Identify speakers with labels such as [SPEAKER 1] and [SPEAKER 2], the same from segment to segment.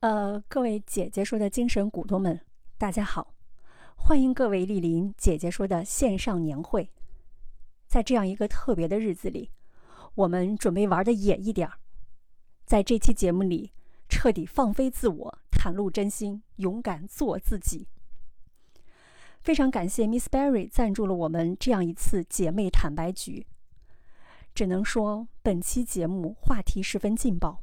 [SPEAKER 1] 呃，各位姐姐说的精神股东们，大家好，欢迎各位莅临姐姐说的线上年会。在这样一个特别的日子里，我们准备玩的野一点儿。在这期节目里，彻底放飞自我，袒露真心，勇敢做自己。非常感谢 Miss Berry 赞助了我们这样一次姐妹坦白局。只能说本期节目话题十分劲爆，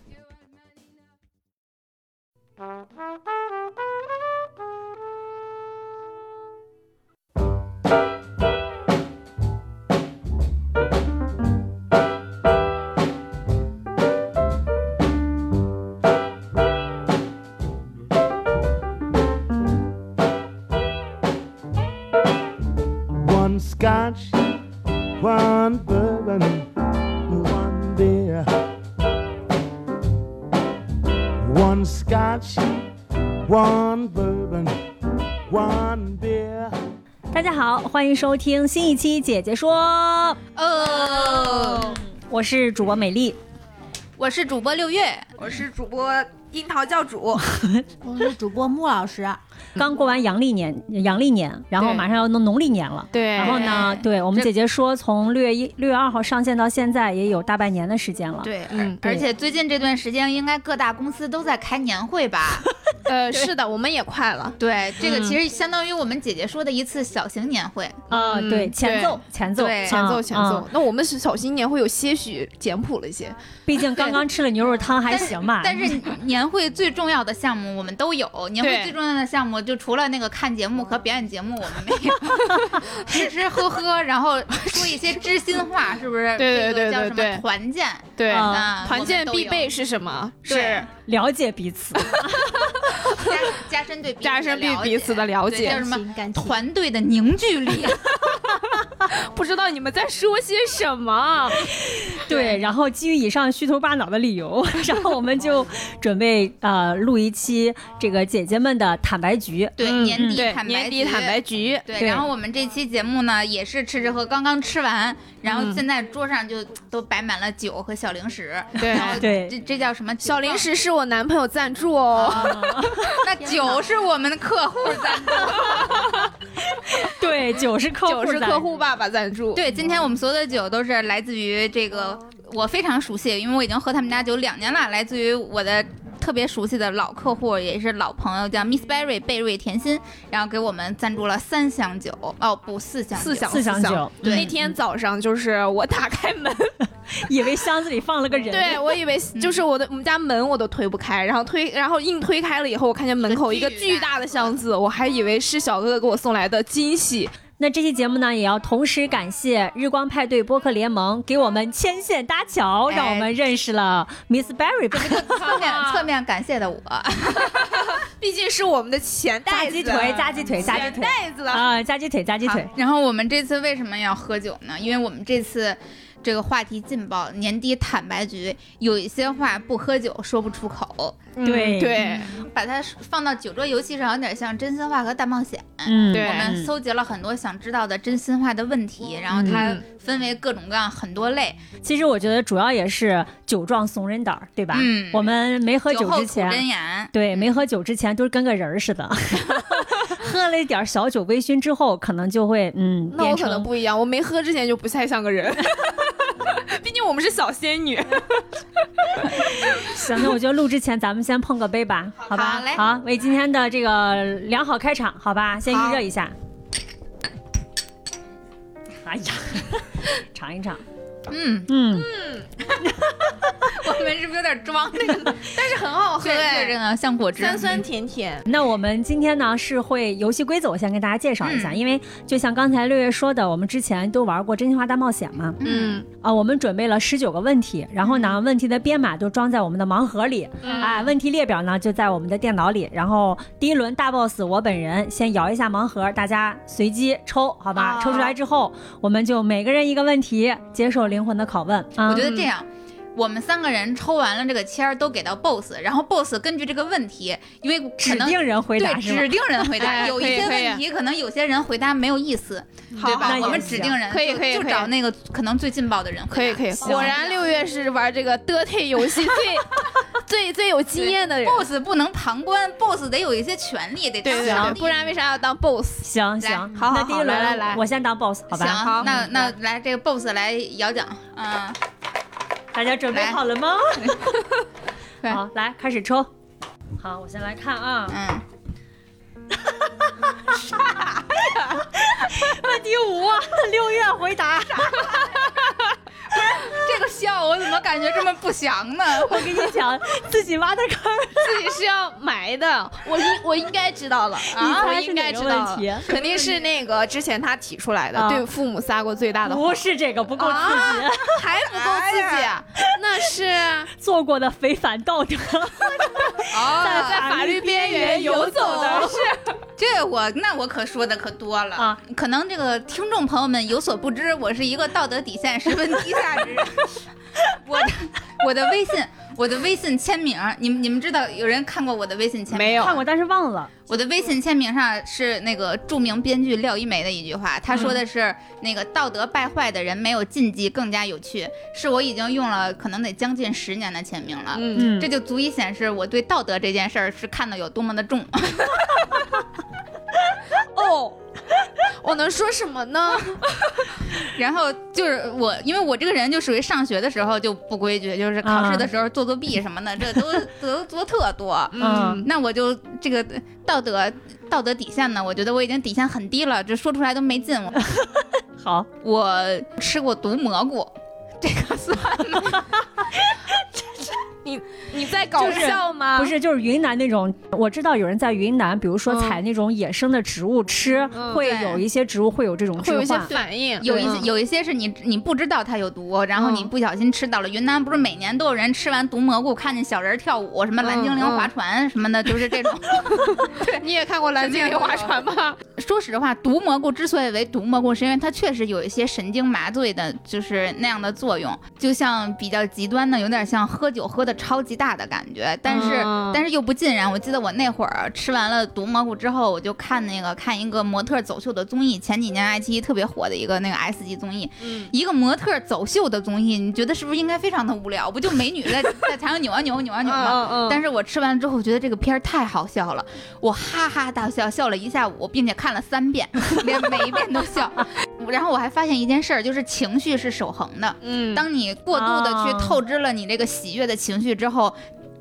[SPEAKER 2] One scotch, one bourbon, one beer. One scotch, one bourbon, one beer.
[SPEAKER 1] 大家好，欢迎收听新一期《姐姐说》，
[SPEAKER 3] 哦，
[SPEAKER 1] 我是主播美丽。
[SPEAKER 3] 我是主播六月，
[SPEAKER 4] 我是主播樱桃教主，
[SPEAKER 5] 我是主播穆老师，
[SPEAKER 1] 刚过完阳历年，阳历年，然后
[SPEAKER 6] 对
[SPEAKER 1] 马上要弄农历年了。
[SPEAKER 6] 对，
[SPEAKER 1] 然后呢，对我们
[SPEAKER 6] 哎这
[SPEAKER 1] 姐姐说，从六月一、六月二号上线到现在也有大半年的时间了。，
[SPEAKER 3] 对，
[SPEAKER 6] 嗯
[SPEAKER 3] 而
[SPEAKER 1] 对
[SPEAKER 3] 且最近这段时间，应该各大公司都在开年会吧？
[SPEAKER 6] 呃，是的，我们也快了。
[SPEAKER 3] 对，这个
[SPEAKER 6] 嗯
[SPEAKER 3] 其实相当于我们姐姐说的一次小型年会。
[SPEAKER 1] 啊，
[SPEAKER 6] 嗯
[SPEAKER 1] 对，前
[SPEAKER 6] 对
[SPEAKER 1] 奏，前奏，
[SPEAKER 3] 对
[SPEAKER 6] 前奏，
[SPEAKER 1] 啊
[SPEAKER 6] 前
[SPEAKER 1] 啊
[SPEAKER 6] 奏。那我们是小新年会有些许简朴了一些，
[SPEAKER 1] 毕竟刚刚吃了牛肉汤，还行吧。
[SPEAKER 3] 但是年会最重要的项目我们都有，年会
[SPEAKER 6] 对
[SPEAKER 3] 最重要的项目就除了那个看节目和表演节目，我们没有， 吃吃喝喝，然后说一些知心 话，是不是？
[SPEAKER 6] 对对
[SPEAKER 3] 这个
[SPEAKER 6] 对
[SPEAKER 3] 叫
[SPEAKER 6] 对
[SPEAKER 3] 什么
[SPEAKER 6] 对
[SPEAKER 3] 团建？
[SPEAKER 6] 对
[SPEAKER 1] 啊
[SPEAKER 3] 那
[SPEAKER 6] 团建必备
[SPEAKER 3] 是
[SPEAKER 6] 是什么？
[SPEAKER 3] 对
[SPEAKER 6] 是
[SPEAKER 1] 了解彼此，
[SPEAKER 3] 加加深对彼此的
[SPEAKER 6] 加深对
[SPEAKER 3] 了
[SPEAKER 6] 彼此的了
[SPEAKER 3] 对叫
[SPEAKER 6] 解
[SPEAKER 3] 什。么
[SPEAKER 5] 感情
[SPEAKER 3] 团队的凝聚 力。
[SPEAKER 6] 不知道你们在说些什么？
[SPEAKER 1] 对。然后基于以上虚头巴脑的理由，然后我们就准备呃录一期这个姐姐们的坦白局。
[SPEAKER 3] 对，
[SPEAKER 6] 嗯
[SPEAKER 3] 年底
[SPEAKER 6] 对
[SPEAKER 3] 坦白，
[SPEAKER 6] 年底坦白。局，
[SPEAKER 3] 对，
[SPEAKER 1] 对
[SPEAKER 3] 然后我们这期节目呢，也是吃吃喝，刚刚吃完，然后
[SPEAKER 6] 嗯
[SPEAKER 3] 现在桌上就都摆满了酒和小零食，
[SPEAKER 6] 对
[SPEAKER 3] 然后
[SPEAKER 1] 对
[SPEAKER 3] 这这叫什么？
[SPEAKER 6] 小零。食是我男朋友赞助哦。
[SPEAKER 3] 那酒是我们的客户赞助。
[SPEAKER 1] 对，九是
[SPEAKER 3] 哦
[SPEAKER 1] 客户，
[SPEAKER 6] 酒是客。户爸爸赞助，
[SPEAKER 3] 对，今天我们所有的酒都是来自于这个我非常熟悉，因为我已经喝他们家酒两年了，来自于我的特别熟悉的老客户，也是老朋友，叫 Miss Berry 贝瑞甜心，然后给我们赞助了三箱酒，哦不，四箱酒，
[SPEAKER 6] 四箱
[SPEAKER 1] 四箱酒，
[SPEAKER 3] 对
[SPEAKER 6] 那天早上就是我打开门，
[SPEAKER 1] 以为箱子里放了个人。
[SPEAKER 6] 对我以 为就是我的我们家门我都推不开，然后推然后硬推开了以后，我看见门口一个巨大的箱子，我还以为是小哥哥给我送来的惊喜，
[SPEAKER 1] 那这期节目呢，也要同时感谢日光派对播客联盟给我们牵线搭桥，
[SPEAKER 3] 哎
[SPEAKER 1] 让我们认识了 Miss Berry
[SPEAKER 3] 侧面侧面感谢的我，
[SPEAKER 6] 毕竟是我们的钱
[SPEAKER 1] 炸
[SPEAKER 6] 袋
[SPEAKER 1] 鸡
[SPEAKER 6] 子，
[SPEAKER 1] 腿，炸鸡腿，炸鸡
[SPEAKER 6] 钱
[SPEAKER 1] 腿
[SPEAKER 6] 袋子了。
[SPEAKER 1] 啊，炸鸡腿，炸鸡腿
[SPEAKER 3] 好。然后我们这次为什么要喝酒呢？因为我们这次这个话题劲爆，年底坦白局有一些话不喝酒说不出口，
[SPEAKER 6] 嗯
[SPEAKER 1] 对
[SPEAKER 6] 对，
[SPEAKER 3] 把它放到酒桌游戏上有点像真心话和大冒险。
[SPEAKER 1] 嗯，
[SPEAKER 6] 对
[SPEAKER 3] 我们搜集了很多想知道的真心话的问题，然后它
[SPEAKER 6] 嗯
[SPEAKER 3] 分为各种各样很多类。
[SPEAKER 1] 其实我觉得主要也是酒壮怂人胆儿，对吧？
[SPEAKER 3] 嗯
[SPEAKER 1] 我们没喝酒
[SPEAKER 3] 后
[SPEAKER 1] 之
[SPEAKER 3] 吐真
[SPEAKER 1] 前，
[SPEAKER 3] 言，
[SPEAKER 1] 对，没喝酒之前都是跟个人儿似的， 喝了一点儿小酒微醺之后，可能就会嗯，
[SPEAKER 6] 那我
[SPEAKER 1] 变
[SPEAKER 6] 可能
[SPEAKER 1] 成
[SPEAKER 6] 不一样，我没喝之前就不太像个 人，毕竟我们是小仙女。
[SPEAKER 1] 行，那我觉得录之前咱们先碰个杯吧，好吧？
[SPEAKER 3] 好嘞
[SPEAKER 1] 为今天的这个良好开场，好吧，先预热一 下。哎呀，尝一尝，
[SPEAKER 3] 嗯，
[SPEAKER 1] 嗯，
[SPEAKER 3] 我们是不是有点装那个？
[SPEAKER 6] 但是很好喝
[SPEAKER 3] 对对，这
[SPEAKER 6] 哎，
[SPEAKER 3] 个像果汁，
[SPEAKER 6] 酸酸甜甜。
[SPEAKER 1] 那我们今天呢是会游戏规则，我先跟大家介绍一下，
[SPEAKER 3] 嗯
[SPEAKER 1] 因为就像刚才六月说的，我们之前都玩过真心话大冒险嘛，
[SPEAKER 3] 嗯，
[SPEAKER 1] 啊，我们准备了十九个问题，然后呢，问题的编码都装在我们的盲盒里，
[SPEAKER 6] 嗯
[SPEAKER 1] 啊，问题列表呢就在我们的电脑里。然后第一轮大 boss 我本人先摇一下盲盒，大家随机抽，好吧？
[SPEAKER 6] 啊
[SPEAKER 1] 抽出来之后，我们就每个人一个问题，接受灵魂的拷问。啊、
[SPEAKER 3] 我觉得
[SPEAKER 6] 嗯
[SPEAKER 3] 这样，我们三个人抽完了这个签儿都给到 boss，然后 boss 根据这个问题，因为可
[SPEAKER 1] 指
[SPEAKER 3] 能
[SPEAKER 1] 定人回答
[SPEAKER 3] 对
[SPEAKER 1] 是吗
[SPEAKER 3] 指？定人回答，
[SPEAKER 6] 哎
[SPEAKER 3] 有一
[SPEAKER 6] 可以
[SPEAKER 3] 些
[SPEAKER 6] 可以
[SPEAKER 3] 问题可能有些人回答没有意思，
[SPEAKER 6] 嗯
[SPEAKER 3] 对
[SPEAKER 1] 好
[SPEAKER 3] 吧？
[SPEAKER 1] 那
[SPEAKER 3] 我
[SPEAKER 1] 也
[SPEAKER 3] 们
[SPEAKER 1] 行
[SPEAKER 3] 指定人
[SPEAKER 6] 可以
[SPEAKER 3] 就
[SPEAKER 6] 可以
[SPEAKER 3] 就
[SPEAKER 6] 可以
[SPEAKER 3] 找那个可能最劲爆的人
[SPEAKER 6] 可以
[SPEAKER 3] 回答。
[SPEAKER 6] 可以，
[SPEAKER 3] 行
[SPEAKER 6] 果然六月是玩这个德泰游 戏最最最有经验的人，
[SPEAKER 3] boss 不能旁观，boss 得有一些权利，得
[SPEAKER 6] 对对
[SPEAKER 3] 当
[SPEAKER 6] 对，
[SPEAKER 3] 地
[SPEAKER 6] 不然为啥要当 boss？
[SPEAKER 1] 行行，
[SPEAKER 6] 好好
[SPEAKER 1] 那第一轮
[SPEAKER 6] 来来来
[SPEAKER 1] 我先当 boss，好吧？
[SPEAKER 3] 行，
[SPEAKER 6] 好
[SPEAKER 3] 那
[SPEAKER 6] 嗯
[SPEAKER 3] 那来这个 boss 来摇奖，嗯，
[SPEAKER 1] 大家准备
[SPEAKER 3] 来？
[SPEAKER 1] 好了吗
[SPEAKER 3] 对
[SPEAKER 1] 好，来开始抽。好，我先来看啊。
[SPEAKER 3] 嗯，
[SPEAKER 1] 问题五，
[SPEAKER 6] 啊
[SPEAKER 1] 六月回答。
[SPEAKER 3] 这个笑我怎么感觉这么不祥呢？
[SPEAKER 1] 我跟你讲，自己挖的坑儿。
[SPEAKER 6] 自己是要埋的，我应我应该知道了啊，我
[SPEAKER 1] 猜是
[SPEAKER 6] 应该
[SPEAKER 1] 哪
[SPEAKER 6] 知
[SPEAKER 1] 个
[SPEAKER 6] 道
[SPEAKER 1] 问
[SPEAKER 6] 了
[SPEAKER 1] 题，
[SPEAKER 6] 肯定是那个之前他提出来的，
[SPEAKER 1] 啊
[SPEAKER 6] 对父母撒过最大的谎，
[SPEAKER 1] 不是这个，不够刺激。
[SPEAKER 6] 还不够刺激啊，那是 啊
[SPEAKER 1] 做过的非凡道德。
[SPEAKER 3] 哦，
[SPEAKER 6] 在法律边缘游走的是
[SPEAKER 3] 这我那我可说的可多了
[SPEAKER 1] 啊！
[SPEAKER 3] 可能这个听众朋友们有所不知，我是一个道德底线十分低下之 人。我的我的微信，我的微信签名，你们你们知道有人看过我的微信签名？
[SPEAKER 6] 没有
[SPEAKER 1] 看过，但是忘了。
[SPEAKER 3] 我的微信签名上是那个著名编剧廖一梅的一句话，她说的是那个道德败坏的人没有禁忌更加有趣，是我已经用了可能得将近十年的签名了。
[SPEAKER 6] 嗯，
[SPEAKER 1] 嗯
[SPEAKER 3] 这就足以显示我对道德这件事儿是看得有多么的重。
[SPEAKER 6] 哦，我能说什么呢？
[SPEAKER 3] 然后就是我，因为我这个人就属于上学的时候就不规矩，就是考试的时候做作弊什么的，这都都做特多。
[SPEAKER 1] 嗯
[SPEAKER 3] 那我就这个道德道德底线呢，我觉得我已经底线很低了，这说出来都没劲。我
[SPEAKER 1] 好，
[SPEAKER 3] 我吃过毒蘑菇，这个算吗？
[SPEAKER 6] 你在搞笑吗？
[SPEAKER 1] 不，是就是云南那种，我知道有人在云南，比如说
[SPEAKER 6] 啊嗯
[SPEAKER 1] 采那种野生的植物吃，
[SPEAKER 6] 嗯
[SPEAKER 1] 会
[SPEAKER 3] 对
[SPEAKER 1] 有一些植物会有这种
[SPEAKER 6] 会
[SPEAKER 1] 致
[SPEAKER 6] 有一些
[SPEAKER 1] 幻。
[SPEAKER 6] 反应，
[SPEAKER 3] 有一
[SPEAKER 6] 嗯
[SPEAKER 3] 些有一些是你你不知道它有毒，然后你
[SPEAKER 6] 嗯
[SPEAKER 3] 不小心吃到了。云南不是每年都有人吃完毒蘑菇，看见小人儿跳舞，什么蓝精灵
[SPEAKER 6] 嗯嗯
[SPEAKER 3] 划船什么的，就是这 种。
[SPEAKER 6] 你也看过《蓝精灵划船》吗？
[SPEAKER 3] 说实话，毒蘑菇之所以为毒蘑菇，是因为它确实有一些神经麻醉的，就是那样的作用，就像比较极端的，有点像喝酒喝的超级大的感觉，但是、
[SPEAKER 6] 嗯
[SPEAKER 3] 但是又不尽然。我记得我那会儿吃完了毒蘑菇之后，我就看那个看一个模特走秀的综艺，前几年爱奇艺特别火的一个那个 S 级综艺，
[SPEAKER 6] 嗯
[SPEAKER 3] 一个模特走秀的综艺，你觉得是不是应该非常的无聊？不就美女 在在台上扭啊扭扭啊扭吗？
[SPEAKER 6] 嗯
[SPEAKER 3] 但是我吃完之后觉得这个片儿太好笑了，我哈哈大笑，笑了一下午，并且看了三遍，连每一遍都笑。 然后我还发现一件事儿，就是情绪是守恒的。
[SPEAKER 6] 嗯
[SPEAKER 3] 当你过度的去
[SPEAKER 1] 啊
[SPEAKER 3] 透支了你这个喜悦的情绪之后，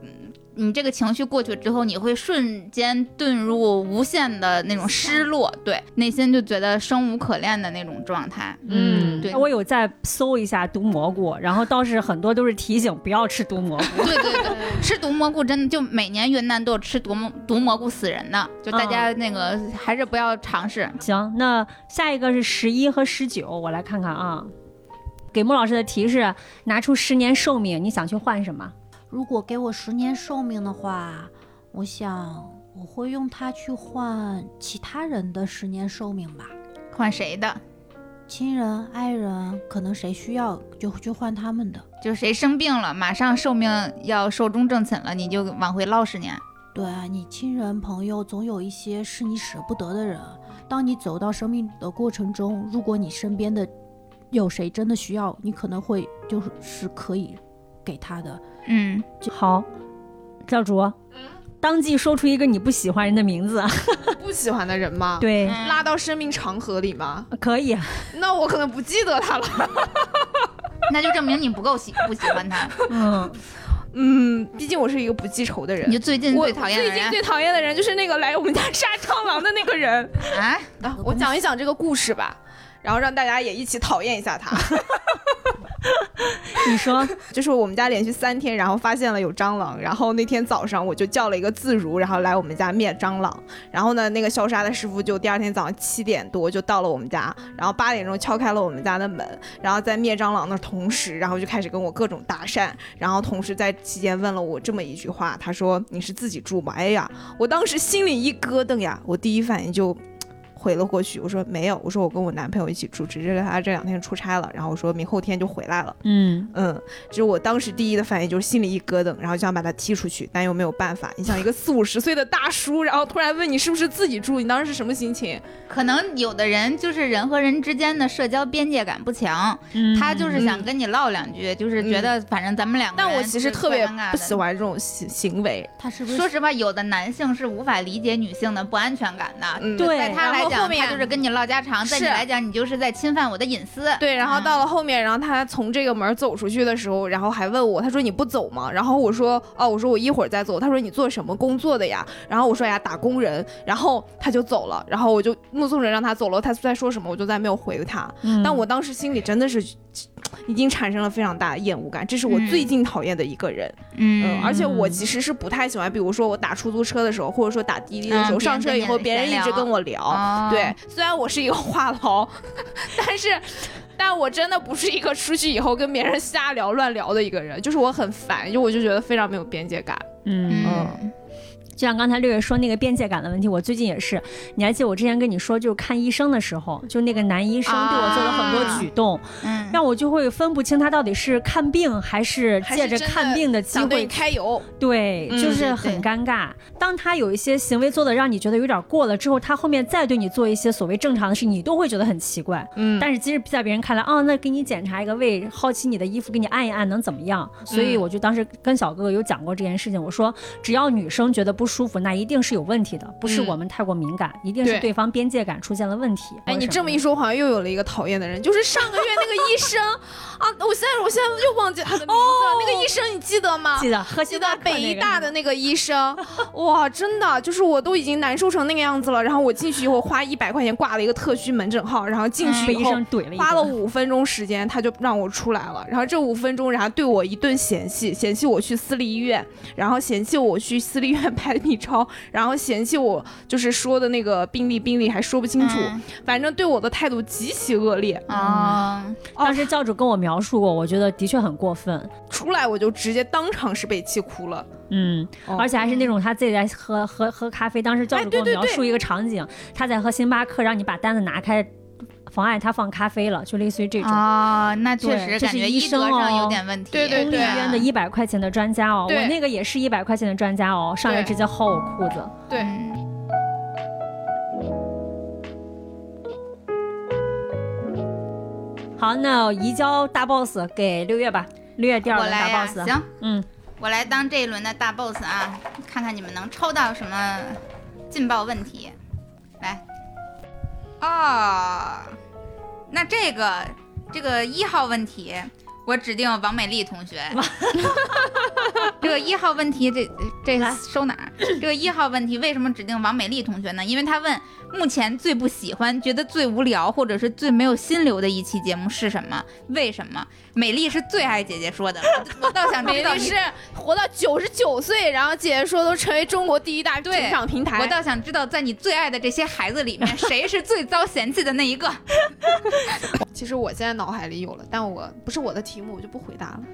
[SPEAKER 3] 嗯，你这个情绪过去之后，你会瞬间遁入无限的那种失落，对，内心就觉得生无可恋的那种状态。
[SPEAKER 6] 嗯
[SPEAKER 3] 对
[SPEAKER 1] 我有在搜一下毒蘑菇，然后倒是很多都是提醒不要吃毒蘑菇。
[SPEAKER 3] 对对对，吃毒蘑菇真的就每年云南都有吃毒蘑毒蘑菇死人的，就大家那个还是不要尝试。
[SPEAKER 1] 行，那下一个是十一和十九，我来看看啊。给穆老师的提示：拿出十年寿命，你想去换什么？
[SPEAKER 7] 如果给我十年寿命的话，我想我会用它去换其他人的十年寿命吧。
[SPEAKER 3] 换谁的？
[SPEAKER 7] 亲人、爱人，可能谁需要就就换他们的。
[SPEAKER 3] 就谁生病了，马上寿命要寿终正寝了，你就往回捞十年。
[SPEAKER 7] 对啊，你亲人、朋友总有一些是你舍不得的人。当你走到生命的过程中，如果你身边的有谁真的需要，你可能会就是是可以给他的。
[SPEAKER 3] 嗯，
[SPEAKER 1] 好，教主，当即说出一个你不喜欢人的名字。
[SPEAKER 6] 不喜欢的人吗？，
[SPEAKER 1] 对，
[SPEAKER 3] 嗯
[SPEAKER 6] 拉到生命长河里吗？
[SPEAKER 1] 可以。
[SPEAKER 6] 那我可能不记得他了。
[SPEAKER 3] 那就证明你不够喜不喜欢他。
[SPEAKER 1] 嗯，
[SPEAKER 6] 嗯，毕竟我是一个不记仇的
[SPEAKER 3] 你
[SPEAKER 6] 人
[SPEAKER 3] 就。最近
[SPEAKER 6] 我
[SPEAKER 3] 最讨厌的
[SPEAKER 6] 最近
[SPEAKER 3] 人
[SPEAKER 6] 最讨厌的人就是那个来我们家杀蟑螂的那个 人。
[SPEAKER 3] 啊，
[SPEAKER 6] 啊，我讲一讲这个故事吧，然后让大家也一起讨厌一下他。
[SPEAKER 1] 你说，
[SPEAKER 6] 就是我们家连续三天，然后发现了有蟑螂，然后那天早上我就叫了一个自如，然后来我们家灭蟑螂。然后呢，那个消杀的师傅就第二天早上七点多就到了我们家，然后八点钟敲开了我们家的门，然后在灭蟑螂的同时，然后就开始跟我各种搭讪，然后同时在期间问了我这么一句话，他说你是自己住吗？哎呀，我当时心里一咯噔呀，我第一反应就。回了过去，我说没有，我说我跟我男朋友一起住，只是他这两天出差了，然后我说明后天就回来了。
[SPEAKER 1] 嗯，
[SPEAKER 6] 嗯，就是我当时第一的反应就是心里一咯噔，然后就想把他踢出去，但又没有办法。你想一个四五十岁的大叔，然后突然问你是不是自己住，你当时是什么心情？
[SPEAKER 3] 可能有的人就是人和人之间的社交边界感不强，
[SPEAKER 6] 嗯
[SPEAKER 3] 他就是想跟你唠两句，就是觉得反正咱们两个人
[SPEAKER 6] 但我其实
[SPEAKER 3] 是
[SPEAKER 6] 特别
[SPEAKER 3] 怪尴尬
[SPEAKER 6] 不
[SPEAKER 3] 的
[SPEAKER 6] 喜。欢这种行行为。
[SPEAKER 7] 他是不是
[SPEAKER 3] 说实话，有的男性是无法理解女性的不安全感的。
[SPEAKER 6] 嗯，
[SPEAKER 1] 对
[SPEAKER 3] 在他来
[SPEAKER 6] 然后后
[SPEAKER 3] 讲，
[SPEAKER 6] 面
[SPEAKER 3] 他就是跟你唠家常；在
[SPEAKER 6] 是
[SPEAKER 3] 你来讲，你就是在侵犯我的隐私。啊
[SPEAKER 6] 对，然后到了后面，然后他从这个门走出去的时候，然后还问我，他说你不走吗？然后我说哦，我说我一会儿再走。他说你做什么工作的呀？然后我说哎呀，打工人。然后他就走了，然后我就目送着让他走了，他在说什么我就再没有回他。
[SPEAKER 1] 嗯
[SPEAKER 6] 但我当时心里真的是已经产生了非常大的厌恶感，这是我
[SPEAKER 3] 嗯
[SPEAKER 6] 最近讨厌的一个人。
[SPEAKER 3] 嗯
[SPEAKER 6] 嗯，，而且我其实是不太喜欢，比如说我打出租车的时候，或者说打滴滴的时候，
[SPEAKER 3] 嗯
[SPEAKER 6] 上车以后别
[SPEAKER 3] 别人
[SPEAKER 6] 人
[SPEAKER 3] 跟你
[SPEAKER 6] 一直跟我聊。嗯
[SPEAKER 3] 哦
[SPEAKER 6] 对，虽然我是一个话痨，但是。但我真的不是一个出去以后跟别人瞎聊乱聊的一个人，就是我很烦，就我就觉得非常没有边界感。
[SPEAKER 1] 嗯，
[SPEAKER 3] 嗯
[SPEAKER 1] 就像刚才六月说那个边界感的问题，我最近也是。你还记得我之前跟你说，就是看医生的时候，就那个男医生对我做了很多举动，
[SPEAKER 3] 嗯，
[SPEAKER 1] 让我就会分不清他到底是看病还是
[SPEAKER 6] 还是
[SPEAKER 1] 借着
[SPEAKER 6] 真的
[SPEAKER 1] 看病的机
[SPEAKER 6] 想对
[SPEAKER 1] 会
[SPEAKER 6] 你开油，
[SPEAKER 1] 对，
[SPEAKER 6] 嗯
[SPEAKER 1] 就是很尴尬。当他有一些行为做的让你觉得有点过了之后，他后面再对你做一些所谓正常的事，你都会觉得很奇怪。
[SPEAKER 6] 嗯
[SPEAKER 1] 但是其实在别人看来，哦，那给你检查一个胃，好奇你的衣服，给你按一按，能怎么样？
[SPEAKER 6] 嗯
[SPEAKER 1] 所以我就当时跟小哥哥有讲过这件事情，我说只要女生觉得不舒服，那一定是有问题的，不是
[SPEAKER 6] 嗯
[SPEAKER 1] 我们太过敏感，一定是
[SPEAKER 6] 对
[SPEAKER 1] 对方边界感出现了问题。
[SPEAKER 6] 哎，你这么一
[SPEAKER 1] 说，
[SPEAKER 6] 说，好像又有了一个讨厌的人，就是上个月那个医生啊，我现在我现在又忘记他的名字了。那个医生你记得吗？
[SPEAKER 1] 哦记得喝
[SPEAKER 6] 记
[SPEAKER 1] 西
[SPEAKER 6] 得
[SPEAKER 1] 瓜克
[SPEAKER 6] 北医
[SPEAKER 1] 那个
[SPEAKER 6] 大的那个医生， 哇，真的就是我都已经难受成那个样子了。然后我进去以后花一百块钱挂了一个特需门诊号，然后进去
[SPEAKER 1] 被
[SPEAKER 6] 以
[SPEAKER 1] 嗯医
[SPEAKER 6] 后
[SPEAKER 1] 生怼了一顿，
[SPEAKER 6] 花了五分钟时间，他就让我出来了。然后这五分钟，然后对我一顿嫌弃，嫌弃我去私立医院，然后嫌弃我去私立医院 拍 B 超，然后嫌弃我就是说的那个病历病历还说不清楚，
[SPEAKER 3] 嗯
[SPEAKER 6] 反正对我的态度极其恶劣。嗯
[SPEAKER 3] 啊，
[SPEAKER 1] 当时教主跟我描述过，我觉得的确很过分。
[SPEAKER 6] 出来我就直接当场是被气哭了。
[SPEAKER 1] 嗯，
[SPEAKER 6] 哦
[SPEAKER 1] 而且还是那种他自己在喝喝喝咖啡，当时教
[SPEAKER 6] 哎
[SPEAKER 1] 主
[SPEAKER 6] 对
[SPEAKER 1] 给我
[SPEAKER 6] 对
[SPEAKER 1] 描
[SPEAKER 6] 对
[SPEAKER 1] 述一个场景，他在喝星巴克，让你把单子拿开，妨碍他放咖啡了，就类似于这种。
[SPEAKER 3] 哦，那确
[SPEAKER 1] 对
[SPEAKER 3] 实
[SPEAKER 1] 这
[SPEAKER 3] 感
[SPEAKER 1] 是
[SPEAKER 3] 觉
[SPEAKER 1] 医
[SPEAKER 3] 医
[SPEAKER 1] 生
[SPEAKER 3] 德上
[SPEAKER 1] 哦
[SPEAKER 3] 有点问题。嗯
[SPEAKER 6] 对对
[SPEAKER 1] 公立医
[SPEAKER 6] 对
[SPEAKER 3] 啊
[SPEAKER 1] 院的一百块钱的专家哦，
[SPEAKER 6] 对
[SPEAKER 1] 我那个也是一百块钱的专家哦，上来
[SPEAKER 6] 对
[SPEAKER 1] 直接薅我裤子。
[SPEAKER 6] 对
[SPEAKER 3] 嗯
[SPEAKER 1] 好，那移交大 boss 给六月吧，六月第二
[SPEAKER 3] 我
[SPEAKER 1] 轮
[SPEAKER 3] 来
[SPEAKER 1] 大
[SPEAKER 3] 呀，
[SPEAKER 6] 啊
[SPEAKER 1] boss。
[SPEAKER 3] 行，
[SPEAKER 1] 嗯，
[SPEAKER 3] 我来当这一轮的大 boss 啊，看看你们能抽到什么劲爆问题。来，哦，那这个这个一号问题，我指定王美丽同学。这个一号问题，这这收哪儿？这个一号问题为什么指定王美丽同学呢？因为她问目前最不喜欢、觉得最无聊或者是最没有心流的一期节目是什么？为什么？美丽是最爱姐姐说的，我我倒想知
[SPEAKER 6] 美
[SPEAKER 3] 道
[SPEAKER 6] 丽
[SPEAKER 3] 你
[SPEAKER 6] 是活到九十九岁，然后姐姐说都成为中国第一 大成
[SPEAKER 3] 对
[SPEAKER 6] 长平台。
[SPEAKER 3] 我倒想知道，在你最爱的这些孩子里 面，谁是最遭嫌弃的那一个？
[SPEAKER 6] 其实我现在脑海里有了，但我不是我的题目，我就不回答 了。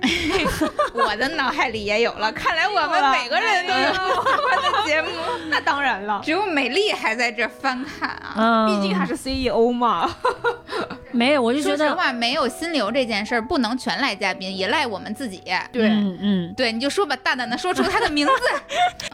[SPEAKER 3] 我的脑海里也有了，看来我们每个人都有我的节目，
[SPEAKER 6] 那当然了，
[SPEAKER 3] 只有美丽还在这翻看啊。
[SPEAKER 1] 嗯，
[SPEAKER 6] 毕竟他是 CEO 嘛。
[SPEAKER 1] 没有，我就
[SPEAKER 3] 说
[SPEAKER 1] 觉
[SPEAKER 3] 实
[SPEAKER 1] 得，
[SPEAKER 3] 话，没有心流这件事儿，不能全赖嘉宾，也赖我们自己。
[SPEAKER 1] 嗯嗯，
[SPEAKER 3] 对，你就说吧，大胆的说出他的名 字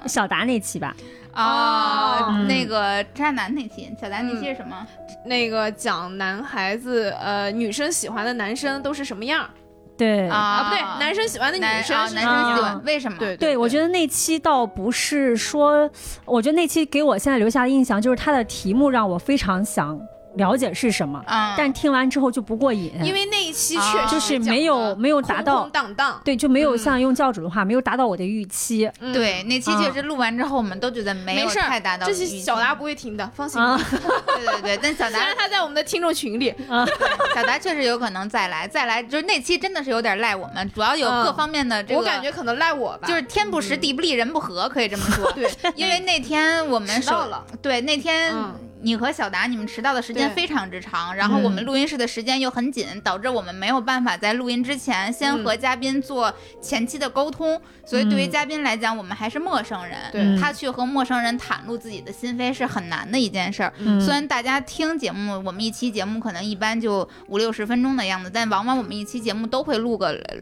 [SPEAKER 1] 小达那期吧，
[SPEAKER 3] 啊、
[SPEAKER 6] 哦
[SPEAKER 1] 嗯
[SPEAKER 3] 那个渣男那期，小达那期是什么？
[SPEAKER 6] 那个讲男孩子，呃，女生喜欢的男生都是什么样
[SPEAKER 1] 对
[SPEAKER 6] 啊？不对，男生喜欢的女
[SPEAKER 3] 男
[SPEAKER 6] 生
[SPEAKER 3] 啊
[SPEAKER 6] 是
[SPEAKER 3] 男
[SPEAKER 6] 什么
[SPEAKER 3] 生
[SPEAKER 1] 啊
[SPEAKER 3] 喜
[SPEAKER 6] 样？
[SPEAKER 3] 欢，为什么？
[SPEAKER 6] 对
[SPEAKER 1] 对，我觉得那期倒不是说，我觉得那期给我现在留下的印象就是它的题目让我非常想了解是什么，
[SPEAKER 3] 嗯，
[SPEAKER 1] 但听完之后就不过瘾，
[SPEAKER 6] 因为那一期
[SPEAKER 3] 啊
[SPEAKER 6] 确实
[SPEAKER 1] 就是
[SPEAKER 6] 讲
[SPEAKER 1] 没有
[SPEAKER 6] 得
[SPEAKER 1] 没有达到
[SPEAKER 6] 空空荡荡，
[SPEAKER 1] 对，就没有
[SPEAKER 6] 嗯
[SPEAKER 1] 像用教主的话，没有达到我的预期。
[SPEAKER 6] 嗯，
[SPEAKER 3] 对那期
[SPEAKER 1] 啊
[SPEAKER 3] 确实录完之后，我们都觉得没
[SPEAKER 6] 没
[SPEAKER 3] 有
[SPEAKER 6] 事儿
[SPEAKER 3] 太达到
[SPEAKER 6] 这
[SPEAKER 3] 预
[SPEAKER 6] 些
[SPEAKER 3] 期
[SPEAKER 6] 小达不会听的，放心。
[SPEAKER 1] 啊，
[SPEAKER 3] 对对对，但小
[SPEAKER 6] 嗯虽
[SPEAKER 3] 达
[SPEAKER 6] 然他在我们的听众群里，
[SPEAKER 3] 小达确实有可能再来，再来就是那期真的是有点赖我们，主要有
[SPEAKER 6] 嗯
[SPEAKER 3] 各方面的这个，
[SPEAKER 6] 我感觉可能赖我吧，。
[SPEAKER 3] 就是天不时地不利人不和，可以这么说
[SPEAKER 6] 对，
[SPEAKER 3] 因为那天我们
[SPEAKER 6] 迟
[SPEAKER 3] 手
[SPEAKER 6] 到了，
[SPEAKER 3] 对，那天
[SPEAKER 6] 嗯
[SPEAKER 3] 你和小达你们迟到的时间
[SPEAKER 6] 对嗯
[SPEAKER 3] 非常之长，然后我们录音室的时间又很紧，导致我们没有办法在录音之前先
[SPEAKER 6] 嗯
[SPEAKER 3] 和嘉宾做前期的沟通，所以对于
[SPEAKER 1] 嗯
[SPEAKER 3] 嘉宾来讲，我们还是陌生人。
[SPEAKER 6] 对
[SPEAKER 1] 嗯
[SPEAKER 3] 他去和陌生人袒露自己的心扉是很难的一件事儿。
[SPEAKER 1] 嗯
[SPEAKER 3] 虽然大家听节目，我们一期节目可能一般就五六十分钟的样子，但往往我们一期节目都会录个，呃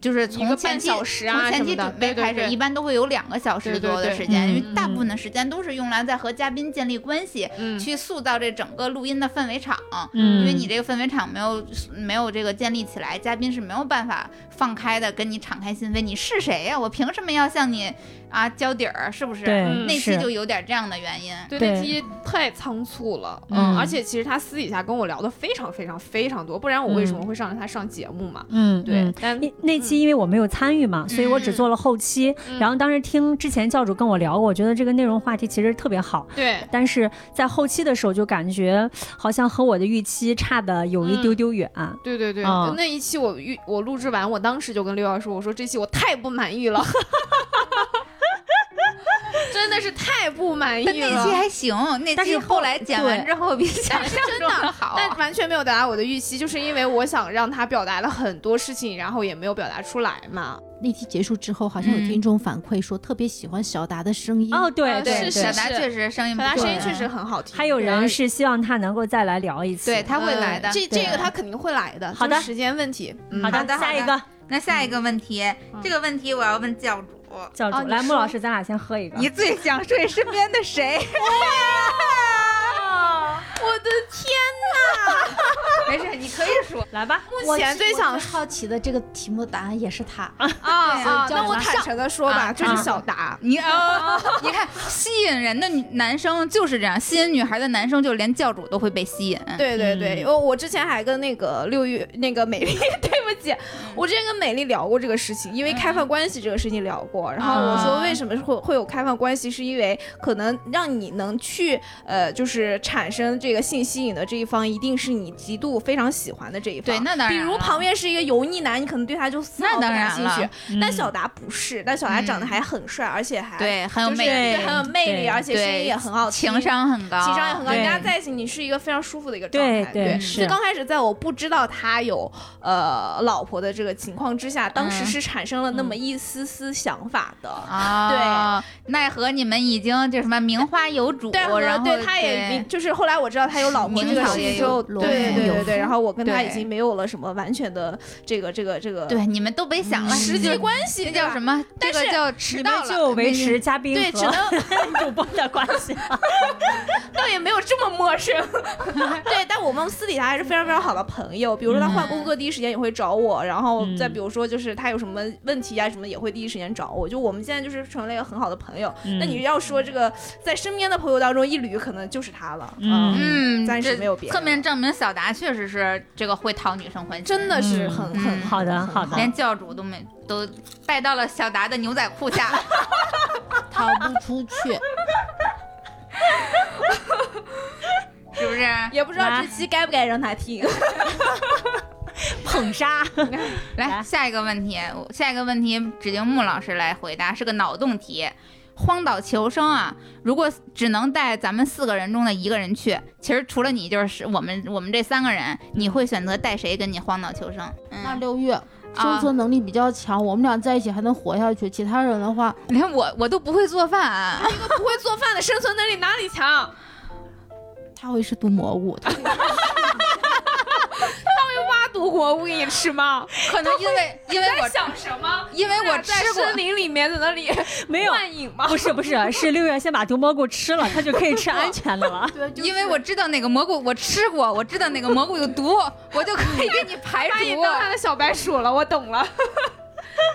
[SPEAKER 3] 就是
[SPEAKER 6] 一
[SPEAKER 3] 从
[SPEAKER 6] 个
[SPEAKER 3] 前
[SPEAKER 6] 半
[SPEAKER 3] 期
[SPEAKER 6] 小时啊
[SPEAKER 3] 从
[SPEAKER 6] 什
[SPEAKER 3] 前
[SPEAKER 6] 么
[SPEAKER 3] 期
[SPEAKER 6] 的
[SPEAKER 3] 准，备
[SPEAKER 6] 对
[SPEAKER 3] 开
[SPEAKER 6] 对
[SPEAKER 3] 始，一
[SPEAKER 6] 对，
[SPEAKER 3] 般都会有两个小时
[SPEAKER 6] 对对
[SPEAKER 3] 左右的
[SPEAKER 6] 对
[SPEAKER 3] 时间，
[SPEAKER 1] 嗯
[SPEAKER 3] 因为大部分的时间都是用来在和嘉宾建立关系，
[SPEAKER 6] 嗯
[SPEAKER 3] 去塑造这整个录音的氛围场。
[SPEAKER 1] 嗯
[SPEAKER 3] 因为你这个氛围场没有没有这个建立起来，嘉宾是没有办法放开的跟你敞开心扉。你是谁呀、我凭什么要向你啊交底儿？是不是？
[SPEAKER 1] 对
[SPEAKER 6] 嗯
[SPEAKER 3] 那期
[SPEAKER 1] 是
[SPEAKER 3] 就有点这样的原因。
[SPEAKER 6] 对
[SPEAKER 1] 对
[SPEAKER 6] 那期太仓促了，
[SPEAKER 1] 嗯
[SPEAKER 6] 嗯，而且其实他私底下跟我聊的非常非常非常多，不然我为什么会上他上节目嘛？
[SPEAKER 1] 嗯
[SPEAKER 6] 对
[SPEAKER 1] 嗯，
[SPEAKER 6] 但
[SPEAKER 1] 那那期因为我没有参与嘛，所以我只做了后期。
[SPEAKER 6] 嗯
[SPEAKER 1] 然后当时听之前教主跟我聊过，我觉得这个内容话题其实特别好，
[SPEAKER 6] 对
[SPEAKER 1] 但是在后期的时候就感觉好像和我的预期差的有一丢丢远。
[SPEAKER 6] 对对对，
[SPEAKER 1] 啊
[SPEAKER 6] 那一期我预我录制完，我当时就跟六幺说，我说这期我太不满意 了，真的是太不满意
[SPEAKER 3] 但那期
[SPEAKER 6] 了。
[SPEAKER 3] 还行，那
[SPEAKER 1] 但
[SPEAKER 3] 期
[SPEAKER 1] 是后
[SPEAKER 3] 后来剪完
[SPEAKER 1] 对
[SPEAKER 3] 之后比想象
[SPEAKER 6] 真
[SPEAKER 3] 中
[SPEAKER 6] 的
[SPEAKER 3] 好。
[SPEAKER 6] 但完全没有达到我的预期，就是因为我想让他表达了很多事情，然后也没有表达出来嘛。
[SPEAKER 7] 那期结束之后，好像有
[SPEAKER 3] 嗯
[SPEAKER 7] 听众反馈说特别喜欢小达的声音。
[SPEAKER 1] 哦，对
[SPEAKER 6] 啊
[SPEAKER 1] 对
[SPEAKER 6] 是
[SPEAKER 1] 对，
[SPEAKER 6] 是
[SPEAKER 3] 小达
[SPEAKER 6] 是
[SPEAKER 3] 确实声音
[SPEAKER 6] 小
[SPEAKER 3] 不
[SPEAKER 6] 达
[SPEAKER 3] 错，
[SPEAKER 6] 声音确实很好听，
[SPEAKER 1] 还有人是希望他能够再来聊一次。
[SPEAKER 3] 对，他会来的。
[SPEAKER 6] 嗯这
[SPEAKER 3] 对
[SPEAKER 6] 这个他肯定会来的，
[SPEAKER 1] 好的
[SPEAKER 6] 就是时间问题。嗯
[SPEAKER 1] 好的，下一个
[SPEAKER 3] 那下一个问题，这个问题我要问教主，
[SPEAKER 1] 教
[SPEAKER 6] 哦
[SPEAKER 1] 主
[SPEAKER 6] 你
[SPEAKER 1] 来，穆
[SPEAKER 6] 说
[SPEAKER 1] 老师，咱俩先喝一个。
[SPEAKER 3] 你最想睡身边的谁？
[SPEAKER 6] 我的天，
[SPEAKER 3] 没事，你可以说。
[SPEAKER 1] 来吧，
[SPEAKER 6] 目前最想
[SPEAKER 7] 我好奇的这个题目答案也是他，
[SPEAKER 6] 啊啊！
[SPEAKER 7] 所以叫
[SPEAKER 6] 那我
[SPEAKER 7] 什么
[SPEAKER 6] 坦诚的说吧，就是小达。
[SPEAKER 3] 你 啊、你看，吸引人的女男生就是这样，吸引女孩的男生就连教主都会被吸引。
[SPEAKER 6] 对对对，我、我之前还跟那个六月那个美丽， 对不起，
[SPEAKER 3] 嗯
[SPEAKER 6] 我之前跟美丽聊过这个事情，因为开放关系这个事情聊过，然后我
[SPEAKER 3] 啊
[SPEAKER 6] 说为什么会会有开放关系，是因为可能让你能去呃，就是产生这个性吸引的这一方，一定是你极度非常喜欢的这一方。
[SPEAKER 3] 对那当然
[SPEAKER 6] 比如
[SPEAKER 3] 了
[SPEAKER 6] 旁边是一个油腻男，你可能对他就丝毫不
[SPEAKER 3] 那当
[SPEAKER 6] 感
[SPEAKER 3] 然
[SPEAKER 6] 兴
[SPEAKER 3] 了嗯
[SPEAKER 6] 趣。但小达不是，但小达长得还很帅，而且还
[SPEAKER 3] 对，很有
[SPEAKER 6] 就是
[SPEAKER 3] 魅力，
[SPEAKER 6] 对很有魅力，
[SPEAKER 1] 对
[SPEAKER 6] 而且声音也很好听，
[SPEAKER 3] 情商很高，
[SPEAKER 6] 情商也很高，
[SPEAKER 1] 对
[SPEAKER 6] 人家在一起你是一个非常舒服的一个状
[SPEAKER 1] 对
[SPEAKER 6] 态。
[SPEAKER 1] 是
[SPEAKER 6] 所以。刚开始在我不知道他有呃老婆的这个情况之下，当
[SPEAKER 3] 嗯
[SPEAKER 6] 时是产生了那么一丝丝想法的。
[SPEAKER 3] 啊。对，奈何你们已经就什么名花有主，
[SPEAKER 6] 对，和
[SPEAKER 3] 然后
[SPEAKER 6] 对，他也明就是后来我知道他有老婆
[SPEAKER 3] 明
[SPEAKER 6] 这个
[SPEAKER 3] 朝
[SPEAKER 6] 事
[SPEAKER 3] 也
[SPEAKER 6] 情之
[SPEAKER 3] 有
[SPEAKER 6] 后，
[SPEAKER 7] 罗
[SPEAKER 6] 对对
[SPEAKER 7] 马
[SPEAKER 6] 对
[SPEAKER 7] 有
[SPEAKER 6] 对对，然后我跟他
[SPEAKER 3] 对
[SPEAKER 6] 已经没有了什么完全的这个这个这个
[SPEAKER 3] 对你们都别想了，
[SPEAKER 6] 实际关系，
[SPEAKER 3] 这
[SPEAKER 6] 对
[SPEAKER 3] 嗯叫
[SPEAKER 6] 吧
[SPEAKER 3] 什？么？这
[SPEAKER 6] 但
[SPEAKER 3] 个
[SPEAKER 6] 是
[SPEAKER 3] 叫
[SPEAKER 1] 你
[SPEAKER 3] 迟
[SPEAKER 1] 们
[SPEAKER 3] 到了，嗯
[SPEAKER 1] 就维持嘉宾
[SPEAKER 6] 对，只
[SPEAKER 1] 和
[SPEAKER 6] 能
[SPEAKER 1] 主播的关系。啊
[SPEAKER 6] 倒也没有这么 陌生，对，但我们私底下还是非常非常好的朋友。比如说他
[SPEAKER 1] 嗯
[SPEAKER 6] 换工作第一时间也会找我，然后再比如说就是他有什么问题啊什么的也会第一时间找我。就我们现在就是成了一个很好的朋友。
[SPEAKER 1] 嗯
[SPEAKER 6] 那你要说这个在身边的朋友当中一捋，可能就是他了。啊
[SPEAKER 1] 嗯
[SPEAKER 3] 嗯，
[SPEAKER 6] 暂时没有别
[SPEAKER 3] 这
[SPEAKER 6] 的
[SPEAKER 3] 侧面证明小达确实是这个会讨女生欢心，
[SPEAKER 6] 真的是很
[SPEAKER 3] 嗯
[SPEAKER 6] 很
[SPEAKER 1] 好的好的
[SPEAKER 3] 连教主都没都拜到了小达的牛仔裤下。
[SPEAKER 7] 逃不出 去。
[SPEAKER 3] 是不是？
[SPEAKER 6] 也不知道这期该不该让他听。
[SPEAKER 1] 捧杀。
[SPEAKER 3] 来
[SPEAKER 1] 来
[SPEAKER 3] 下一个问题，我下一个问题指定穆老师来回答，是个脑洞题。荒岛求生啊，如果只能带咱们四个人中的一个人去，其实除了你就是我们我们这三个人，你会选择带谁跟你荒岛求生？
[SPEAKER 7] 那
[SPEAKER 3] 嗯，
[SPEAKER 7] 六
[SPEAKER 6] 啊
[SPEAKER 7] 月生存能力比较强，我们俩在一起还能活下去。其他人的话，
[SPEAKER 3] 连我我都不会做饭、啊
[SPEAKER 6] 不会做饭的生存能力哪里强？
[SPEAKER 7] 他会是毒蘑菇，
[SPEAKER 6] 啊
[SPEAKER 7] 他
[SPEAKER 6] 他毒蘑菇给你吃吗？
[SPEAKER 3] 可能因为因为我
[SPEAKER 6] 想什么？
[SPEAKER 3] 因为我吃
[SPEAKER 6] 在
[SPEAKER 3] 过，
[SPEAKER 6] 森林里面在那 里
[SPEAKER 1] 没有
[SPEAKER 6] 幻影吗？
[SPEAKER 1] 不是不是，是六月先把毒蘑菇吃了，他就可以吃安全的了。
[SPEAKER 3] 因为我知道哪个蘑菇我吃过，我知道 哪个蘑菇有毒，我就可以给你排
[SPEAKER 6] 把
[SPEAKER 3] 除
[SPEAKER 6] 你。当他的小白鼠了，我懂了。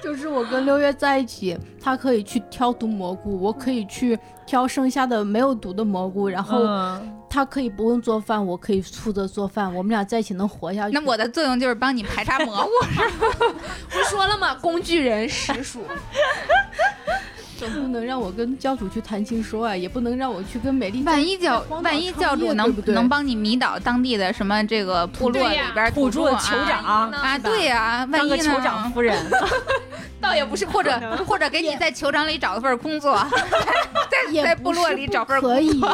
[SPEAKER 7] 就是我跟六月在一起，他可以去挑毒蘑菇，我可以去挑剩下的没有毒的蘑菇，然后
[SPEAKER 1] 嗯，
[SPEAKER 7] 他可以不用做饭，我可以负责做饭，我们俩在一起能活下去。
[SPEAKER 3] 那我的作用就是帮你排查 蘑菇，
[SPEAKER 6] 不说了吗？工具人实属。
[SPEAKER 7] 总不能让我跟教主去谈情说爱，也不能让我去跟美丽
[SPEAKER 3] 万一教
[SPEAKER 7] 在荒岛
[SPEAKER 3] 万一
[SPEAKER 7] 创
[SPEAKER 3] 教
[SPEAKER 7] 业
[SPEAKER 3] 主能
[SPEAKER 7] 对不对
[SPEAKER 3] 能帮你迷倒当地的什么这个部落
[SPEAKER 1] 对
[SPEAKER 3] 里
[SPEAKER 1] 呀
[SPEAKER 3] 边
[SPEAKER 1] 土著
[SPEAKER 3] 著啊
[SPEAKER 1] 酋长
[SPEAKER 6] 嗯
[SPEAKER 3] 啊，
[SPEAKER 1] 是吧
[SPEAKER 3] 对呀、万
[SPEAKER 1] 当
[SPEAKER 3] 一
[SPEAKER 1] 个
[SPEAKER 3] 呢？
[SPEAKER 1] 酋长夫人，
[SPEAKER 3] 倒也不是，或者或者给你在酋长里找份工作，在
[SPEAKER 7] 也
[SPEAKER 3] 在
[SPEAKER 7] 不
[SPEAKER 3] 部
[SPEAKER 7] 是
[SPEAKER 3] 落里
[SPEAKER 7] 不
[SPEAKER 3] 找份
[SPEAKER 7] 可
[SPEAKER 3] 工
[SPEAKER 7] 以
[SPEAKER 3] 作。，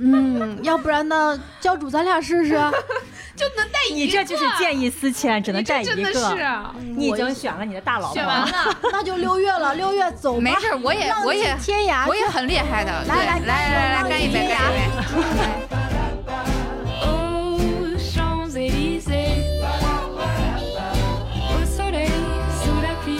[SPEAKER 7] 嗯，要不然呢，教主咱俩试试啊。
[SPEAKER 1] 你这就是见异思迁，只能带一
[SPEAKER 6] 真的是
[SPEAKER 1] 个。
[SPEAKER 6] 啊，
[SPEAKER 1] 你已经选了你的大老婆
[SPEAKER 6] 选，完了，
[SPEAKER 7] 那就六月了，六月走吧，
[SPEAKER 3] 没事，我也我也
[SPEAKER 7] 浪迹天涯，
[SPEAKER 3] 我也很厉害的。对
[SPEAKER 7] 来
[SPEAKER 3] 来
[SPEAKER 7] 来
[SPEAKER 3] 来
[SPEAKER 7] 干
[SPEAKER 3] 来，
[SPEAKER 7] 一
[SPEAKER 3] 干一杯，
[SPEAKER 7] 杯
[SPEAKER 3] 干一杯。
[SPEAKER 8] aux Champs-Élysées. Au soleil, sous la pluie,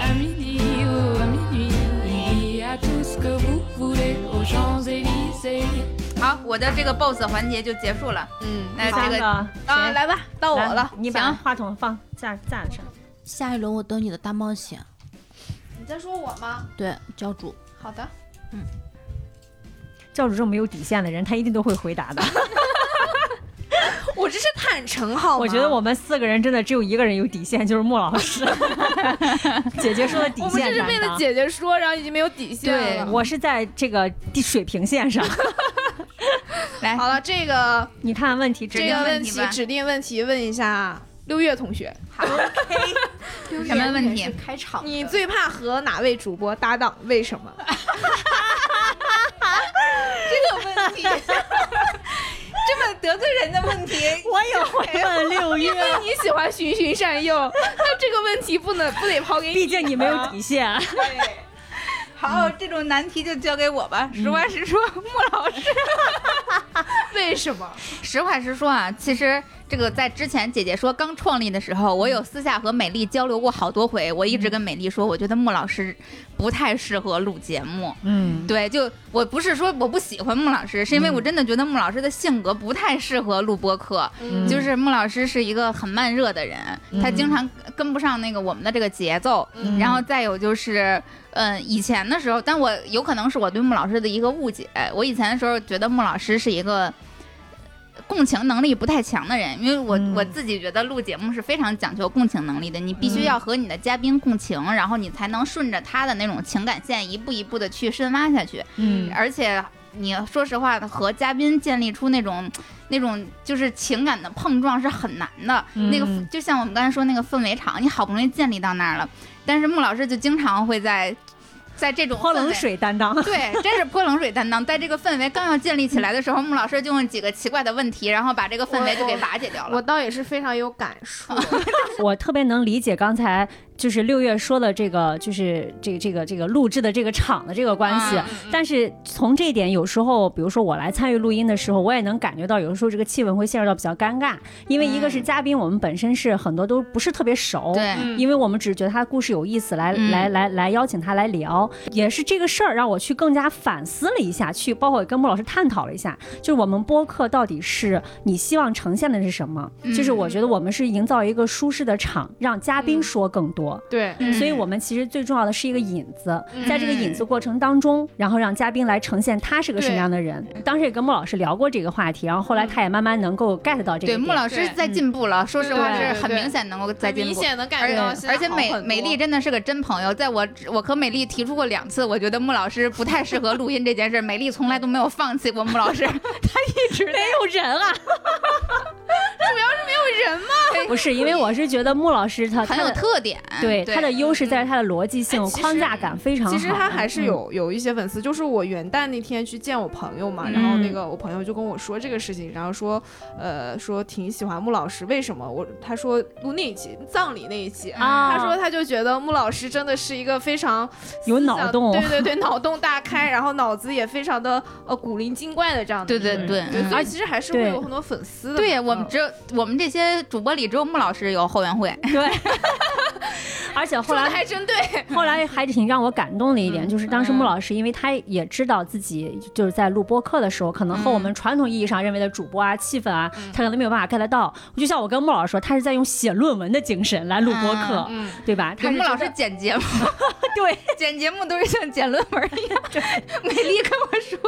[SPEAKER 8] à midi ou à minuit, il y a tout ce que vous voulez aux Champs-Élysées.
[SPEAKER 3] 好，我的这个 boss 环节就结束了。嗯，那
[SPEAKER 1] 三
[SPEAKER 3] 这个
[SPEAKER 1] 个
[SPEAKER 3] 啊
[SPEAKER 1] 谁
[SPEAKER 6] 来吧，到我
[SPEAKER 1] 来
[SPEAKER 6] 了。
[SPEAKER 1] 你把
[SPEAKER 3] 行
[SPEAKER 1] 话筒放架架上。
[SPEAKER 7] 下一轮我等你的大冒险。
[SPEAKER 6] 你在说我吗？
[SPEAKER 7] 对，教主，
[SPEAKER 6] 好的，
[SPEAKER 1] 教主这种没有底线的人，他一定都会回 答的。
[SPEAKER 6] 我这是坦诚好吗？
[SPEAKER 1] 我觉得我们四个人真的只有一个人有底线，就是穆老师。 姐姐说的底
[SPEAKER 6] 我们这
[SPEAKER 1] 线
[SPEAKER 6] 是
[SPEAKER 1] 担
[SPEAKER 6] 为了
[SPEAKER 1] 当。
[SPEAKER 6] 姐姐说，然后已经没有底线
[SPEAKER 3] 对
[SPEAKER 6] 了。
[SPEAKER 1] 我是在这个地水平线上。
[SPEAKER 3] 来
[SPEAKER 6] 好了，这个
[SPEAKER 1] 你看问题直
[SPEAKER 6] 这
[SPEAKER 1] 接
[SPEAKER 3] 定
[SPEAKER 6] 个
[SPEAKER 3] 问
[SPEAKER 6] 问
[SPEAKER 3] 题
[SPEAKER 6] 题
[SPEAKER 3] 吧
[SPEAKER 6] 指定问题问一下六月同学，
[SPEAKER 3] 什么问题？
[SPEAKER 7] 开场
[SPEAKER 6] 你最怕和哪位主播搭档？为什 么？这个问题，这么得罪人的问题，
[SPEAKER 1] 我也会问六月，
[SPEAKER 6] 你喜欢循循善 诱，那这个问题不能不得抛给
[SPEAKER 1] 毕
[SPEAKER 6] 你。
[SPEAKER 1] 竟你没有底线。
[SPEAKER 3] 好，这种难题就交给我吧。实话实说，穆老师。
[SPEAKER 6] 为什么？
[SPEAKER 3] 实话实说啊，其实这个在之前姐姐说刚创立的时候，我有私下和美丽交流过好多回，我一直跟美丽说，我觉得穆老师不太适合录节目。
[SPEAKER 1] 嗯，
[SPEAKER 3] 对，就我不是说我不喜欢穆老师，是因为我真的觉得穆老师的性格不太适合录播客。
[SPEAKER 1] 嗯
[SPEAKER 3] 就是穆老师是一个很慢热的人，他经常跟不上那个我们的这个节奏。
[SPEAKER 1] 嗯
[SPEAKER 3] 然后再有就是，嗯，以前的时候，但我有可能是我对穆老师的一个误解。我以前的时候觉得穆老师是一个共情能力不太强的人，因为我、
[SPEAKER 1] 嗯
[SPEAKER 3] 我自己觉得录节目是非常讲究共情能力的，你必
[SPEAKER 1] 嗯
[SPEAKER 3] 须要和你的嘉宾共情，然后你才能顺着他的那种情感线一步一步的去深挖下去。
[SPEAKER 1] 嗯
[SPEAKER 3] 而且你说实话，和嘉宾建立出那种那种就是情感的碰撞是很难的。
[SPEAKER 1] 嗯
[SPEAKER 3] 那个就像我们刚才说那个氛围场，你好不容易建立到那儿了，但是穆老师就经常会在在这种
[SPEAKER 1] 泼
[SPEAKER 3] 氛
[SPEAKER 1] 冷
[SPEAKER 3] 围。
[SPEAKER 1] 水担当。
[SPEAKER 3] 对，真是泼冷水担当。在这个氛围刚要建立起来的时候，穆老师就用几个奇怪的问题，然后把这个氛围就给瓦解掉了。
[SPEAKER 6] 我倒也是非常有感触。
[SPEAKER 1] 我特别能理解刚才就是六月说的这个，就是这个这个这个录制的这个场的这个关系。
[SPEAKER 3] 啊
[SPEAKER 1] 但是从这一点，有时候比如说我来参与录音的时候，我也能感觉到，有的时候这个气氛会陷入到比较尴尬，因为一个是嘉宾，我们本身是很多都不是特别熟。
[SPEAKER 3] 对，
[SPEAKER 4] Mm.
[SPEAKER 8] Mm.
[SPEAKER 1] 因为我们只是觉得他的故事有意思，来、
[SPEAKER 3] 嗯
[SPEAKER 1] 来来来邀请他来聊，也是这个事儿让我去更加反思了一下，去包括也跟穆老师探讨了一下，就是我们播客到底是你希望呈现的是什么？
[SPEAKER 3] 嗯
[SPEAKER 1] 就是我觉得我们是营造一个舒适的场，让嘉宾说更多。
[SPEAKER 6] 对，
[SPEAKER 3] 嗯
[SPEAKER 1] 所以，我们其实最重要的是一个引子，
[SPEAKER 6] 嗯
[SPEAKER 1] 在这个引子过程当中，然后让嘉宾来呈现他是个什么样的人。当时也跟穆老师聊过这个话题，然后后来他也慢慢能够 get 到这个
[SPEAKER 3] 嗯对
[SPEAKER 1] 点。
[SPEAKER 3] 穆老师在进步了，说实话
[SPEAKER 6] 对
[SPEAKER 3] 是
[SPEAKER 6] 对
[SPEAKER 3] 很
[SPEAKER 6] 对
[SPEAKER 3] 明显能够在
[SPEAKER 6] 很
[SPEAKER 3] 进
[SPEAKER 6] 明
[SPEAKER 3] 步。
[SPEAKER 6] 显的感觉
[SPEAKER 3] 而
[SPEAKER 6] 到现在
[SPEAKER 3] 而且
[SPEAKER 6] 好
[SPEAKER 3] 美
[SPEAKER 6] 很多
[SPEAKER 3] 美丽真的是个真朋友，在我我和美丽提出过两次，我觉得穆老师不太适合录音这件事，美丽从来都没有放弃过穆老 师，
[SPEAKER 1] 没有人啊，
[SPEAKER 6] 人嘛，
[SPEAKER 1] 不是因为我是觉得穆老师他
[SPEAKER 3] 很
[SPEAKER 1] 他
[SPEAKER 3] 有
[SPEAKER 1] 的
[SPEAKER 3] 特点。
[SPEAKER 1] 对
[SPEAKER 3] 对
[SPEAKER 1] 他的优势在于他的逻辑性、
[SPEAKER 6] 哎其实
[SPEAKER 1] 框架感非常好。嗯
[SPEAKER 6] 其实他还是有有一些粉丝，就是我元旦那天去见我朋友嘛，然后那个我朋友就跟我说这个事情，然后说，呃，说挺喜欢穆老师，为什么？我他说录那一期葬礼那一期，
[SPEAKER 1] 啊，
[SPEAKER 6] 他说他就觉得穆老师真的是一个非常
[SPEAKER 1] 有
[SPEAKER 6] 思
[SPEAKER 1] 脑
[SPEAKER 6] 想
[SPEAKER 1] 洞
[SPEAKER 6] 对对对，脑洞大开，然后脑子也非常的呃古灵精怪的这样的
[SPEAKER 3] 对
[SPEAKER 6] 一个人，
[SPEAKER 3] 对对，
[SPEAKER 6] 对，
[SPEAKER 3] 嗯
[SPEAKER 6] 所以其实还是会
[SPEAKER 1] 对
[SPEAKER 6] 有很多粉丝的，
[SPEAKER 3] 对我们只有我们这些主播里只有穆老师有后援会，
[SPEAKER 1] 对，而且后
[SPEAKER 4] 说的
[SPEAKER 1] 来
[SPEAKER 4] 还真对，
[SPEAKER 1] 后来还挺让我感动的一点，
[SPEAKER 3] 嗯
[SPEAKER 1] 就是当时穆老师，因为他也知道自己就是在录播课的时候，可能和我们传统意义上认为的主播啊、气氛啊，他可能没有办法 get 到。就像我跟穆老师说，他是在用写论文的精神来录播课，
[SPEAKER 4] 嗯
[SPEAKER 1] 对吧？他
[SPEAKER 3] 铃
[SPEAKER 1] 是
[SPEAKER 3] 木老
[SPEAKER 1] 觉
[SPEAKER 3] 师
[SPEAKER 1] 得
[SPEAKER 3] 剪节目，
[SPEAKER 1] 对
[SPEAKER 3] 剪节目都是像剪论文一样。美丽跟我说，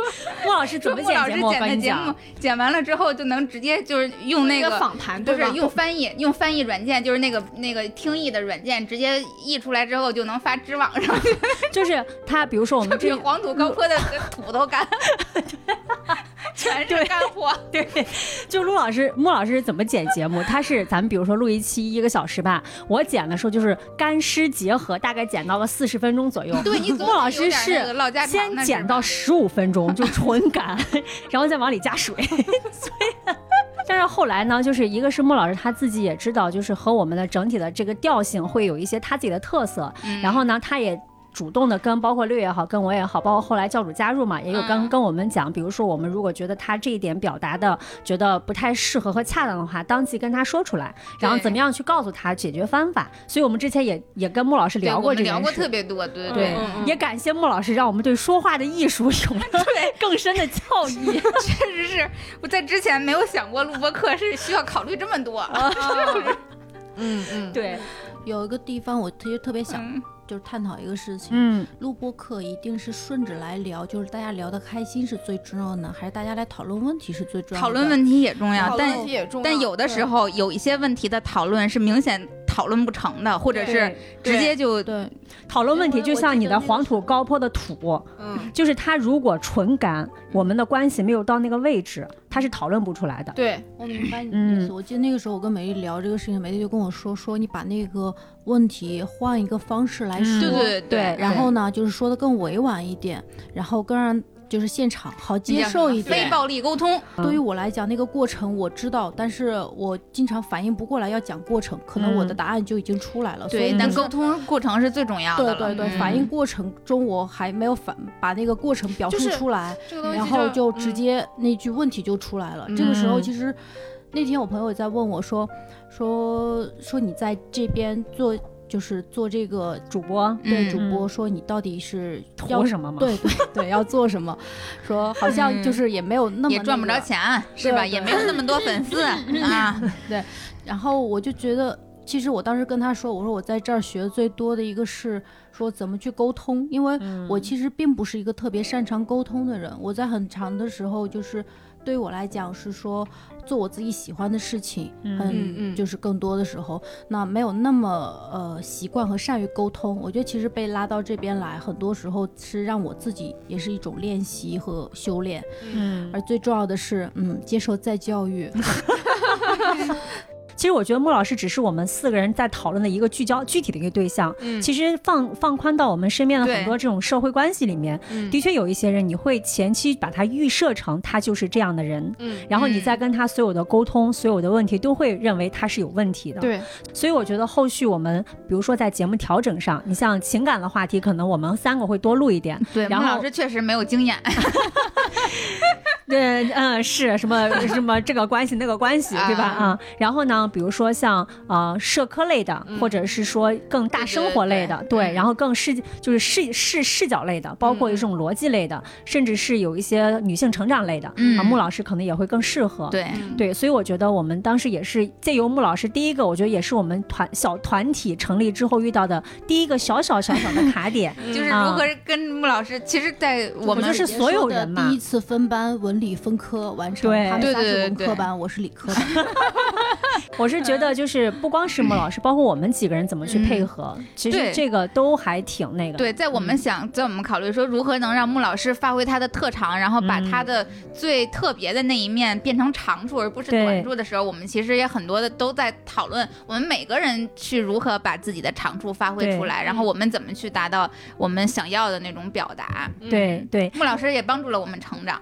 [SPEAKER 1] 穆老师怎
[SPEAKER 3] 说
[SPEAKER 1] 么
[SPEAKER 3] 穆老师
[SPEAKER 1] 节目？我
[SPEAKER 3] 剪的
[SPEAKER 1] 跟你
[SPEAKER 3] 节目
[SPEAKER 1] 讲，，
[SPEAKER 3] 剪完了之后就能直接就是用那
[SPEAKER 6] 一个
[SPEAKER 3] 个。
[SPEAKER 6] 访谈，
[SPEAKER 3] 不
[SPEAKER 6] 对
[SPEAKER 3] 是
[SPEAKER 6] 吧？
[SPEAKER 3] 用翻译，用翻译软件，就是那个那个听译的软件，直接译出来之后就能发知网上去，
[SPEAKER 1] 就是他，比如说我们
[SPEAKER 3] 比
[SPEAKER 1] 嗯这
[SPEAKER 3] 黄土高坡的土 都干，全是干货。
[SPEAKER 1] 对， 就陆老师、穆老师是怎么剪节目？他是咱们比如说录一期一个小时吧，我剪的时候就是干湿结合，大概剪到了四十分钟左右。
[SPEAKER 3] 对你总
[SPEAKER 1] 穆老
[SPEAKER 3] 得有
[SPEAKER 1] 师
[SPEAKER 3] 点
[SPEAKER 1] 是
[SPEAKER 3] 那个唠家常
[SPEAKER 1] 先
[SPEAKER 3] 那劲
[SPEAKER 1] 剪
[SPEAKER 3] 儿
[SPEAKER 1] 到
[SPEAKER 3] 吧
[SPEAKER 1] 十五分钟就纯干， 然后再往里加水。 所以，但是后来呢，就是一个是穆老师他自己也知道，就是和我们的整体的这个调性会有一些他自己的特色，
[SPEAKER 3] 嗯
[SPEAKER 1] 然后呢，他也。主动的跟包括六也好，跟我也好，包括后来教主加入嘛，也有跟
[SPEAKER 3] 嗯
[SPEAKER 1] 跟我们讲，比如说我们如果觉得他这一点表达的觉得不太适合和恰当的话，当即跟他说出来，然后
[SPEAKER 3] 对
[SPEAKER 1] 怎么样去告诉他解决方法。所以我们之前也也跟穆老师
[SPEAKER 3] 对
[SPEAKER 1] 聊
[SPEAKER 3] 我
[SPEAKER 1] 过
[SPEAKER 3] 们
[SPEAKER 1] 这
[SPEAKER 3] 聊
[SPEAKER 1] 件
[SPEAKER 3] 过
[SPEAKER 1] 事嗯
[SPEAKER 3] 特。别多，嗯对
[SPEAKER 1] 对， 也感谢穆老师让我们对说话的艺术有了更深的教育。
[SPEAKER 3] 确实 是我在之前没有想过录播课是需要考虑这么多。
[SPEAKER 1] 哦
[SPEAKER 4] 嗯嗯，
[SPEAKER 1] 对，
[SPEAKER 7] 有一个地方我特别特别想
[SPEAKER 3] 嗯
[SPEAKER 7] 就是探讨一个事情，
[SPEAKER 1] 嗯，
[SPEAKER 7] 录播课一定是顺着来聊，就是大家聊得开心是最重要的，还是大家来讨论问题是最重要的？
[SPEAKER 3] 讨论问题也重
[SPEAKER 4] 讨
[SPEAKER 3] 要，
[SPEAKER 4] 论
[SPEAKER 3] 但
[SPEAKER 4] 问题也重要
[SPEAKER 3] 但有的时候有一些问题的讨论是明显讨论不成的，或者是
[SPEAKER 1] 对
[SPEAKER 3] 直接就
[SPEAKER 7] 对，
[SPEAKER 1] 讨论问题就像你的黄土高坡的土，
[SPEAKER 4] 嗯，
[SPEAKER 1] 就是它如果纯干，我们的关系没有到那个位置，它是讨论不出来的。
[SPEAKER 4] 对，
[SPEAKER 7] 我明白你的
[SPEAKER 1] 嗯
[SPEAKER 7] 意思。我记得那个时候我跟美丽聊这个事情，美丽就跟我说，说你把那个问题换一个方式来说，
[SPEAKER 1] 嗯
[SPEAKER 3] 对对对，
[SPEAKER 7] 然后呢，就是说的更委婉一点，然后更让就是现场好
[SPEAKER 3] 对
[SPEAKER 7] 接受一
[SPEAKER 3] 非
[SPEAKER 7] 点。
[SPEAKER 3] 暴力沟通，
[SPEAKER 1] 嗯
[SPEAKER 7] 对于我来讲，那个过程我知道，但是我经常反应不过来要讲过程，可能我的
[SPEAKER 1] 嗯
[SPEAKER 7] 答案就已经出来了。所以
[SPEAKER 3] 对，
[SPEAKER 7] 就
[SPEAKER 3] 但
[SPEAKER 7] 是
[SPEAKER 3] 沟通过程是最重要的
[SPEAKER 7] 对
[SPEAKER 3] 了。
[SPEAKER 7] 对对，
[SPEAKER 3] 嗯
[SPEAKER 7] 反应过程中我还没有反把那个过程表
[SPEAKER 4] 就
[SPEAKER 7] 述
[SPEAKER 4] 是
[SPEAKER 7] 出来，
[SPEAKER 4] 这个东西
[SPEAKER 7] 然后就直
[SPEAKER 4] 嗯
[SPEAKER 7] 接那句问题就出来了。这个
[SPEAKER 1] 嗯
[SPEAKER 7] 时候其实那天我朋友也在问我说说说你在这边做就是做这个
[SPEAKER 1] 主播
[SPEAKER 7] 对主
[SPEAKER 1] 嗯
[SPEAKER 7] 播，说你到底是要
[SPEAKER 1] 图什么嘛？
[SPEAKER 7] 对对对要做什么？说好像就是也没有那么、
[SPEAKER 3] 嗯也赚不着。钱是吧？
[SPEAKER 7] 对对
[SPEAKER 3] 也没有那么 多粉丝啊。
[SPEAKER 7] 然后我就觉得，其实我当时跟他说，我说我在这儿学的最多的一个是说怎么去沟通，因为
[SPEAKER 1] 嗯
[SPEAKER 4] 嗯
[SPEAKER 7] 我其实并不是一个特别擅长沟通的人。我在很长的时候，就是对于我来讲是说做我自己喜欢的事情，
[SPEAKER 1] 嗯
[SPEAKER 7] 嗯，
[SPEAKER 4] 嗯
[SPEAKER 7] 就是更多的时候，那没有那么呃习惯和善于沟通。我觉得其实被拉到这边来，很多时候是让我自己也是一种练习和修炼。
[SPEAKER 1] 嗯，
[SPEAKER 7] 而最重要的是，嗯，接受再教育。
[SPEAKER 1] 其实我觉得穆老师只是我们四个人在讨论的一个聚焦具体的一个对象。
[SPEAKER 4] 嗯
[SPEAKER 1] 其实放放宽到我们身边的
[SPEAKER 3] 对
[SPEAKER 1] 很多这种社会关系里面，
[SPEAKER 4] 嗯
[SPEAKER 1] 的确有一些人，你会前期把他预设成他就是这样的人，
[SPEAKER 4] 嗯，
[SPEAKER 1] 然后你再跟他所有的沟通、所有的问题，都会认为他是有问题的。
[SPEAKER 4] 对，
[SPEAKER 1] 所以我觉得后续我们，比如说在节目调整上，你像情感的话题，可能我们三个会多录一点。
[SPEAKER 3] 对，
[SPEAKER 1] 然
[SPEAKER 3] 孟老
[SPEAKER 1] 后
[SPEAKER 3] 师确实没有经
[SPEAKER 7] 嗯
[SPEAKER 3] 验，
[SPEAKER 1] 对，嗯，是什么什么这个关系那个关系，对吧？
[SPEAKER 3] 啊
[SPEAKER 1] 啊、然后呢，比如说像呃社科类的，
[SPEAKER 4] 嗯
[SPEAKER 1] 或者是说更大
[SPEAKER 3] 对对
[SPEAKER 1] 生活类的，
[SPEAKER 3] 对
[SPEAKER 1] 对，
[SPEAKER 3] 嗯
[SPEAKER 1] 然后更视就是视视视角类的，包括这种逻辑类的，甚至是有一些女性成长类的，
[SPEAKER 3] 嗯
[SPEAKER 1] 啊，穆老师可能也会更适合。
[SPEAKER 3] 对，
[SPEAKER 1] 对，所以我觉得我们当时也是借由穆老师，第一个我觉得也是我们团小团体成立之后遇到的第一个小小小小的卡点，
[SPEAKER 7] 嗯
[SPEAKER 3] 就是如何跟穆老师，其实，在我
[SPEAKER 1] 我
[SPEAKER 3] 们
[SPEAKER 1] 就是所有人嘛
[SPEAKER 7] 第一，次分班文理分科完成，
[SPEAKER 1] 对
[SPEAKER 7] 他们仨
[SPEAKER 3] 对
[SPEAKER 7] 是
[SPEAKER 3] 对
[SPEAKER 7] 文
[SPEAKER 3] 对
[SPEAKER 7] 科班，我是理科班。
[SPEAKER 1] 我是觉得就是不光是穆老师，包括我们几个人怎么去配合，其实
[SPEAKER 3] 对
[SPEAKER 1] 这个都还挺那个。
[SPEAKER 3] 对，在我
[SPEAKER 7] 嗯
[SPEAKER 3] 们想，在我们考虑说如何能让穆老师发挥他的特长，然后把
[SPEAKER 1] 嗯
[SPEAKER 3] 他的最特别的那一面变成长处，而不是短
[SPEAKER 1] 对
[SPEAKER 3] 处的时候，我们其实也很多的都在讨论，我们每个人去如何把自己的长处发挥
[SPEAKER 1] 对
[SPEAKER 3] 出来，
[SPEAKER 7] 嗯
[SPEAKER 3] 然后我们怎么去达到我们想要的那种表达。
[SPEAKER 1] 对对，
[SPEAKER 3] 穆老师也帮助了我们成长，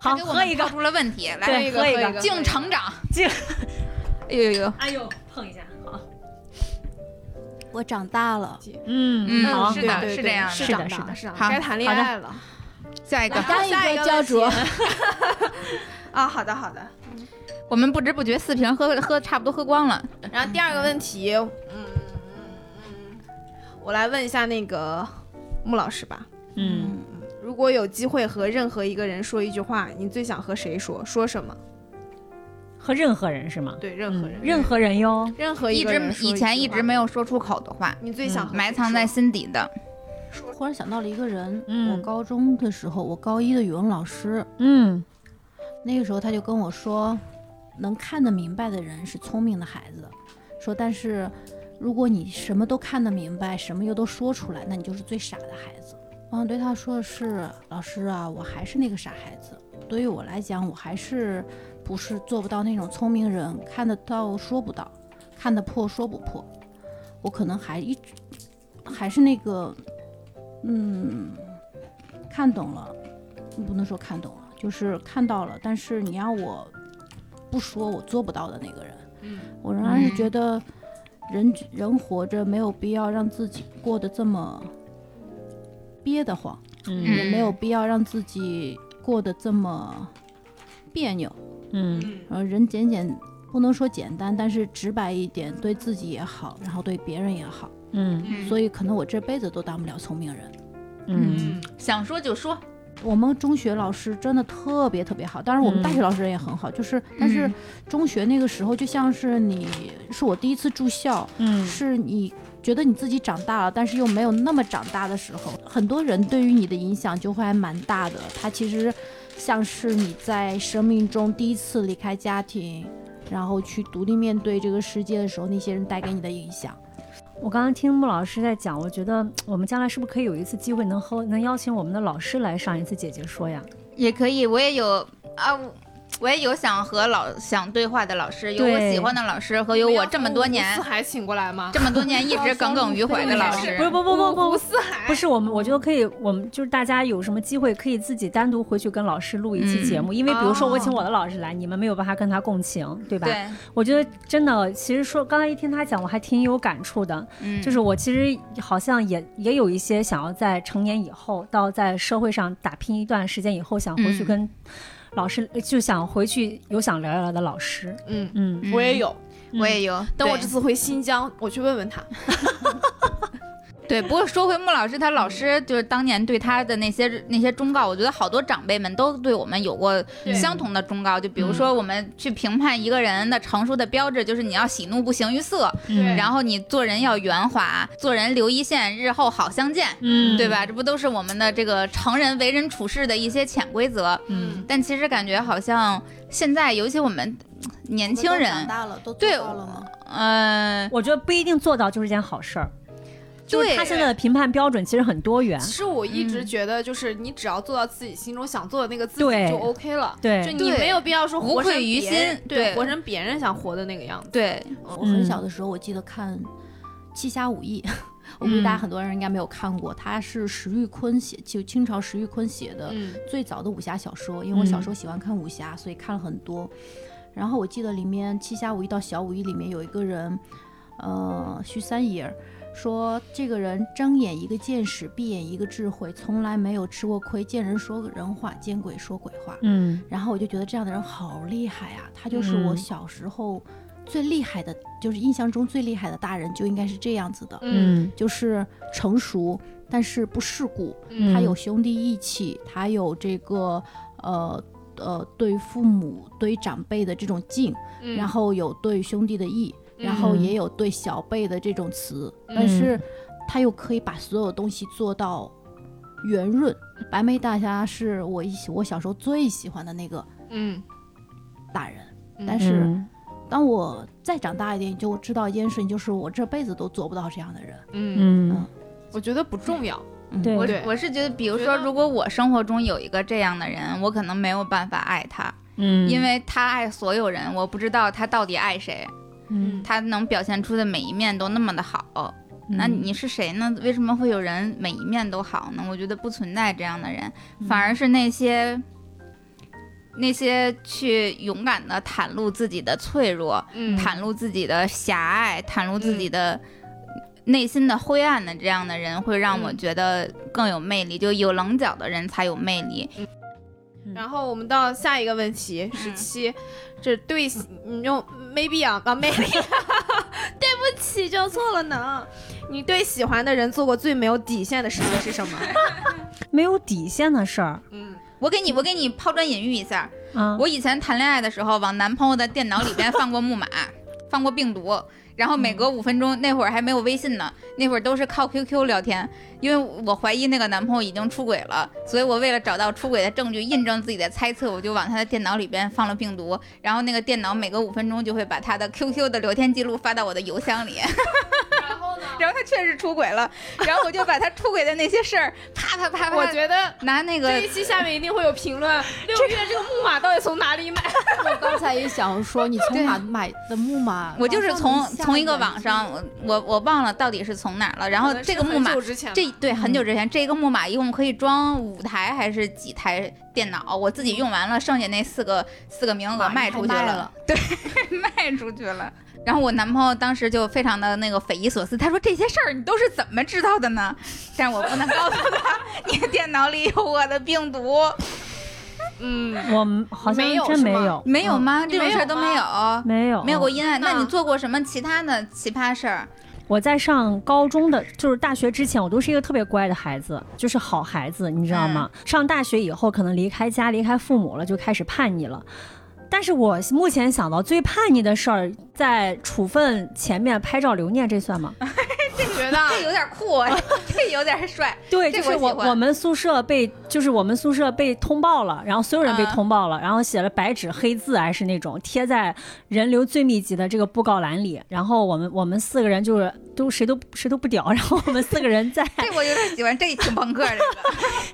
[SPEAKER 3] 他
[SPEAKER 1] 好，
[SPEAKER 3] 给我
[SPEAKER 1] 喝
[SPEAKER 3] 们
[SPEAKER 1] 一
[SPEAKER 3] 抛
[SPEAKER 1] 个，
[SPEAKER 3] 出了问题，来，
[SPEAKER 1] 对，喝一
[SPEAKER 4] 喝一
[SPEAKER 1] 个
[SPEAKER 4] 个，
[SPEAKER 3] 敬成长，
[SPEAKER 1] 敬，
[SPEAKER 3] 哎呦呦，
[SPEAKER 1] 哎呦，碰一下，好，
[SPEAKER 7] 我长大了，
[SPEAKER 1] 嗯
[SPEAKER 3] 嗯
[SPEAKER 1] 好，
[SPEAKER 3] 是的
[SPEAKER 4] 对对
[SPEAKER 3] 是
[SPEAKER 4] 对
[SPEAKER 3] 这样的
[SPEAKER 4] 是
[SPEAKER 1] 是的
[SPEAKER 4] 长
[SPEAKER 1] 是
[SPEAKER 4] 大
[SPEAKER 1] 的
[SPEAKER 4] 是的，
[SPEAKER 3] 好
[SPEAKER 4] 该谈恋
[SPEAKER 1] 好的
[SPEAKER 4] 爱了
[SPEAKER 3] 下一个，
[SPEAKER 7] 下一
[SPEAKER 4] 下一
[SPEAKER 7] 个
[SPEAKER 4] 个
[SPEAKER 7] 教主，
[SPEAKER 4] 啊！好的好的，
[SPEAKER 3] 我们不知不觉四瓶喝喝差不多喝光了，
[SPEAKER 4] 然后第二个问题，嗯，
[SPEAKER 6] 我来问一下那个穆老师吧，
[SPEAKER 9] 嗯，
[SPEAKER 6] 如果有机会和任何一个人说一句话，你最想和谁说？说什么？
[SPEAKER 1] 和任何人是吗？嗯
[SPEAKER 6] 对，任何人，
[SPEAKER 1] 任何人哟。
[SPEAKER 6] 任何
[SPEAKER 3] 一
[SPEAKER 6] 个人
[SPEAKER 3] 直
[SPEAKER 6] 说
[SPEAKER 3] 嗯以
[SPEAKER 6] 句
[SPEAKER 3] 前一
[SPEAKER 6] 话
[SPEAKER 3] 直没有说出口的话，
[SPEAKER 6] 你最想和
[SPEAKER 3] 埋
[SPEAKER 6] 谁
[SPEAKER 3] 藏在
[SPEAKER 6] 说
[SPEAKER 3] 心底的。
[SPEAKER 7] 忽然想到了一个人，
[SPEAKER 1] 嗯
[SPEAKER 7] 我高中的时候，我高一的语文老师，
[SPEAKER 1] 嗯
[SPEAKER 7] 那个时候他就跟我说，能看得明白的人是聪明的孩子，说但是如果你什么都看得明白，什么又都说出来，那你就是最傻的孩子。我想对他说的是，老师啊，我还是那个傻孩子。对于我来讲，我还是不是做不到那种聪明人，看得到说不到，看得破说不破。我可能还一直还是那个，嗯，看懂了，不能说看懂了，就是看到了，但是你让我不说，我做不到的那个人。我仍然是觉得人、人活着没有必要让自己过得这么憋得慌，
[SPEAKER 1] 嗯
[SPEAKER 7] 也没有必要让自己过得这么别扭。
[SPEAKER 1] 嗯
[SPEAKER 7] 呃，人简简不能说简单，但是直白一点，对自己也好，然后对别人也好。
[SPEAKER 1] 嗯
[SPEAKER 7] 所以可能我这辈子都当不了聪明人。
[SPEAKER 1] 嗯
[SPEAKER 3] 想说就说，
[SPEAKER 7] 我们中学老师真的特别特别好，当然我们
[SPEAKER 1] 嗯
[SPEAKER 7] 大学老师也很好，就是但是
[SPEAKER 3] 嗯
[SPEAKER 7] 中学那个时候就像是你是我第一次住校，
[SPEAKER 1] 嗯
[SPEAKER 7] 是你觉得你自己长大了，但是又没有那么长大的时候，很多人对于你的影响就会还蛮大的。他其实像是你在生命中第一次离开家庭，然后去独立面对这个世界的时候，那些人带给你的影响。
[SPEAKER 1] 我刚刚听穆老师在讲，我觉得我们将来是不是可以有一次机会能和能邀请我们的老师来上一次姐姐说呀？
[SPEAKER 3] 也可以。我也有啊，我我也有想和老想对话的老师，有我
[SPEAKER 1] 对
[SPEAKER 3] 喜欢的老师和有 我这么多年
[SPEAKER 6] 四海请过来吗？
[SPEAKER 3] 这么多年一直耿耿于怀的老
[SPEAKER 1] 不是
[SPEAKER 3] 师。
[SPEAKER 1] 不不不
[SPEAKER 6] 五
[SPEAKER 1] 不，
[SPEAKER 6] 四海
[SPEAKER 1] 不是我们，我觉得可以，我们就是大家有什么机会可以自己单独回去跟老师录一
[SPEAKER 3] 嗯
[SPEAKER 1] 期节目，因为比如说我请我的老师来，你们没有办法跟他共情，对吧？
[SPEAKER 3] 对，
[SPEAKER 1] 我觉得真的，其实说刚才一听他讲，我还挺有感触的。
[SPEAKER 3] 嗯，
[SPEAKER 1] 就是我其实好像也也有一些想要在成年以后，到在社会上打拼一段时间以后，想回去
[SPEAKER 3] 嗯
[SPEAKER 1] 跟老师，呃就想回去有想聊一聊的老师。
[SPEAKER 6] 嗯，
[SPEAKER 1] 嗯，
[SPEAKER 3] 嗯
[SPEAKER 6] 我也有。
[SPEAKER 3] 我也有。
[SPEAKER 6] 嗯等我
[SPEAKER 3] 对
[SPEAKER 6] 这次回新疆，我去问问他。
[SPEAKER 3] 对，不过说回穆老师，他老师就是当年对他的那些那些忠告，我觉得好多长辈们都对我们有过相同的忠告。就比如
[SPEAKER 6] 嗯
[SPEAKER 3] 说，我们去评判一个人的成熟的标志，就是你要喜怒不形于色，
[SPEAKER 1] 嗯
[SPEAKER 3] 然后你做人要圆滑，做人留一线，日后好相见，
[SPEAKER 1] 嗯
[SPEAKER 4] Mm.
[SPEAKER 3] 对？吧？这不都是我们的这个成人为人处事的一些潜规则？
[SPEAKER 1] 嗯，
[SPEAKER 3] 但其实感觉好像现在，尤其我们嗯年轻
[SPEAKER 7] 我们都长
[SPEAKER 3] 人，
[SPEAKER 7] 大了，都做
[SPEAKER 3] 对
[SPEAKER 7] 到了吗？
[SPEAKER 3] 嗯、
[SPEAKER 1] 我觉得不一定做到就是件好事儿。就是
[SPEAKER 3] 对
[SPEAKER 1] 他现在的评判标准其实很多元
[SPEAKER 6] 其。实我一直
[SPEAKER 3] 嗯
[SPEAKER 6] 觉得，就是你只要做到自己心中想做的那个自己
[SPEAKER 1] 对
[SPEAKER 6] 就 OK 了。
[SPEAKER 1] 对
[SPEAKER 6] 就你
[SPEAKER 3] 对
[SPEAKER 6] 没有必要说
[SPEAKER 3] 无
[SPEAKER 6] 活成
[SPEAKER 3] 愧于
[SPEAKER 6] 别人
[SPEAKER 3] 心
[SPEAKER 6] 对，
[SPEAKER 3] 对
[SPEAKER 6] 活成别人想活的那个样子。
[SPEAKER 3] 对，
[SPEAKER 7] 我很小的时候，我记得看《七侠五义》， 我估计大家很多人应该没有看过，它是石玉坤写，就清朝石玉坤写的
[SPEAKER 6] 嗯，
[SPEAKER 7] 最早的武侠小说。因为我小时候喜欢看武侠，所以看了很多。然后我记得里面《七侠五义》到《小五义》里面有一个人，呃，徐三爷儿说这个人睁眼一个见识，闭眼一个智慧，从来没有吃过亏，见人说人话，见鬼说鬼话。
[SPEAKER 4] Mm.
[SPEAKER 1] 嗯
[SPEAKER 7] 然后我就觉得这样的人好厉害啊！他就是我
[SPEAKER 1] 嗯
[SPEAKER 7] 小时候最厉害的，就是印象中最厉害的大人，就应该是这样子的，
[SPEAKER 1] 嗯，
[SPEAKER 7] 就是成熟，但是不世故，
[SPEAKER 1] 嗯
[SPEAKER 7] 他有兄弟义气，他有这个呃呃对父母、对长辈的这种敬，
[SPEAKER 6] 嗯
[SPEAKER 7] 然后有对兄弟的义，然后也有对小辈的这种慈，
[SPEAKER 6] 嗯
[SPEAKER 7] 但是他又可以把所有东西做到圆润。白眉大侠是我一我小时候最喜欢的那个
[SPEAKER 6] 嗯，
[SPEAKER 7] 大人，
[SPEAKER 6] 嗯
[SPEAKER 7] 但是
[SPEAKER 1] 嗯
[SPEAKER 7] 当我再长大一点，就知道一件事情，就是我这辈子都做不到这样的人。
[SPEAKER 6] 嗯，
[SPEAKER 1] 嗯
[SPEAKER 6] Mm. 我觉得不重要。
[SPEAKER 7] 嗯
[SPEAKER 1] 对
[SPEAKER 3] 我
[SPEAKER 6] 对
[SPEAKER 3] 我是觉得，比如
[SPEAKER 6] 觉
[SPEAKER 3] 说，
[SPEAKER 6] 得
[SPEAKER 3] 如果我生活中有一个这样的人，我可能没有办法爱他，
[SPEAKER 1] 嗯，
[SPEAKER 3] 因为他爱所有人，我不知道他到底爱谁，
[SPEAKER 1] 嗯
[SPEAKER 3] 他能表现出的每一面都那么的好。那
[SPEAKER 6] 嗯
[SPEAKER 3] 你是谁呢？为什么会有人每一面都好呢？我觉得不存在这样的人，反
[SPEAKER 6] 嗯
[SPEAKER 3] 而是那些那些去勇敢的袒露自己的脆弱，
[SPEAKER 6] 嗯
[SPEAKER 3] 袒露自己的狭隘，袒露自己的内心的灰暗的这样的人，会让我
[SPEAKER 6] 嗯
[SPEAKER 3] 觉得更有魅力。就有棱角的人才有魅力。
[SPEAKER 6] 嗯
[SPEAKER 4] 嗯
[SPEAKER 6] 然后我们到下一个问题，十七，这对
[SPEAKER 4] 嗯
[SPEAKER 6] 你用 maybe 啊啊 maybe，对不起，叫错了呢。
[SPEAKER 4] 你对喜欢的人做过最没有底线的事情是什 么？
[SPEAKER 1] 没有底线的事儿
[SPEAKER 3] 我给你，我给你抛砖引玉一下。
[SPEAKER 1] 啊。
[SPEAKER 3] 我以前谈恋爱的时候，往男朋友的电脑里边放过木马， 放过病毒，然后每隔五分钟，那会儿还没有微信呢，那会儿都是靠 QQ 聊天，因为我怀疑那个男朋友已经出轨了，所以我为了找到出轨的证据，印证自己的猜测，我就往他的电脑里边放了病毒，然后那个电脑每隔五分钟就会把他的 QQ 的聊天记录发到我的邮箱里。
[SPEAKER 4] 然后呢？
[SPEAKER 3] 然后他确实出轨了，然后我就把他出轨的那些事儿，啪啪啪啪，
[SPEAKER 4] 我觉得
[SPEAKER 3] 拿那个
[SPEAKER 4] 这一期下面一定会有 评论，六月这个木马到底从哪里买？
[SPEAKER 7] 我刚才也想说，你从哪买的木马？
[SPEAKER 3] 我就是从
[SPEAKER 7] 网上能下
[SPEAKER 3] 从一个
[SPEAKER 7] 载
[SPEAKER 3] 网上，我我我忘了到底是从哪儿了。然后这个木马
[SPEAKER 4] 可能是很，久之前吧
[SPEAKER 3] 这对很久之前，这个木马一共可以装五台还是几台电脑？我自己用完了，剩下那四个四个名额
[SPEAKER 7] 把
[SPEAKER 3] 卖出去
[SPEAKER 7] 还卖
[SPEAKER 3] 了
[SPEAKER 7] 了，
[SPEAKER 3] 对，卖出去了。然后我男朋友当时就非常的那个匪夷所思，他说这些事儿你都是怎么知道的呢？但是我不能告诉他， 你的电脑里有我的病毒，
[SPEAKER 4] 嗯，
[SPEAKER 1] 我们好像
[SPEAKER 4] 没有
[SPEAKER 1] 真
[SPEAKER 4] 是
[SPEAKER 1] 没
[SPEAKER 4] 吗
[SPEAKER 1] 有，
[SPEAKER 3] 没有
[SPEAKER 1] 嗯
[SPEAKER 3] 吗？这种事儿都没
[SPEAKER 4] 没有
[SPEAKER 3] 有，
[SPEAKER 1] 没有，
[SPEAKER 3] 没有过阴暗。那
[SPEAKER 4] 那
[SPEAKER 3] 你做过什么其他的奇葩事儿？
[SPEAKER 1] 我在上高中的，就是大学之前，我都是一个特别乖的孩子，就是好孩子，你知道吗？上大学以后，可能离开家、离开父母了，就开始叛逆了。但是我目前想到最叛逆的事儿，在处分前面拍照留念，这算吗？
[SPEAKER 4] 觉得
[SPEAKER 3] 这有点酷， 哎，这有点帅。
[SPEAKER 1] 对，
[SPEAKER 3] 这
[SPEAKER 1] 就
[SPEAKER 3] 我
[SPEAKER 1] 是
[SPEAKER 3] 喜
[SPEAKER 1] 我
[SPEAKER 3] 欢
[SPEAKER 1] 我们宿舍被，就是我们宿舍被通报了，然后所有人被
[SPEAKER 3] 嗯
[SPEAKER 1] 通报了，然后写了白纸黑字还是那种贴在人流最密集的这个布告栏里，然后我们我们四个人就是都谁都谁都不屌，然后我们四个人在
[SPEAKER 3] 这我有点喜欢，这挺朋克的。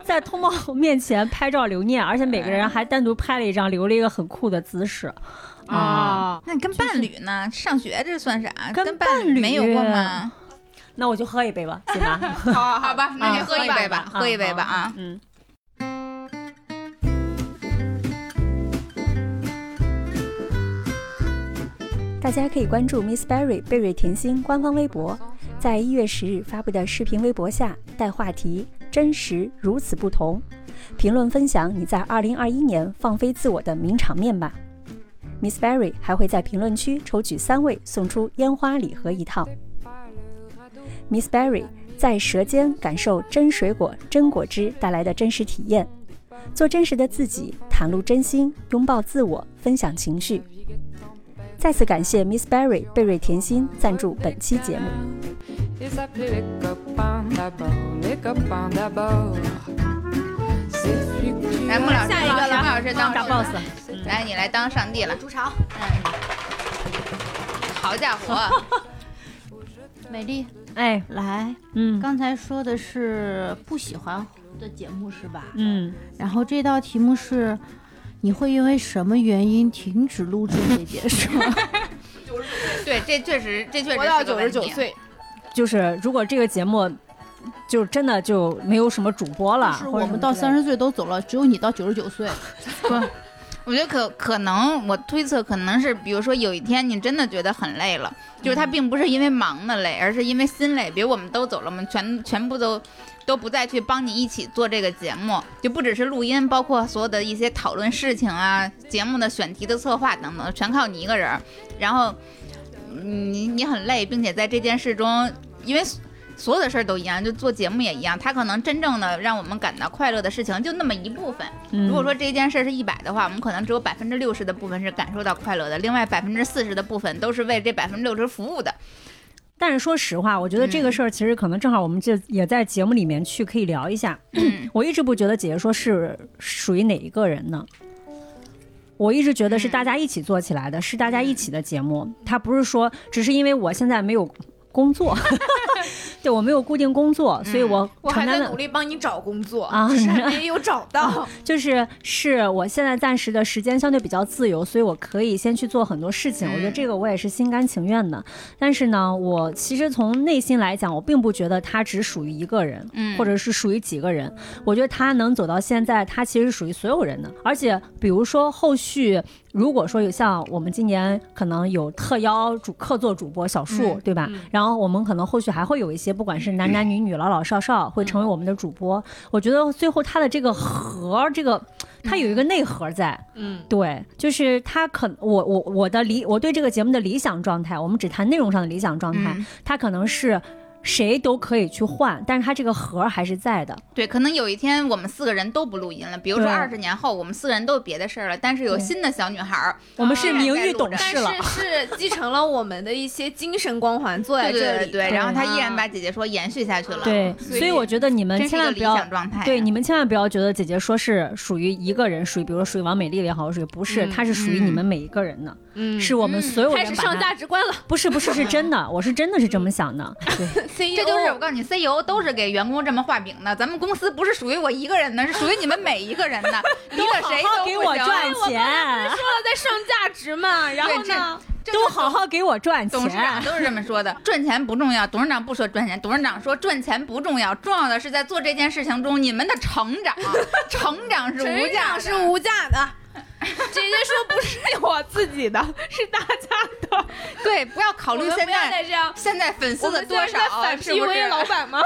[SPEAKER 1] 在通报面前拍照留念，而且每个人还单独拍了一张，留了一个很酷的姿势。
[SPEAKER 3] 嗯
[SPEAKER 8] Ah.
[SPEAKER 7] 啊，
[SPEAKER 3] 那你跟伴侣呢？上学这算啥？
[SPEAKER 1] 跟
[SPEAKER 3] 跟
[SPEAKER 1] 伴
[SPEAKER 3] 侣
[SPEAKER 1] 侣
[SPEAKER 3] 没有过 吗？
[SPEAKER 1] 那我就喝一杯吧，行吧？
[SPEAKER 4] 好
[SPEAKER 3] 好吧， 那
[SPEAKER 1] 啊
[SPEAKER 3] 你喝一杯吧，
[SPEAKER 1] 啊
[SPEAKER 3] 喝一杯吧啊！
[SPEAKER 1] 嗯，
[SPEAKER 10] 大家可以关注 Miss Berry 贝瑞甜心官方微博，在一月十日发布的视频微博下带话题“真实如此不同”，评论分享你在二零二一年放飞自我的名场面吧。Miss Berry 还会在评论区抽取三位，送出烟花礼盒一套。Miss Berry 在舌尖感受真水果、真果汁带来的真实体验，做真实的自己，袒露真心，拥抱自我，分享情绪。再次感谢 Miss Berry 贝瑞甜心赞助本期节目。
[SPEAKER 11] Ils s'appelaient les copains d'abord, les copains d'abord. C'est plus
[SPEAKER 6] Eh,
[SPEAKER 11] que
[SPEAKER 3] 来，穆老师，
[SPEAKER 4] 下一个了
[SPEAKER 3] 穆老师当
[SPEAKER 1] 大 boss，
[SPEAKER 3] 来，你来当上帝了。嗯
[SPEAKER 7] 主场
[SPEAKER 3] 好家 伙，
[SPEAKER 7] 美丽
[SPEAKER 1] 哎，
[SPEAKER 7] 来，
[SPEAKER 1] 嗯
[SPEAKER 7] 刚才说的是不喜欢的节目是吧？
[SPEAKER 1] 嗯，
[SPEAKER 7] 然后这道题目是，你会因为什么原因停止录制这件 事？
[SPEAKER 3] 对，这确实，这确实
[SPEAKER 4] 活到
[SPEAKER 3] 是个
[SPEAKER 4] 九十
[SPEAKER 3] 问
[SPEAKER 4] 九
[SPEAKER 3] 题。啊
[SPEAKER 4] 岁，
[SPEAKER 1] 就是如果这个节目就真的就没有什么主播了，
[SPEAKER 7] 是
[SPEAKER 1] 或者
[SPEAKER 7] 我们到三
[SPEAKER 1] 十，
[SPEAKER 7] 十岁都走了，只有你到九十九岁。
[SPEAKER 3] 我觉得可可能，我推测可能是，比如说有一天你真的觉得很累了，就是他并不是因为忙的累，而是因为心累。比如我们都走了，我们全全部都 都不再去帮你一起做这个节目，就不只是录音，包括所有的一些讨论事情啊、节目的选题的策划等等，全靠你一个人儿。然后嗯你你很累，并且在这件事中，因为。所有的事儿都一样，就做节目也一样。他可能真正的让我们感到快乐的事情就那么一部分，
[SPEAKER 1] 嗯
[SPEAKER 3] 如果说这件事是一百的话，我们可能只有百分之六十的部分是感受到快乐的，另外百分之四十的部分都是为这百分之六十服务的。
[SPEAKER 1] 但是说实话，我觉得这个事儿其实可能正好我们这也在节目里面去可以聊一下。
[SPEAKER 3] 嗯
[SPEAKER 1] 我一直不觉得姐姐说是属于哪一个人呢？我一直觉得是大家一起做起来的，是大家一起的节目。它不是说只是因为我现在没有工作， 对我没有固定工作，所以我
[SPEAKER 4] 我还
[SPEAKER 1] 承担
[SPEAKER 4] 在
[SPEAKER 1] 的
[SPEAKER 4] 努力帮你找工作，
[SPEAKER 1] 啊
[SPEAKER 4] 只是还没有找 到。
[SPEAKER 1] 就是是我现在暂时的时间相对比较自由，所以我可以先去做很多事情。我觉得这个我也是心甘情愿的。但是呢，我其实从内心来讲，我并不觉得它只属于一个人，
[SPEAKER 3] 嗯
[SPEAKER 1] 或者是属于几个人。我觉得他能走到现在，他其实属于所有人的。而且，比如说后续，如果说有像我们今年可能有特邀主客座主播小树，对吧？
[SPEAKER 4] 嗯
[SPEAKER 1] 然后我们可能后续还会有一些，不管是男男女女、老老少少，会成为我们的主播。我觉得最后他的这个核儿，这个他有一个内核在，
[SPEAKER 4] 嗯，
[SPEAKER 1] 对，就是他可我我我的理我对这个节目的理想状态，我们只谈内容上的理想状态，
[SPEAKER 3] 嗯
[SPEAKER 1] 他可能是。谁都可以去换，但是它这个核儿还是在的。
[SPEAKER 3] 对，可能有一天我们四个人都不录音了，比如说
[SPEAKER 1] 对
[SPEAKER 3] 二十年后我们四个人都有别的事儿了，但是有
[SPEAKER 1] 对
[SPEAKER 3] 新的小女孩儿，
[SPEAKER 1] 我们是
[SPEAKER 3] 依啊然在
[SPEAKER 1] 名誉
[SPEAKER 3] 录
[SPEAKER 1] 董
[SPEAKER 3] 着
[SPEAKER 1] 事
[SPEAKER 4] 但
[SPEAKER 1] 了。
[SPEAKER 4] 是是继承了我们的一些精神光环，坐在
[SPEAKER 3] 对
[SPEAKER 4] 这
[SPEAKER 3] 对对，
[SPEAKER 4] 里
[SPEAKER 3] 对，
[SPEAKER 1] 对
[SPEAKER 3] 然后她依然
[SPEAKER 4] 啊
[SPEAKER 3] 把姐姐说延续下去了，
[SPEAKER 1] 对，
[SPEAKER 3] 所以
[SPEAKER 1] 所以我觉得你们
[SPEAKER 3] 真是
[SPEAKER 1] 千
[SPEAKER 3] 一个
[SPEAKER 1] 万
[SPEAKER 3] 理
[SPEAKER 1] 不要
[SPEAKER 3] 想状态啊，
[SPEAKER 1] 对，你们千万不要觉得姐姐说是属于一个人，属于比如说属于王美丽也好，属于不是，
[SPEAKER 4] 嗯
[SPEAKER 1] 它是属于你们每一个人的，
[SPEAKER 4] 嗯
[SPEAKER 1] 是我们
[SPEAKER 3] 嗯
[SPEAKER 1] 所有人
[SPEAKER 4] 开始
[SPEAKER 1] 把
[SPEAKER 4] 上
[SPEAKER 1] 它
[SPEAKER 4] 价值观了。
[SPEAKER 1] 不是不是是真的，我是真的是这么想的。
[SPEAKER 3] 嗯
[SPEAKER 1] 对，
[SPEAKER 4] E
[SPEAKER 3] 这
[SPEAKER 1] E
[SPEAKER 3] 就是我告诉你，CEO 都是给员工这么画饼的。咱们公司不是属于我一个人的，是属于你们每一个人 的，离了谁
[SPEAKER 1] 好
[SPEAKER 3] 都哎
[SPEAKER 1] 好给我赚钱，
[SPEAKER 4] 说了在上价值嘛，然后呢？
[SPEAKER 1] 都好好给我赚
[SPEAKER 3] 董事长
[SPEAKER 4] 啊
[SPEAKER 1] 钱。
[SPEAKER 3] 都是这么说的，赚钱不重要。董事长不说赚钱，董事长说赚钱不重要，重要的是在做这件事情中你们的成 长，成长是无价的，
[SPEAKER 4] 是无价的。姐姐说不是我自己的，是大家的。
[SPEAKER 3] 对，不要考
[SPEAKER 4] 我
[SPEAKER 3] 虑
[SPEAKER 4] 们
[SPEAKER 3] 现
[SPEAKER 4] 不要
[SPEAKER 3] 在
[SPEAKER 4] 再这样，
[SPEAKER 3] 现在粉
[SPEAKER 4] 我
[SPEAKER 3] 丝的
[SPEAKER 4] 们
[SPEAKER 3] 多
[SPEAKER 4] 现在在
[SPEAKER 3] 少啊
[SPEAKER 4] 反
[SPEAKER 3] 是不
[SPEAKER 4] PUA
[SPEAKER 3] 是？
[SPEAKER 4] 老板 吗？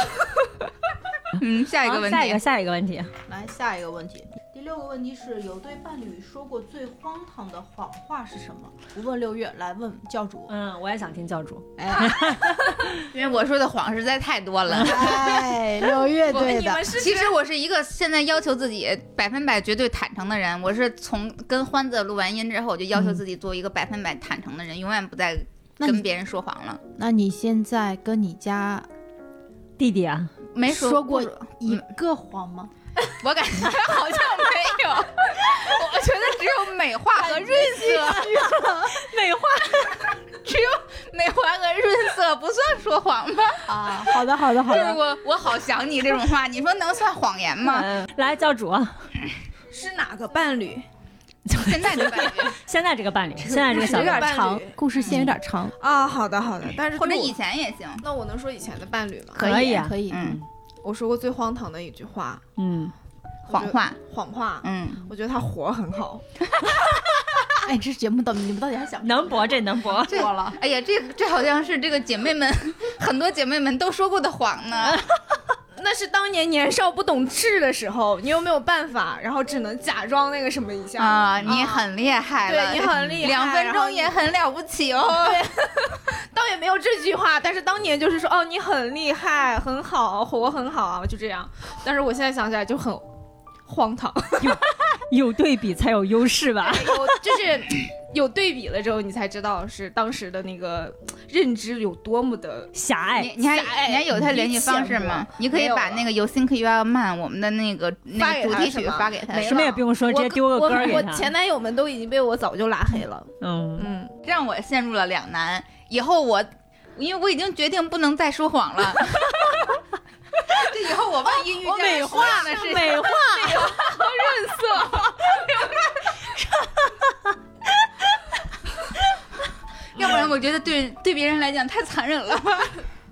[SPEAKER 3] 嗯，下一个
[SPEAKER 1] 好
[SPEAKER 3] 问
[SPEAKER 1] 下一
[SPEAKER 3] 题
[SPEAKER 1] 个，下一个问题，
[SPEAKER 7] 来下一个问题，第六个问题是有对伴侣说过最荒唐的谎话是什么？不问六月，来问教主。
[SPEAKER 1] 嗯，我也想听教主。
[SPEAKER 7] 哎
[SPEAKER 3] 因为我说的谎实在太多了。
[SPEAKER 7] 哎，六月对
[SPEAKER 4] 你
[SPEAKER 7] 的
[SPEAKER 4] 们，是
[SPEAKER 3] 其实我是一个现在要求自己百分百绝对坦诚的人，我是从跟欢子录完音之后，我就要
[SPEAKER 4] 嗯
[SPEAKER 3] 求自己做一个百分百坦诚的人，永远不再
[SPEAKER 7] 那你
[SPEAKER 3] 跟别人说谎了。
[SPEAKER 7] 那你现在跟你家
[SPEAKER 1] 弟弟啊，
[SPEAKER 3] 没
[SPEAKER 7] 说过
[SPEAKER 3] 不
[SPEAKER 7] 一个谎吗？
[SPEAKER 3] 我感觉好像没有，我觉得只有美化和润色，
[SPEAKER 4] 啊
[SPEAKER 1] 美化
[SPEAKER 3] 只有美化和润色不算说谎吧？
[SPEAKER 7] 啊，好的，好的，好
[SPEAKER 3] 就是
[SPEAKER 7] 的。
[SPEAKER 3] 我我好想你这种话，你说能算谎言吗？
[SPEAKER 1] 来教主啊，
[SPEAKER 4] 是哪个伴侣？
[SPEAKER 3] 现在就感觉，
[SPEAKER 1] 现在这个伴侣，现在这个小
[SPEAKER 7] 有
[SPEAKER 1] 哥
[SPEAKER 7] 点
[SPEAKER 4] 伴侣
[SPEAKER 7] 长， 故事线有点长，
[SPEAKER 4] 啊，好的好的，但是
[SPEAKER 3] 或者
[SPEAKER 4] 对我
[SPEAKER 3] 以前也行。
[SPEAKER 4] 那我能说以前的伴侣吗？
[SPEAKER 1] 可以啊，
[SPEAKER 7] 可以。
[SPEAKER 3] 嗯，
[SPEAKER 4] 我说过最荒唐的一句话，
[SPEAKER 1] 嗯，
[SPEAKER 3] 谎话，
[SPEAKER 4] 谎话。
[SPEAKER 3] 嗯，
[SPEAKER 4] 我觉得他活儿很好，
[SPEAKER 7] 哎，这节目到底你们到底还想
[SPEAKER 1] 能博这能博。
[SPEAKER 3] 这了。哎呀，这这好像是这个姐妹们，很多姐妹们都说过的谎呢。
[SPEAKER 4] 那是当年年少不懂事的时候，你又没有办法，然后只能假装那个什么一下。
[SPEAKER 3] 啊，你很厉害了，
[SPEAKER 4] 对你很厉 害，
[SPEAKER 3] 两分
[SPEAKER 4] 然后
[SPEAKER 3] 钟
[SPEAKER 4] 你
[SPEAKER 3] 也很了不起哦。
[SPEAKER 4] 倒也没有这句话，但是当年就是说，哦，你很厉害，很好，活很好啊，就这样。但是我现在想起来就很荒唐，
[SPEAKER 1] 有对比才有优势
[SPEAKER 3] 啊
[SPEAKER 1] 吧？
[SPEAKER 4] 有就是有对比了之后，你才知道是当时的那个认知有多么的。
[SPEAKER 1] 狭隘
[SPEAKER 3] 你，你还你还有他联系方式吗？你可以把那个由 Think You Are Man 我们的那个
[SPEAKER 4] 发
[SPEAKER 3] 那
[SPEAKER 4] 给
[SPEAKER 3] 个主
[SPEAKER 4] 他
[SPEAKER 3] 题
[SPEAKER 4] 是
[SPEAKER 3] 曲
[SPEAKER 4] 吗
[SPEAKER 3] 发给他
[SPEAKER 4] 没，
[SPEAKER 3] 是
[SPEAKER 1] 什么
[SPEAKER 3] 吧
[SPEAKER 1] 也不用说，直接
[SPEAKER 4] 我
[SPEAKER 1] 丢个
[SPEAKER 4] 我
[SPEAKER 1] 歌儿给
[SPEAKER 4] 我
[SPEAKER 1] 他。
[SPEAKER 4] 前男友们都已经被我早就拉黑 了，
[SPEAKER 1] 嗯，
[SPEAKER 4] 嗯，
[SPEAKER 3] 让我陷入了两难。以后我，因为我已经决定不能再说谎了。这以后我万一遇
[SPEAKER 1] 我
[SPEAKER 3] 见
[SPEAKER 1] 美
[SPEAKER 3] 说谎的事情，
[SPEAKER 1] 美化，
[SPEAKER 3] 要不然我觉得对对别人来讲太残忍了。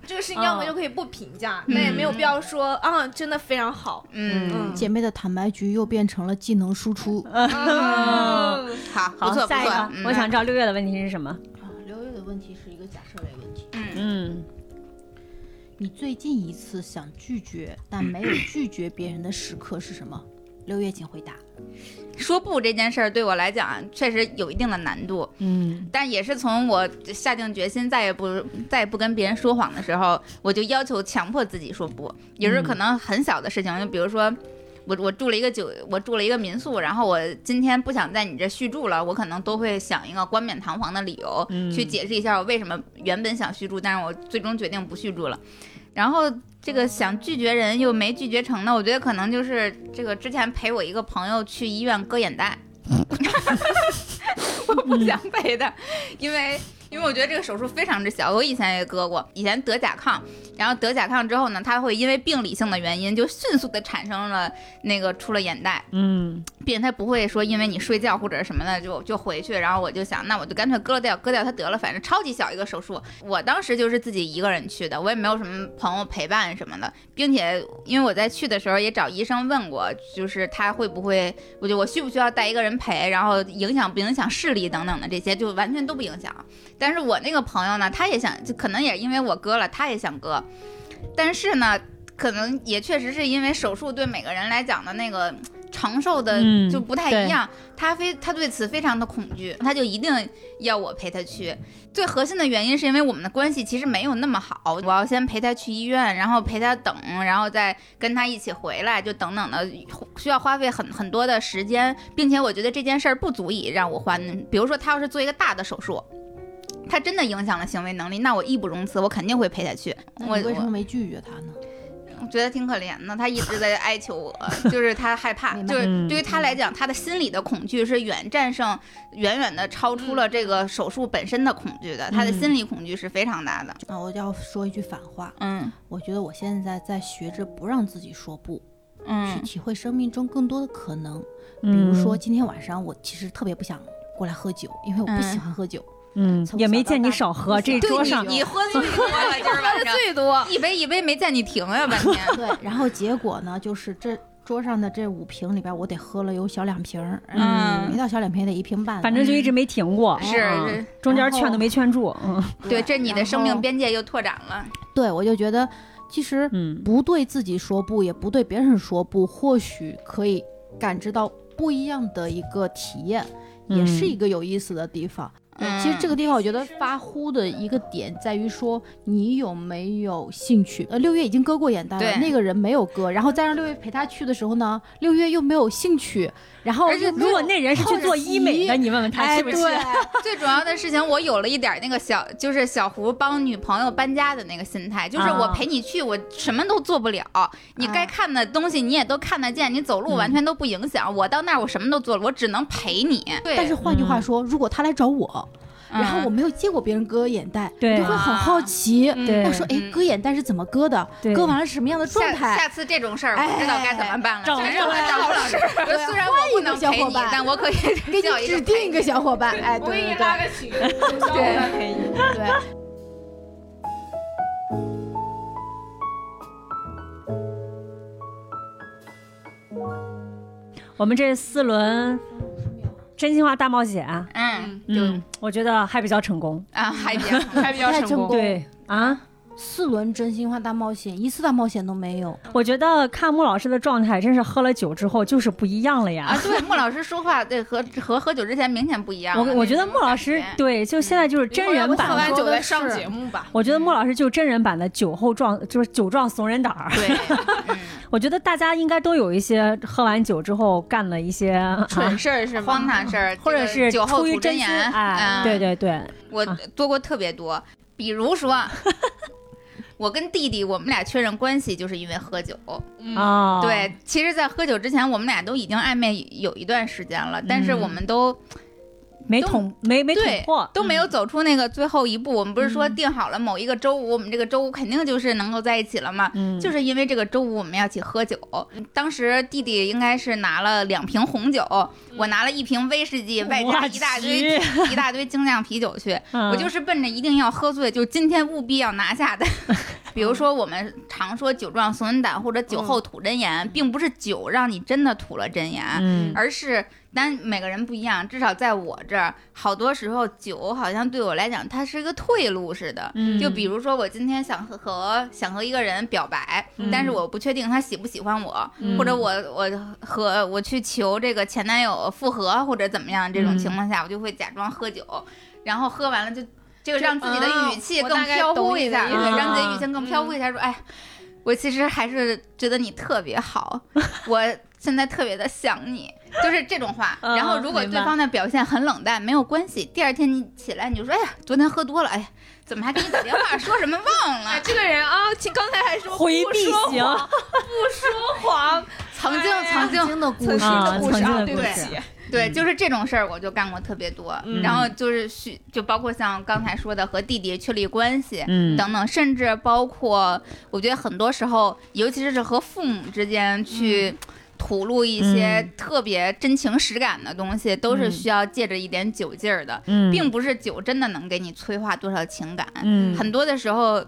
[SPEAKER 4] 这个事情要么
[SPEAKER 1] 嗯
[SPEAKER 4] 就可以不评价，
[SPEAKER 3] 嗯
[SPEAKER 4] 那也没有必要说啊，真的非常好，
[SPEAKER 3] 嗯，
[SPEAKER 4] 嗯
[SPEAKER 7] 姐妹的坦白局又变成了技能输出。
[SPEAKER 1] 嗯，
[SPEAKER 3] 好，不
[SPEAKER 1] 好，
[SPEAKER 3] 错不
[SPEAKER 1] 下一
[SPEAKER 3] 错
[SPEAKER 1] 个，，
[SPEAKER 3] 嗯
[SPEAKER 1] 我想知道六月的问题是什么？
[SPEAKER 7] 刘月的问题是一个假设类问题。
[SPEAKER 1] 嗯，
[SPEAKER 7] 你最近一次想拒绝但没有拒绝别人的时刻是什么？六月，请回答。
[SPEAKER 3] 说不这件事儿对我来讲确实有一定的难度。
[SPEAKER 1] 嗯，
[SPEAKER 3] 但也是从我下定决心再也不再也不跟别人说谎的时候，我就要求强迫自己说不。有时候可能很小的事情，就比如说。我我住了一个酒，我住了一个民宿，然后我今天不想在你这续住了，我可能都会想一个冠冕堂皇的理由、
[SPEAKER 1] 嗯
[SPEAKER 3] 去解释一下我为什么原本想续住，但是我最终决定不续住了。然后这个想拒绝人又没拒绝成的，我觉得可能就是这个之前陪我一个朋友去医院割眼袋，我不想陪他，因为因为我觉得这个手术非常之小，我以前也割过，以前得甲亢，然后得甲亢之后呢，它会因为病理性的原因就迅速的产生了那个出了眼袋，
[SPEAKER 1] 嗯，
[SPEAKER 3] 并且它不会说因为你睡觉或者什么的就就回去，然后我就想，那我就干脆割掉，割掉它得了，反正超级小一个手术。我当时就是自己一个人去的，我也没有什么朋友陪伴什么的，并且因为我在去的时候也找医生问过，就是他会不会，我就我需不需要带一个人陪，然后影响不影响视力等等的这些，就完全都不影响。但是我那个朋友呢，他也想，就可能也因为我割了，他也想割，但是呢，可能也确实是因为手术对每个人来讲的那个。承受的
[SPEAKER 1] 嗯
[SPEAKER 3] 就不太一样，他非他对此非常的恐惧，他就一定要我陪他去。最核心的原因是因为我们的关系其实没有那么好，我要先陪他去医院，然后陪他等，然后再跟他一起回来，就等等的，需要花费很很多的时间，并且我觉得这件事儿不足以让我花那，比如说他要是做一个大的手术。他真的影响了行为能力，那我义不容辞，我肯定会陪他去。
[SPEAKER 7] 那
[SPEAKER 3] 我
[SPEAKER 7] 你为什
[SPEAKER 3] 我
[SPEAKER 7] 么没拒绝他呢？
[SPEAKER 3] 我觉得挺可怜的，他一直在哀求我，就是他害怕，
[SPEAKER 7] 明白
[SPEAKER 3] 就是
[SPEAKER 1] 嗯
[SPEAKER 3] 对于他来讲，他的心理的恐惧是远战胜、远远的超出了这个手术本身的恐惧的，他的心理恐惧是非常大的。
[SPEAKER 7] 那我要说一句反话，
[SPEAKER 3] 嗯
[SPEAKER 7] 我觉得我现在在学着不让自己说不，去
[SPEAKER 3] 嗯
[SPEAKER 7] 体会生命中更多的可能。
[SPEAKER 1] 嗯
[SPEAKER 7] 比如说今天晚上我其实特别不想过来喝酒，因为我不喜
[SPEAKER 3] 嗯
[SPEAKER 7] 欢喝酒。
[SPEAKER 1] 嗯，
[SPEAKER 7] 从
[SPEAKER 1] 也
[SPEAKER 7] 小
[SPEAKER 1] 没
[SPEAKER 7] 到
[SPEAKER 1] 见你
[SPEAKER 7] 大
[SPEAKER 1] 少喝，这
[SPEAKER 7] 对
[SPEAKER 1] 桌
[SPEAKER 3] 你
[SPEAKER 1] 上
[SPEAKER 3] 你喝最多了，今儿晚上
[SPEAKER 4] 最多，
[SPEAKER 3] 一杯一杯没见你停呀、半 天。
[SPEAKER 7] 对，然后结果呢，就是这桌上的这五瓶里边，我得喝了有小两瓶儿，
[SPEAKER 3] 嗯
[SPEAKER 7] 没到小两瓶也得一瓶半。
[SPEAKER 1] 反正就一直没停过，
[SPEAKER 3] 是
[SPEAKER 1] 嗯
[SPEAKER 3] 是
[SPEAKER 1] 中间
[SPEAKER 7] 然后
[SPEAKER 1] 劝都没劝住，嗯
[SPEAKER 3] 对，这你的
[SPEAKER 7] 哦然
[SPEAKER 3] 生命
[SPEAKER 7] 后
[SPEAKER 3] 边界又拓展了。
[SPEAKER 7] 对我就觉得，其实
[SPEAKER 1] 嗯
[SPEAKER 7] 不对自己说不，也不对别人说不，或许可以感知到不一样的一个体验，也
[SPEAKER 1] 嗯
[SPEAKER 7] 是一个有意思的地方。
[SPEAKER 3] 嗯，
[SPEAKER 7] 其实这个地方，我觉得发乎的一个点在于说，你有没有兴趣？呃，六月已经割过眼袋了，
[SPEAKER 3] 对
[SPEAKER 7] 那个人没有割，然后再让六月陪他去的时候呢，六月又没有兴趣，然后
[SPEAKER 3] 而且
[SPEAKER 7] 又没
[SPEAKER 1] 如
[SPEAKER 7] 有
[SPEAKER 1] 果那人是去做医美的，你问问他
[SPEAKER 7] 哎，
[SPEAKER 1] 是不是？
[SPEAKER 7] 对，
[SPEAKER 3] 最主要的事情，我有了一点儿那个小，就是小胡帮女朋友搬家的那个心态，就是我
[SPEAKER 1] 啊
[SPEAKER 3] 陪你去，我什么都做不了，你
[SPEAKER 7] 啊
[SPEAKER 3] 该看的东西你也都看得见，你走路完全都不影响。我到那儿我什么都做了，我只能陪你。对，
[SPEAKER 7] 但是换句
[SPEAKER 1] 嗯
[SPEAKER 7] 话说，如果他来找我，
[SPEAKER 3] 嗯
[SPEAKER 7] 然后我没有见过别人割眼袋，
[SPEAKER 1] 对
[SPEAKER 7] 我就会很好奇，
[SPEAKER 3] 嗯
[SPEAKER 1] 对
[SPEAKER 7] 我说哎
[SPEAKER 3] 嗯，
[SPEAKER 7] 割眼袋是怎么割的？
[SPEAKER 1] 对
[SPEAKER 7] 割完了什么样的状
[SPEAKER 3] 下
[SPEAKER 7] 态？
[SPEAKER 3] 下次这种事儿，我知道该怎么办了。
[SPEAKER 1] 哎
[SPEAKER 3] 反
[SPEAKER 1] 找
[SPEAKER 3] 正我到了，虽然我不能
[SPEAKER 7] 换一
[SPEAKER 3] 陪
[SPEAKER 7] 个小伙
[SPEAKER 3] 你，
[SPEAKER 7] 伴
[SPEAKER 3] 但我可以
[SPEAKER 7] 给
[SPEAKER 3] 叫
[SPEAKER 7] 你
[SPEAKER 3] 一个
[SPEAKER 7] 指定一
[SPEAKER 3] 陪
[SPEAKER 7] 个小伙伴，哎，
[SPEAKER 4] 我给你
[SPEAKER 7] 对对
[SPEAKER 4] 拉
[SPEAKER 7] 对
[SPEAKER 4] 个群，小伙伴陪你。
[SPEAKER 7] 对。
[SPEAKER 1] 我们这四轮真心话大冒险，
[SPEAKER 3] 嗯
[SPEAKER 1] 嗯，我觉得还比较成功。
[SPEAKER 3] 啊，还比较
[SPEAKER 4] 还比较
[SPEAKER 7] 太
[SPEAKER 4] 成
[SPEAKER 7] 成
[SPEAKER 4] 功。
[SPEAKER 7] 功，
[SPEAKER 1] 对啊，
[SPEAKER 7] 四轮真心话大冒险，一次大冒险都没有。
[SPEAKER 1] 我觉得看穆老师的状态，真是喝了酒之后就是不一样了呀。
[SPEAKER 3] 啊，对，穆老师说话对和和喝酒之前明显不一样了。
[SPEAKER 1] 我我觉得穆老师
[SPEAKER 3] 感觉
[SPEAKER 1] 对，就现在就是真人
[SPEAKER 4] 喝
[SPEAKER 1] 版
[SPEAKER 4] 完
[SPEAKER 1] 的。
[SPEAKER 4] 酒再上节目吧。
[SPEAKER 1] 我觉得穆老师就真人版的酒后壮，就是酒壮怂人胆儿。
[SPEAKER 3] 对，嗯
[SPEAKER 1] 我觉得大家应该都有一些喝完酒之后干了一些
[SPEAKER 4] 蠢事儿是
[SPEAKER 3] 荒
[SPEAKER 4] 吗？
[SPEAKER 3] 唐事儿，
[SPEAKER 1] 或者
[SPEAKER 3] 这个
[SPEAKER 1] 是
[SPEAKER 3] 酒后
[SPEAKER 1] 出于
[SPEAKER 3] 吐
[SPEAKER 1] 真
[SPEAKER 3] 真
[SPEAKER 1] 心，
[SPEAKER 3] 言，
[SPEAKER 1] 哎，
[SPEAKER 3] 嗯
[SPEAKER 1] 对，对对，
[SPEAKER 3] 我
[SPEAKER 1] 啊
[SPEAKER 3] 做过特别多，比 如说。我跟弟弟，我们俩确认关系就是因为喝酒。
[SPEAKER 4] 嗯，
[SPEAKER 1] 哦，
[SPEAKER 3] 对，其实，在喝酒之前，我们俩都已经暧昧有一段时间了，但是
[SPEAKER 1] 嗯
[SPEAKER 3] 我们都
[SPEAKER 1] 没
[SPEAKER 3] 都
[SPEAKER 1] 捅没没捅
[SPEAKER 3] 对
[SPEAKER 1] 破，
[SPEAKER 3] 都没有走出那个最后一步。我们不是
[SPEAKER 1] 嗯
[SPEAKER 3] 说定好了某一个周五，我们这个周五肯定就是能够在一起了吗？
[SPEAKER 1] 嗯，
[SPEAKER 3] 就是因为这个周五我们要去喝酒，当时弟弟应该是拿了两瓶红酒，
[SPEAKER 1] 嗯
[SPEAKER 3] 我拿了一瓶威士忌，外加一大堆 一大堆精酿啤酒去。
[SPEAKER 1] 嗯
[SPEAKER 3] 我就是奔着一定要喝醉，就今天务必要拿 下的。比如说，我们常说酒壮怂人胆或者
[SPEAKER 1] 嗯
[SPEAKER 3] 酒后吐真言，并不是酒让你真的吐了真言，
[SPEAKER 1] 嗯
[SPEAKER 3] 而是但每个人不一样。至少在我这儿，好多时候酒好像对我来讲，它是一个退路似的。
[SPEAKER 1] 嗯
[SPEAKER 3] 就比如说，我今天想和和想和一个人表白，
[SPEAKER 1] 嗯
[SPEAKER 3] 但是我不确定他喜不喜欢我，
[SPEAKER 1] 嗯
[SPEAKER 3] 或者我我和我去求这个前男友复合或者怎么样，这种
[SPEAKER 4] 嗯
[SPEAKER 3] 情况下，我就会假装喝酒，然后喝完了就这个让自己的语气
[SPEAKER 4] 啊我
[SPEAKER 3] 更
[SPEAKER 4] 大概
[SPEAKER 3] 飘忽
[SPEAKER 4] 懂你
[SPEAKER 3] 一
[SPEAKER 4] 的
[SPEAKER 3] 下，
[SPEAKER 4] 意嗯
[SPEAKER 1] 思
[SPEAKER 3] 对，让自己
[SPEAKER 1] 啊
[SPEAKER 3] 语气更飘忽一下，说哎，我其实还是觉得你特别好，我现在特别的想你。就是这种话，
[SPEAKER 1] 嗯
[SPEAKER 3] 然后如果
[SPEAKER 1] 明
[SPEAKER 3] 对
[SPEAKER 1] 白
[SPEAKER 3] 方的表现很冷淡，没有关系。第二天你起来你就说，哎呀，昨天喝多了，哎呀，怎么还给你打电话？说什么忘了
[SPEAKER 4] 哎，？这个人啊，其刚才还说
[SPEAKER 1] 回
[SPEAKER 4] 不
[SPEAKER 1] 避
[SPEAKER 4] 说
[SPEAKER 1] 型
[SPEAKER 4] 谎不说谎，
[SPEAKER 3] 曾经
[SPEAKER 4] 哎呀
[SPEAKER 3] 曾经
[SPEAKER 7] 经的故
[SPEAKER 4] 曾
[SPEAKER 7] 事
[SPEAKER 4] 经
[SPEAKER 1] 啊
[SPEAKER 4] 的故
[SPEAKER 1] 曾
[SPEAKER 4] 事
[SPEAKER 1] 经
[SPEAKER 4] 啊，
[SPEAKER 1] 的
[SPEAKER 4] 对
[SPEAKER 1] 故
[SPEAKER 4] 不
[SPEAKER 1] 事
[SPEAKER 4] 起。
[SPEAKER 3] 对，就是这种事儿，我就干过特别多。
[SPEAKER 1] 嗯
[SPEAKER 3] 然后就是去，就包括像刚才说的和弟弟确立关系、
[SPEAKER 1] 嗯
[SPEAKER 3] 等等，甚至包括我觉得很多时候，尤其是和父母之间去。吐露一些
[SPEAKER 1] 嗯
[SPEAKER 3] 特别真情实感的东西，都是
[SPEAKER 1] 嗯
[SPEAKER 3] 需要借着一点酒劲儿的，
[SPEAKER 1] 嗯
[SPEAKER 3] 并不是酒真的能给你催化多少情感。
[SPEAKER 1] 嗯
[SPEAKER 3] 很多的时候，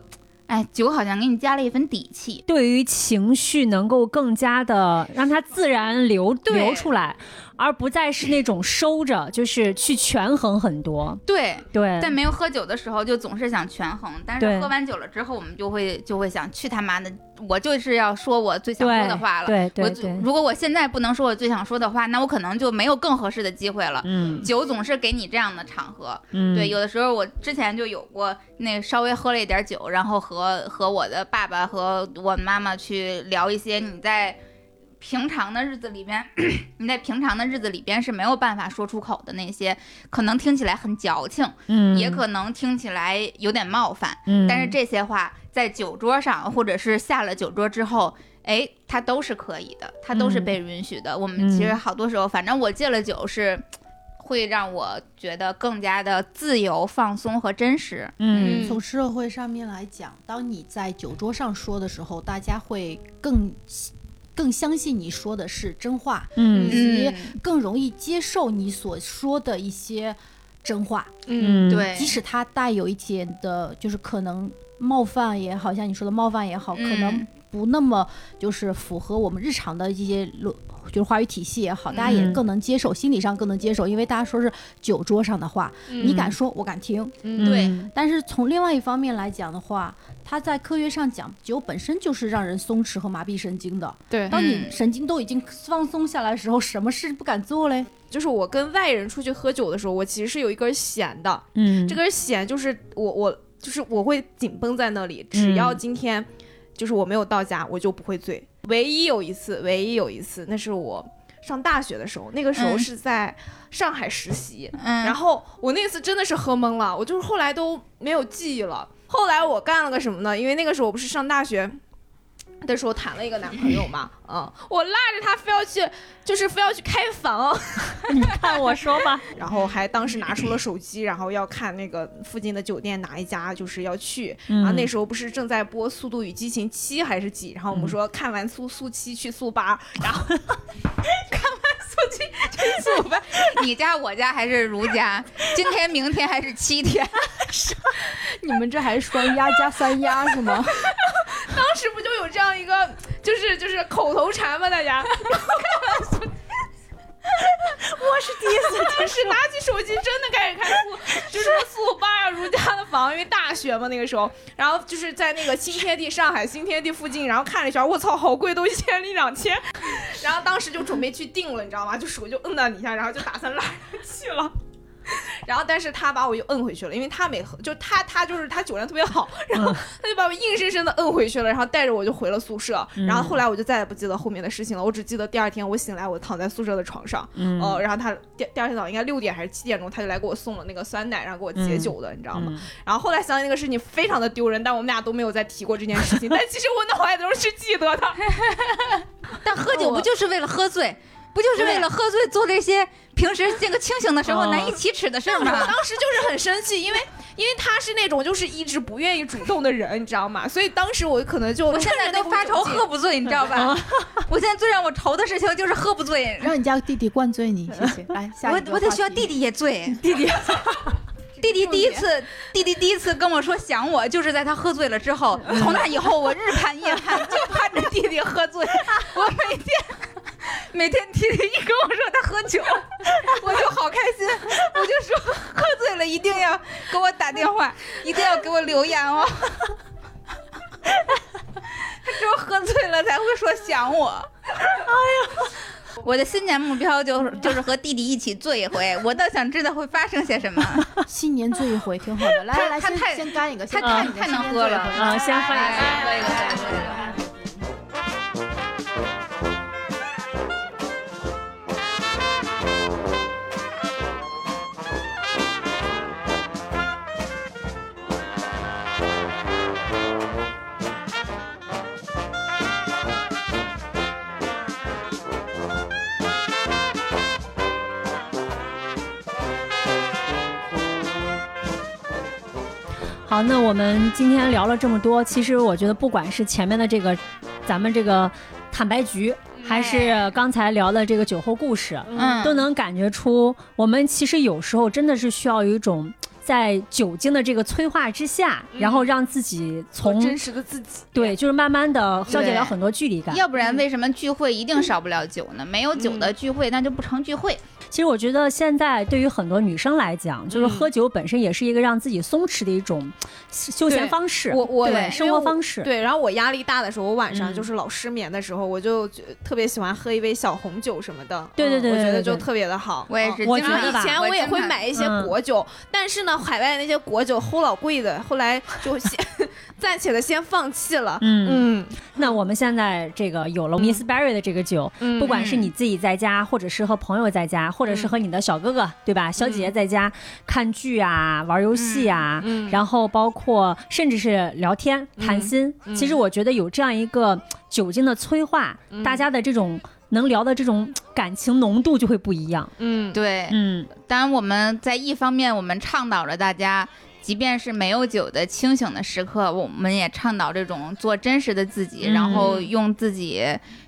[SPEAKER 3] 哎，酒好像给你加了一份底气。
[SPEAKER 1] 对于情绪能够更加的让它自然流
[SPEAKER 3] 对
[SPEAKER 1] 流出来，而不再是那种收着，就是去权衡很多。
[SPEAKER 3] 对，
[SPEAKER 1] 对，
[SPEAKER 3] 在没有喝酒的时候，就总是想权衡，但
[SPEAKER 1] 对
[SPEAKER 3] 是喝完酒了之后，我们就会就会想，去他妈的，我就是要说我最想说的话了。
[SPEAKER 1] 对
[SPEAKER 3] 我
[SPEAKER 1] 对对，
[SPEAKER 3] 如果我现在不能说我最想说的话，那我可能就没有更合适的机会了。
[SPEAKER 1] 嗯
[SPEAKER 3] 酒总是给你这样的场合，
[SPEAKER 1] 嗯，
[SPEAKER 3] 对，有的时候我之前就有过，那稍微喝了一点酒，然后和和我的爸爸和我妈妈去聊一些你在平常的日子里边， 你在平常的日子里边是没有办法说出口的那些，可能听起来很矫情，
[SPEAKER 1] 嗯
[SPEAKER 3] 也可能听起来有点冒犯，
[SPEAKER 1] 嗯，
[SPEAKER 3] 但是这些话在酒桌上或者是下了酒桌之后。哎，它都是可以的，它都是
[SPEAKER 1] 嗯
[SPEAKER 3] 被允许的。我们其实
[SPEAKER 1] 嗯
[SPEAKER 3] 好多时候，反正我戒了酒是会让我觉得更加的自由、放松和真实。
[SPEAKER 1] 嗯
[SPEAKER 7] 从社会上面来讲，当你在酒桌上说的时候，大家会更更相信你说的是真话，
[SPEAKER 1] 嗯
[SPEAKER 7] 嗯更容易接受你所说的一些真话，
[SPEAKER 1] 嗯，
[SPEAKER 3] 对，
[SPEAKER 7] 即使它带有一点的，就是可能冒犯也好，像你说的冒犯也好，可能
[SPEAKER 3] 嗯
[SPEAKER 7] 不那么就是符合我们日常的一些逻，就是话语体系也好，大家也
[SPEAKER 1] 嗯
[SPEAKER 7] 更能接受，心理上更能接受，因为大家说是酒桌上的话，你敢说，我敢听，
[SPEAKER 1] 嗯
[SPEAKER 3] 对
[SPEAKER 7] 但是从另外一方面来讲的话，它在科学上讲，酒本身就是让人松弛和麻痹神经的。
[SPEAKER 6] 对
[SPEAKER 7] 当你
[SPEAKER 3] 嗯
[SPEAKER 7] 神经都已经放松下来的时候，什么事不敢做嘞？
[SPEAKER 6] 就是我跟外人出去喝酒的时候，我其实是有一根弦的，
[SPEAKER 1] 嗯，
[SPEAKER 6] 这根弦就是我我就是我会紧绷在那里，只
[SPEAKER 3] 嗯
[SPEAKER 6] 要今天就是我没有到家，我就不会醉。唯一有一次，唯一有一次，那是我上大学的时候，那个时候
[SPEAKER 3] 嗯
[SPEAKER 6] 是在上海实习，
[SPEAKER 3] 嗯，
[SPEAKER 6] 然后我那次真的是喝懵了，我就是后来都没有记忆了。后来我干了个什么呢？因为那个时候我不是上大学的时候谈了一个男朋友嘛，嗯，我拉着他非要去，就是非要去开房，
[SPEAKER 1] 你看我说吧，
[SPEAKER 6] 然后还当时拿出了手机，然后要看那个附近的酒店哪一家就是要去。然后那时候不是正在播《速度与激情七》还是几？然后我们说看完速速七去速八，然后
[SPEAKER 3] 我们你家我家还是如家，今天明天还是七天，
[SPEAKER 7] 你们这还是双压加三压是吗？
[SPEAKER 6] 当时不就有这样一个就是就是口头禅吗？大家。 我是第一次， 就是拿起手机真的开始看速，就是速八啊如家的房，因为大学嘛那个时候，然后就是在那个新天地上海新天地附近，然后看了一圈，我操，好贵，都一千一两千，然后当时就准备去订了，你知道吗？就手就摁到底下，然后就打算拉人去了。然后，但是他把我又摁回去了，因为他没喝，就他他就是他酒量特别好，然后他就把我硬生生的摁回去了，然后带着我就回了宿舍。然后后来我就再也不记得后面的事情了，我只记得第二天我醒来，我躺在宿舍的床上，
[SPEAKER 1] 嗯
[SPEAKER 6] 哦，然后他第第二天早上应该六点还是七点钟，他就来给我送了那个酸奶，然后给我解酒的，你知道吗？然后后来想起那个事情非常的丢人，但我们俩都没有再提过这件事情。但其实我脑海中是记得的，
[SPEAKER 3] 但喝酒不就是为了喝醉？不就是为了喝醉做这些平时这个清醒的时候
[SPEAKER 1] 哦
[SPEAKER 3] 难以启齿的事儿
[SPEAKER 6] 我
[SPEAKER 3] 吗？
[SPEAKER 6] 当时就是很生气，因为因为他是那种就是一直不愿意主动的人，你知道吗？所以当时我可能就
[SPEAKER 3] 我现在都发
[SPEAKER 6] 哦
[SPEAKER 3] 愁喝不醉，你知道吧？我现在最让我愁的事情就是喝不醉，
[SPEAKER 7] 让你家弟弟灌醉你，谢 谢。来，下
[SPEAKER 3] 我
[SPEAKER 7] 一个
[SPEAKER 3] 我得
[SPEAKER 7] 话
[SPEAKER 3] 需要
[SPEAKER 7] 题
[SPEAKER 3] 弟弟也 醉，弟弟。 弟弟第一次，弟弟第一次跟我说想我，就是在他喝醉了之后。
[SPEAKER 7] 嗯
[SPEAKER 3] 从那以后，我日盼夜盼，就盼着弟弟喝 醉。我每天，每天弟弟一跟我说他喝酒，我就好开心。我就说喝醉了一定要给我打电话，一定要给我留言哦。 他只有喝醉了才会说想我。我的新年目标就是就是和弟弟一起醉一回，我倒想知道会发生些什么。
[SPEAKER 7] 新年醉一回，挺好 的。来来来，
[SPEAKER 3] 他
[SPEAKER 7] 先
[SPEAKER 3] 太
[SPEAKER 7] 先干一个，
[SPEAKER 3] 他
[SPEAKER 7] 先干
[SPEAKER 3] 太
[SPEAKER 7] 一个
[SPEAKER 3] 太能喝了，
[SPEAKER 1] 啊，先喝一下，
[SPEAKER 3] 嗯喝一个。
[SPEAKER 1] 好，那我们今天聊了这么多，其实我觉得不管是前面的这个，咱们这个坦白局，还
[SPEAKER 6] 哎
[SPEAKER 1] 是刚才聊的这个酒后故事，
[SPEAKER 3] 嗯
[SPEAKER 1] 都能感觉出，我们其实有时候真的是需要有一种在酒精的这个催化之下，然后让自己从
[SPEAKER 6] 真实的自己，
[SPEAKER 1] 对，就是慢慢的消解掉很多距离感。
[SPEAKER 3] 要不然为什么聚会一定少不了酒呢？没有酒的聚会，那就不成聚会。
[SPEAKER 1] 其实我觉得现在对于很多女生来讲，就是喝酒本身也是一个让自己松弛的一种休闲方式，
[SPEAKER 6] 我我
[SPEAKER 1] 对生活方式。
[SPEAKER 6] 对，然后我压力大的时候，我晚上
[SPEAKER 1] 嗯
[SPEAKER 6] 就是老失眠的时候，我就觉特别喜欢喝一杯小红酒什么的。
[SPEAKER 1] 对对
[SPEAKER 6] 嗯
[SPEAKER 1] 对
[SPEAKER 6] 我
[SPEAKER 1] 对
[SPEAKER 6] 觉得
[SPEAKER 1] 对
[SPEAKER 6] 就
[SPEAKER 1] 对
[SPEAKER 6] 特别的好。
[SPEAKER 3] 我也
[SPEAKER 6] 嗯
[SPEAKER 3] 是
[SPEAKER 1] 我
[SPEAKER 3] 经
[SPEAKER 1] 觉
[SPEAKER 3] 常，
[SPEAKER 1] 得
[SPEAKER 6] 以前我也会
[SPEAKER 3] 真的
[SPEAKER 6] 买一些
[SPEAKER 1] 嗯
[SPEAKER 6] 果酒，但是呢，海外那些果酒齁老贵的，后来就 先暂且的先放弃了。
[SPEAKER 1] 嗯，
[SPEAKER 6] 嗯，
[SPEAKER 1] 那我们现在这个有了 Miss Berry 的这个酒，
[SPEAKER 6] 嗯
[SPEAKER 1] 不管是你自己在家，或者是和朋友在家，或者是和你的小哥哥，对吧？小姐姐在家看剧啊、玩游戏
[SPEAKER 6] 嗯
[SPEAKER 1] 啊，然后包括甚至是聊天、谈心。其实我觉得有这样一个酒精的催化，大家的这种能聊的这种感情浓度就会不一样。
[SPEAKER 6] 嗯，
[SPEAKER 3] 对，
[SPEAKER 1] 嗯，
[SPEAKER 3] 当然，我们在一方面，我们倡导着大家，即便是没有酒的清醒的时刻，我们也倡导这种做真实的自己，
[SPEAKER 1] 嗯
[SPEAKER 3] 然后用自己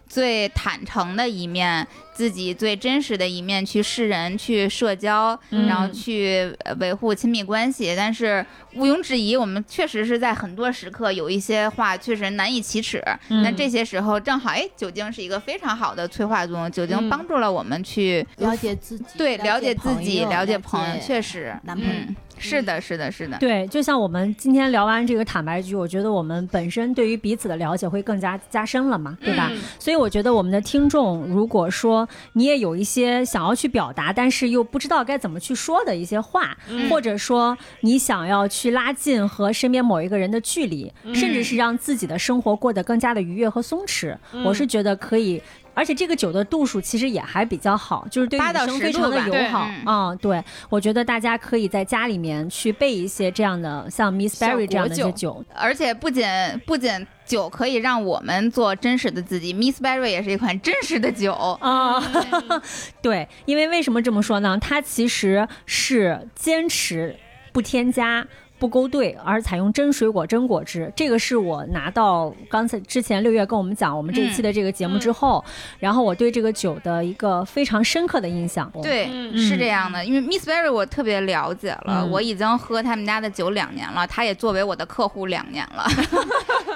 [SPEAKER 3] 最坦诚的一面、自己最真实的一面去示人、去社交，
[SPEAKER 1] 嗯
[SPEAKER 3] 然后去呃维护亲密关系。但是毋庸置疑，我们确实是在很多时刻有一些话确实难以启齿。
[SPEAKER 1] 嗯
[SPEAKER 3] 那这些时候正好，哎，酒精是一个非常好的催化作用，酒精
[SPEAKER 6] 嗯
[SPEAKER 3] 帮助了我们去。
[SPEAKER 7] 了解自己，
[SPEAKER 3] 对，
[SPEAKER 7] 了
[SPEAKER 3] 了解自
[SPEAKER 7] 朋
[SPEAKER 3] 己，
[SPEAKER 7] 友
[SPEAKER 3] 了
[SPEAKER 7] 了
[SPEAKER 3] 解朋友，确实，
[SPEAKER 7] 男朋友
[SPEAKER 3] 嗯，是的，是的，是的，
[SPEAKER 1] 对，就像我们今天聊完这个坦白局，我觉得我们本身对于彼此的了解会更加加深了嘛，对吧？所以我觉得我们的听众，如果说你也有一些想要去表达，但是又不知道该怎么去说的一些话，
[SPEAKER 6] 嗯
[SPEAKER 3] 嗯
[SPEAKER 1] 或者说你想要去拉近和身边某一个人的距离，
[SPEAKER 6] 嗯
[SPEAKER 3] 嗯
[SPEAKER 1] 甚至是让自己的生活过得更加的愉悦和松弛，
[SPEAKER 3] 嗯
[SPEAKER 6] 嗯
[SPEAKER 1] 我是觉得可以。而且这个酒的度数其实也还比较好，就是对女
[SPEAKER 3] 八到
[SPEAKER 1] 生
[SPEAKER 3] 十
[SPEAKER 1] 非常
[SPEAKER 3] 度
[SPEAKER 1] 的
[SPEAKER 3] 吧
[SPEAKER 1] 友
[SPEAKER 3] 对
[SPEAKER 1] 好
[SPEAKER 3] 嗯
[SPEAKER 1] 啊、对，我觉得大家可以在家里面去备一些这样的，像 Miss
[SPEAKER 6] 小
[SPEAKER 1] Berry 这样
[SPEAKER 6] 果
[SPEAKER 1] 的一些
[SPEAKER 6] 酒
[SPEAKER 1] 酒。
[SPEAKER 3] 而且不仅不仅酒可以让我们做真实的自己，Miss Berry 也是一款真实的酒，
[SPEAKER 1] 啊、 对，因为为什么这么说呢？它其实是坚持不添加。不勾兑，而采用真水果、真果汁，这个是我拿到刚才之前六月跟我们讲我们这一期的这个节目之后，然后我对这个酒的一个非常深刻的印象。，
[SPEAKER 3] 对，
[SPEAKER 6] 嗯
[SPEAKER 3] 是这样的，因为 Miss Berry 我特别了解了，
[SPEAKER 1] 嗯
[SPEAKER 3] 我已经喝他们家的酒两年了，他也作为我的客户两年了，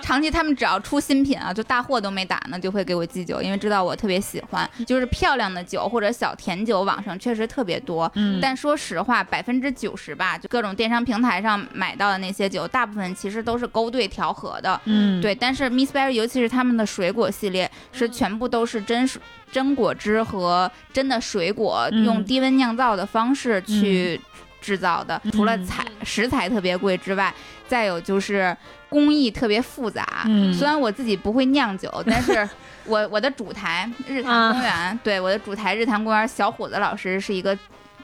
[SPEAKER 3] 长期他们只要出新品啊，就大货都没打呢，就会给我寄酒，因为知道我特别喜欢，就是漂亮的酒或者小甜酒，网上确实特别多，
[SPEAKER 1] 嗯
[SPEAKER 3] 但说实话，百分之九十吧，就各种电商平台上买到的那些酒，大部分其实都是勾兑调和的，
[SPEAKER 1] 嗯，
[SPEAKER 3] 对，但是 Miss Berry，尤其是他们的水果系列，是全部都是真水真果汁和真的水果，
[SPEAKER 1] 嗯
[SPEAKER 3] 用低温酿造的方式去制造的。除了
[SPEAKER 1] 嗯
[SPEAKER 3] 材食材特别贵之外，再有就是工艺特别复杂。
[SPEAKER 1] 嗯
[SPEAKER 3] 虽然我自己不会酿酒，但是。我我的主台日
[SPEAKER 1] 啊
[SPEAKER 3] 坛公园，对我的主台日坛公园小伙子老师是一个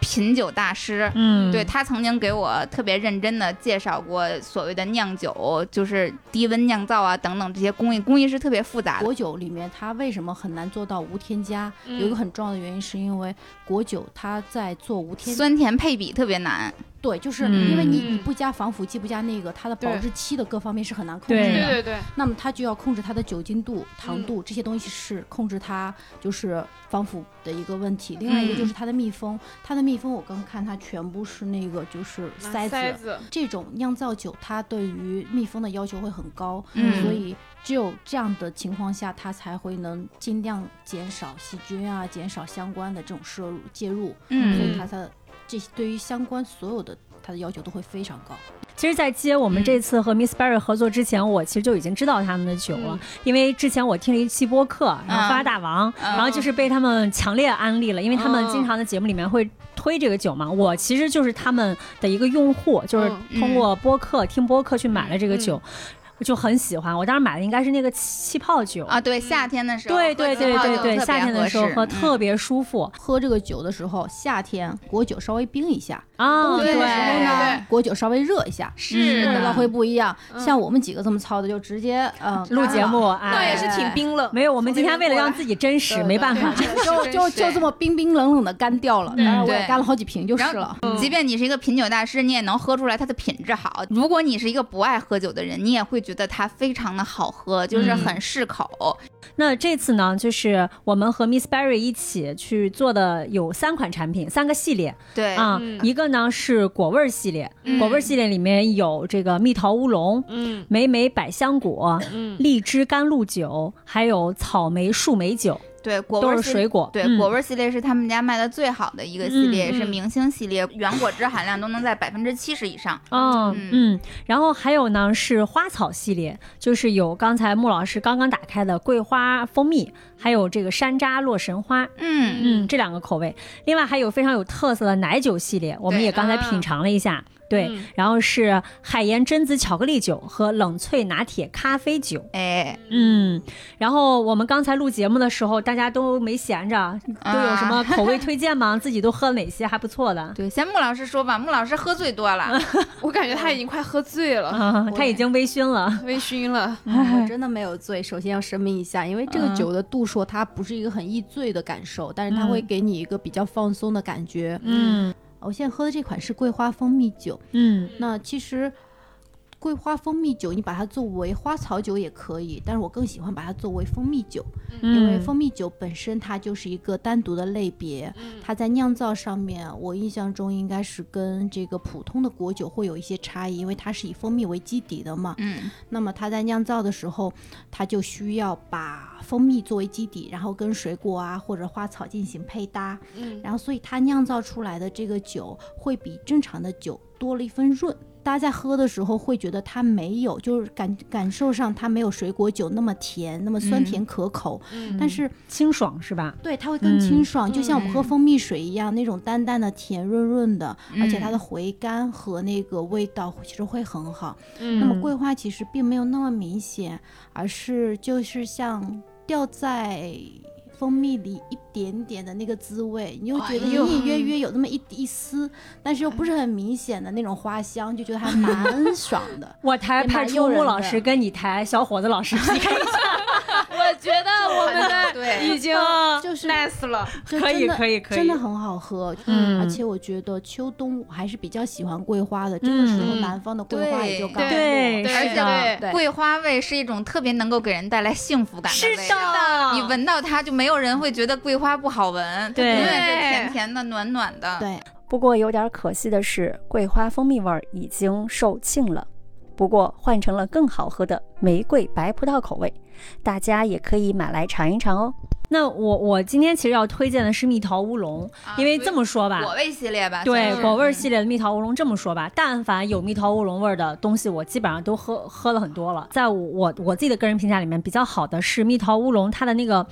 [SPEAKER 3] 品酒大师，
[SPEAKER 1] 嗯，
[SPEAKER 3] 对他曾经给我特别认真的介绍过所谓的酿酒，就是低温酿造啊等等这些工艺，工艺是特别复杂的。
[SPEAKER 7] 果酒里面，它为什么很难做到无添加？
[SPEAKER 4] 嗯
[SPEAKER 7] 有一个很重要的原因，是因为果酒它在做无添加，
[SPEAKER 3] 酸甜配比特别难，
[SPEAKER 7] 对，就是
[SPEAKER 1] 嗯
[SPEAKER 7] 因为你你不加防腐剂，不加那个，它的保
[SPEAKER 6] 对
[SPEAKER 7] 质期的各方面是很难控
[SPEAKER 1] 对
[SPEAKER 7] 制
[SPEAKER 1] 对
[SPEAKER 7] 的。
[SPEAKER 6] 对，
[SPEAKER 7] 那么它就要控制它的酒精度、糖度这些东西是控制它就是防腐的一个问题。另外一个就是它的密封，它的密封我刚看它全部是那个就是塞子，
[SPEAKER 6] 子，
[SPEAKER 7] 这种酿造酒，它对于密封的要求会很高，
[SPEAKER 3] 嗯
[SPEAKER 7] 所以只有这样的情况下，它才会能尽量减少细菌啊，减少相关的这种摄入介入，所
[SPEAKER 3] 嗯，
[SPEAKER 7] 以它的这些对于相关所有的它的要求都会非常高。
[SPEAKER 1] 其实，在接我
[SPEAKER 3] 嗯
[SPEAKER 1] 们这次和 Miss Berry 合作之前，我其实就已经知道他们的酒了，因为之前我听了一期播客，然后
[SPEAKER 3] 嗯
[SPEAKER 1] 发大王，
[SPEAKER 3] 嗯
[SPEAKER 1] 然后就是被他们强烈安利了，因为他们
[SPEAKER 6] 哦
[SPEAKER 1] 经常的节目里面会推这个酒嘛。我其实就是他们的一个用户，就是通过播客、听播客去买了这个酒，我就很喜欢。我当时买的应该是那个气泡酒。
[SPEAKER 3] 嗯啊，对，夏天的时候，
[SPEAKER 1] 对对对对对，夏天的时候喝特
[SPEAKER 3] 别嗯
[SPEAKER 1] 别舒服、
[SPEAKER 7] 喝这个酒的时候，夏天果酒稍微冰一下，
[SPEAKER 1] 啊！
[SPEAKER 7] 冬天的时
[SPEAKER 3] 嗯对
[SPEAKER 7] 候呢，果酒稍微热一下，
[SPEAKER 3] 是
[SPEAKER 7] 味
[SPEAKER 3] 的嗯
[SPEAKER 7] 道会不一样。像我们几个这么糙的，就直接嗯
[SPEAKER 1] 录节目，
[SPEAKER 6] 倒也
[SPEAKER 1] 哎，
[SPEAKER 6] 是挺冰冷。
[SPEAKER 1] 没有，我们今天为了让自己真
[SPEAKER 7] 对
[SPEAKER 1] 实，
[SPEAKER 7] 对
[SPEAKER 1] 没办 法，
[SPEAKER 7] 就就就这么冰冰冷冷的干掉了，当然我也
[SPEAKER 3] 嗯对
[SPEAKER 7] 干了好几瓶就是了。
[SPEAKER 3] 嗯即便你是一个品酒大师，你也能喝出来它的品质好。如果你是一个不爱喝酒的人，你也会觉得它非常的好喝，
[SPEAKER 1] 嗯
[SPEAKER 3] 就是很适口。
[SPEAKER 1] 那这次呢，就是我们和 Miss Berry 一起去做的有三款产品，三个系列
[SPEAKER 3] 对，
[SPEAKER 1] 啊、一个呢是果味儿系列，
[SPEAKER 3] 嗯
[SPEAKER 1] 果味儿系列里面有这个蜜桃乌龙、
[SPEAKER 7] 嗯
[SPEAKER 1] 莓莓百香果、
[SPEAKER 7] 嗯
[SPEAKER 1] 荔枝甘露酒，还有草莓树莓酒，
[SPEAKER 3] 对，果味
[SPEAKER 1] 都
[SPEAKER 3] 儿
[SPEAKER 1] 是
[SPEAKER 3] 系
[SPEAKER 1] 水果。
[SPEAKER 3] 对，
[SPEAKER 1] 嗯
[SPEAKER 3] 果味儿系列是他们家卖的最好的一个系列，
[SPEAKER 7] 嗯
[SPEAKER 3] 是
[SPEAKER 7] 嗯
[SPEAKER 3] 明星系列，原果汁含量都能在百分之七十以上。
[SPEAKER 1] 嗯
[SPEAKER 3] 嗯
[SPEAKER 1] 嗯，然后还有呢是花草系列，就是有刚才穆老师刚刚打开的桂花蜂蜜，还有这个山楂洛神花，
[SPEAKER 3] 嗯
[SPEAKER 1] 嗯，这两个口味。另外还有非常有特色的奶酒系列，我们
[SPEAKER 3] 对
[SPEAKER 1] 也刚才
[SPEAKER 7] 啊
[SPEAKER 1] 品尝了一下，对，
[SPEAKER 7] 嗯
[SPEAKER 1] 然后是海盐榛子巧克力酒和冷萃拿铁咖啡酒，
[SPEAKER 3] 哎，
[SPEAKER 1] 嗯，然后我们刚才录节目的时候，大家都没闲着，嗯都有什么口味推荐吗？自己都喝哪些还不错的？
[SPEAKER 3] 啊对，先穆老师说吧，穆老师喝最多了，
[SPEAKER 6] 我感觉他已经快喝醉了，
[SPEAKER 1] 啊，他已经微醺了，
[SPEAKER 6] 微醺了。
[SPEAKER 7] 我真的没有醉。首先要声明一下，因为这个
[SPEAKER 1] 嗯
[SPEAKER 7] 酒的度数它不是一个很易醉的感受，但是它会给你一个比较放松的感觉。
[SPEAKER 1] 嗯
[SPEAKER 7] 我现在喝的这款是桂花蜂蜜酒，
[SPEAKER 1] 嗯
[SPEAKER 7] 那其实。桂花蜂蜜酒，你把它作为花草酒也可以，但是我更喜欢把它作为蜂蜜酒，
[SPEAKER 1] 嗯，
[SPEAKER 7] 因为蜂蜜酒本身它就是一个单独的类别，
[SPEAKER 1] 嗯
[SPEAKER 7] 它在酿造上面，我印象中应该是跟这个普通的果酒会有一些差异，因为它是以蜂蜜为基底的嘛。
[SPEAKER 3] 嗯
[SPEAKER 7] 那么它在酿造的时候，它就需要把蜂蜜作为基底，然后跟水果啊或者花草进行配搭，
[SPEAKER 6] 嗯
[SPEAKER 7] 然后所以它酿造出来的这个酒会比正常的酒多了一分润。大家在喝的时候会觉得它没有，就是感感受上它没有水果酒那么甜，那么酸甜可口，
[SPEAKER 6] 嗯
[SPEAKER 7] 但是
[SPEAKER 1] 清爽是吧？
[SPEAKER 7] 对，它会更清爽，就像我们喝
[SPEAKER 3] 嗯
[SPEAKER 7] 蜂蜜水一样，那种淡淡的甜润润的，而且它
[SPEAKER 3] 嗯
[SPEAKER 7] 的回甘和那个味道其实会很好。
[SPEAKER 6] 嗯
[SPEAKER 7] 那么桂花其实并没有那么明显，而是就是像掉在。蜂蜜里一点点的那个滋味，你又觉得
[SPEAKER 3] 哎呦
[SPEAKER 7] 隐隐约
[SPEAKER 1] 嗯
[SPEAKER 7] 约有那么一一丝，但是又不是很明显的那种花香，就觉得还蛮爽的。
[SPEAKER 1] 我台
[SPEAKER 7] 也蛮
[SPEAKER 1] 派出
[SPEAKER 7] 诱人
[SPEAKER 1] 穆老
[SPEAKER 7] 的
[SPEAKER 1] 师跟你台小伙子老师 PK 一下，
[SPEAKER 6] 我觉得我们 的
[SPEAKER 3] 对
[SPEAKER 6] 已经
[SPEAKER 7] 就是
[SPEAKER 6] nice 了，
[SPEAKER 7] 就
[SPEAKER 1] 可以
[SPEAKER 7] 真的
[SPEAKER 1] 可以可以
[SPEAKER 7] 真的很好喝。
[SPEAKER 1] 嗯
[SPEAKER 7] 而且我觉得秋冬我还是比较喜欢桂花的，这个时候
[SPEAKER 6] 嗯
[SPEAKER 7] 南方的桂花也就刚
[SPEAKER 1] 对，
[SPEAKER 6] 对对
[SPEAKER 3] 而
[SPEAKER 1] 是
[SPEAKER 3] 且
[SPEAKER 1] 的，
[SPEAKER 7] 对
[SPEAKER 3] 桂花味是一种特别能够给人带来幸福感的味道。
[SPEAKER 1] 的
[SPEAKER 3] 你闻到它，就没有人会觉得桂花不好闻，
[SPEAKER 1] 对
[SPEAKER 3] 它永远是甜甜的、暖暖的。
[SPEAKER 7] 对，
[SPEAKER 10] 不过有点可惜的是，桂花蜂蜜味儿已经售罄了。不过换成了更好喝的玫瑰白葡萄口味，大家也可以买来尝一尝哦。
[SPEAKER 1] 那我我今天其实要推荐的是蜜桃乌龙，
[SPEAKER 3] 啊
[SPEAKER 1] 因为这么说吧，
[SPEAKER 3] 果味系列吧，
[SPEAKER 1] 对
[SPEAKER 3] 算是
[SPEAKER 1] 果味儿
[SPEAKER 3] 嗯
[SPEAKER 1] 系列的蜜桃乌龙，这么说吧，但凡有蜜桃乌龙味儿的东西，我基本上都喝喝了很多了。在我我我自己的个人评价里面，比较好的是蜜桃乌龙，它的那个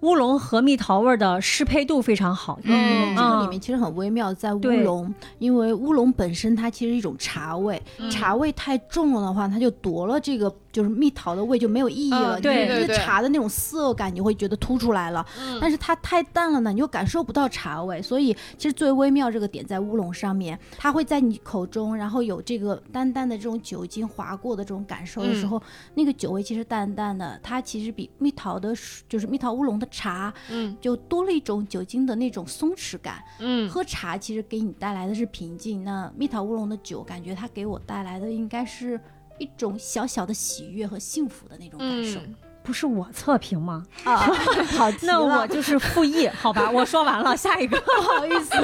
[SPEAKER 1] 乌龙和蜜桃味儿的适配度非常好。
[SPEAKER 3] 嗯
[SPEAKER 7] 这个里面其实很微妙，在乌
[SPEAKER 1] 对
[SPEAKER 7] 龙，因为乌龙本身它其实是一种茶味，茶味太重了的话，它就夺了这个就是蜜桃的味就没有意义了。
[SPEAKER 6] 嗯
[SPEAKER 7] 你
[SPEAKER 1] 对
[SPEAKER 7] 这
[SPEAKER 6] 对
[SPEAKER 7] 个
[SPEAKER 6] 对嗯
[SPEAKER 7] 茶的那种涩感你会觉得突出来了，但是它太淡了呢，你又感受不到茶味。所以其实最微妙这个点在乌龙上面，它会在你口中，然后有这个淡淡的这种酒精划过的这种感受的时候，那个酒味其实淡淡的，它其实比蜜桃的，就是蜜桃乌龙的茶
[SPEAKER 6] 嗯
[SPEAKER 7] 就多了一种酒精的那种松弛感。
[SPEAKER 6] 嗯
[SPEAKER 7] 喝茶其实给你带来的是平静，那蜜桃乌龙的酒，感觉它给我带来的应该是一种小小的喜悦和幸福的那种感受。
[SPEAKER 6] 嗯，
[SPEAKER 1] 不是我测评吗？
[SPEAKER 7] 啊，好 极
[SPEAKER 1] 那我
[SPEAKER 7] 了，哎
[SPEAKER 1] 就是复议，好吧？我说完了，下一个。
[SPEAKER 7] 不好意 思，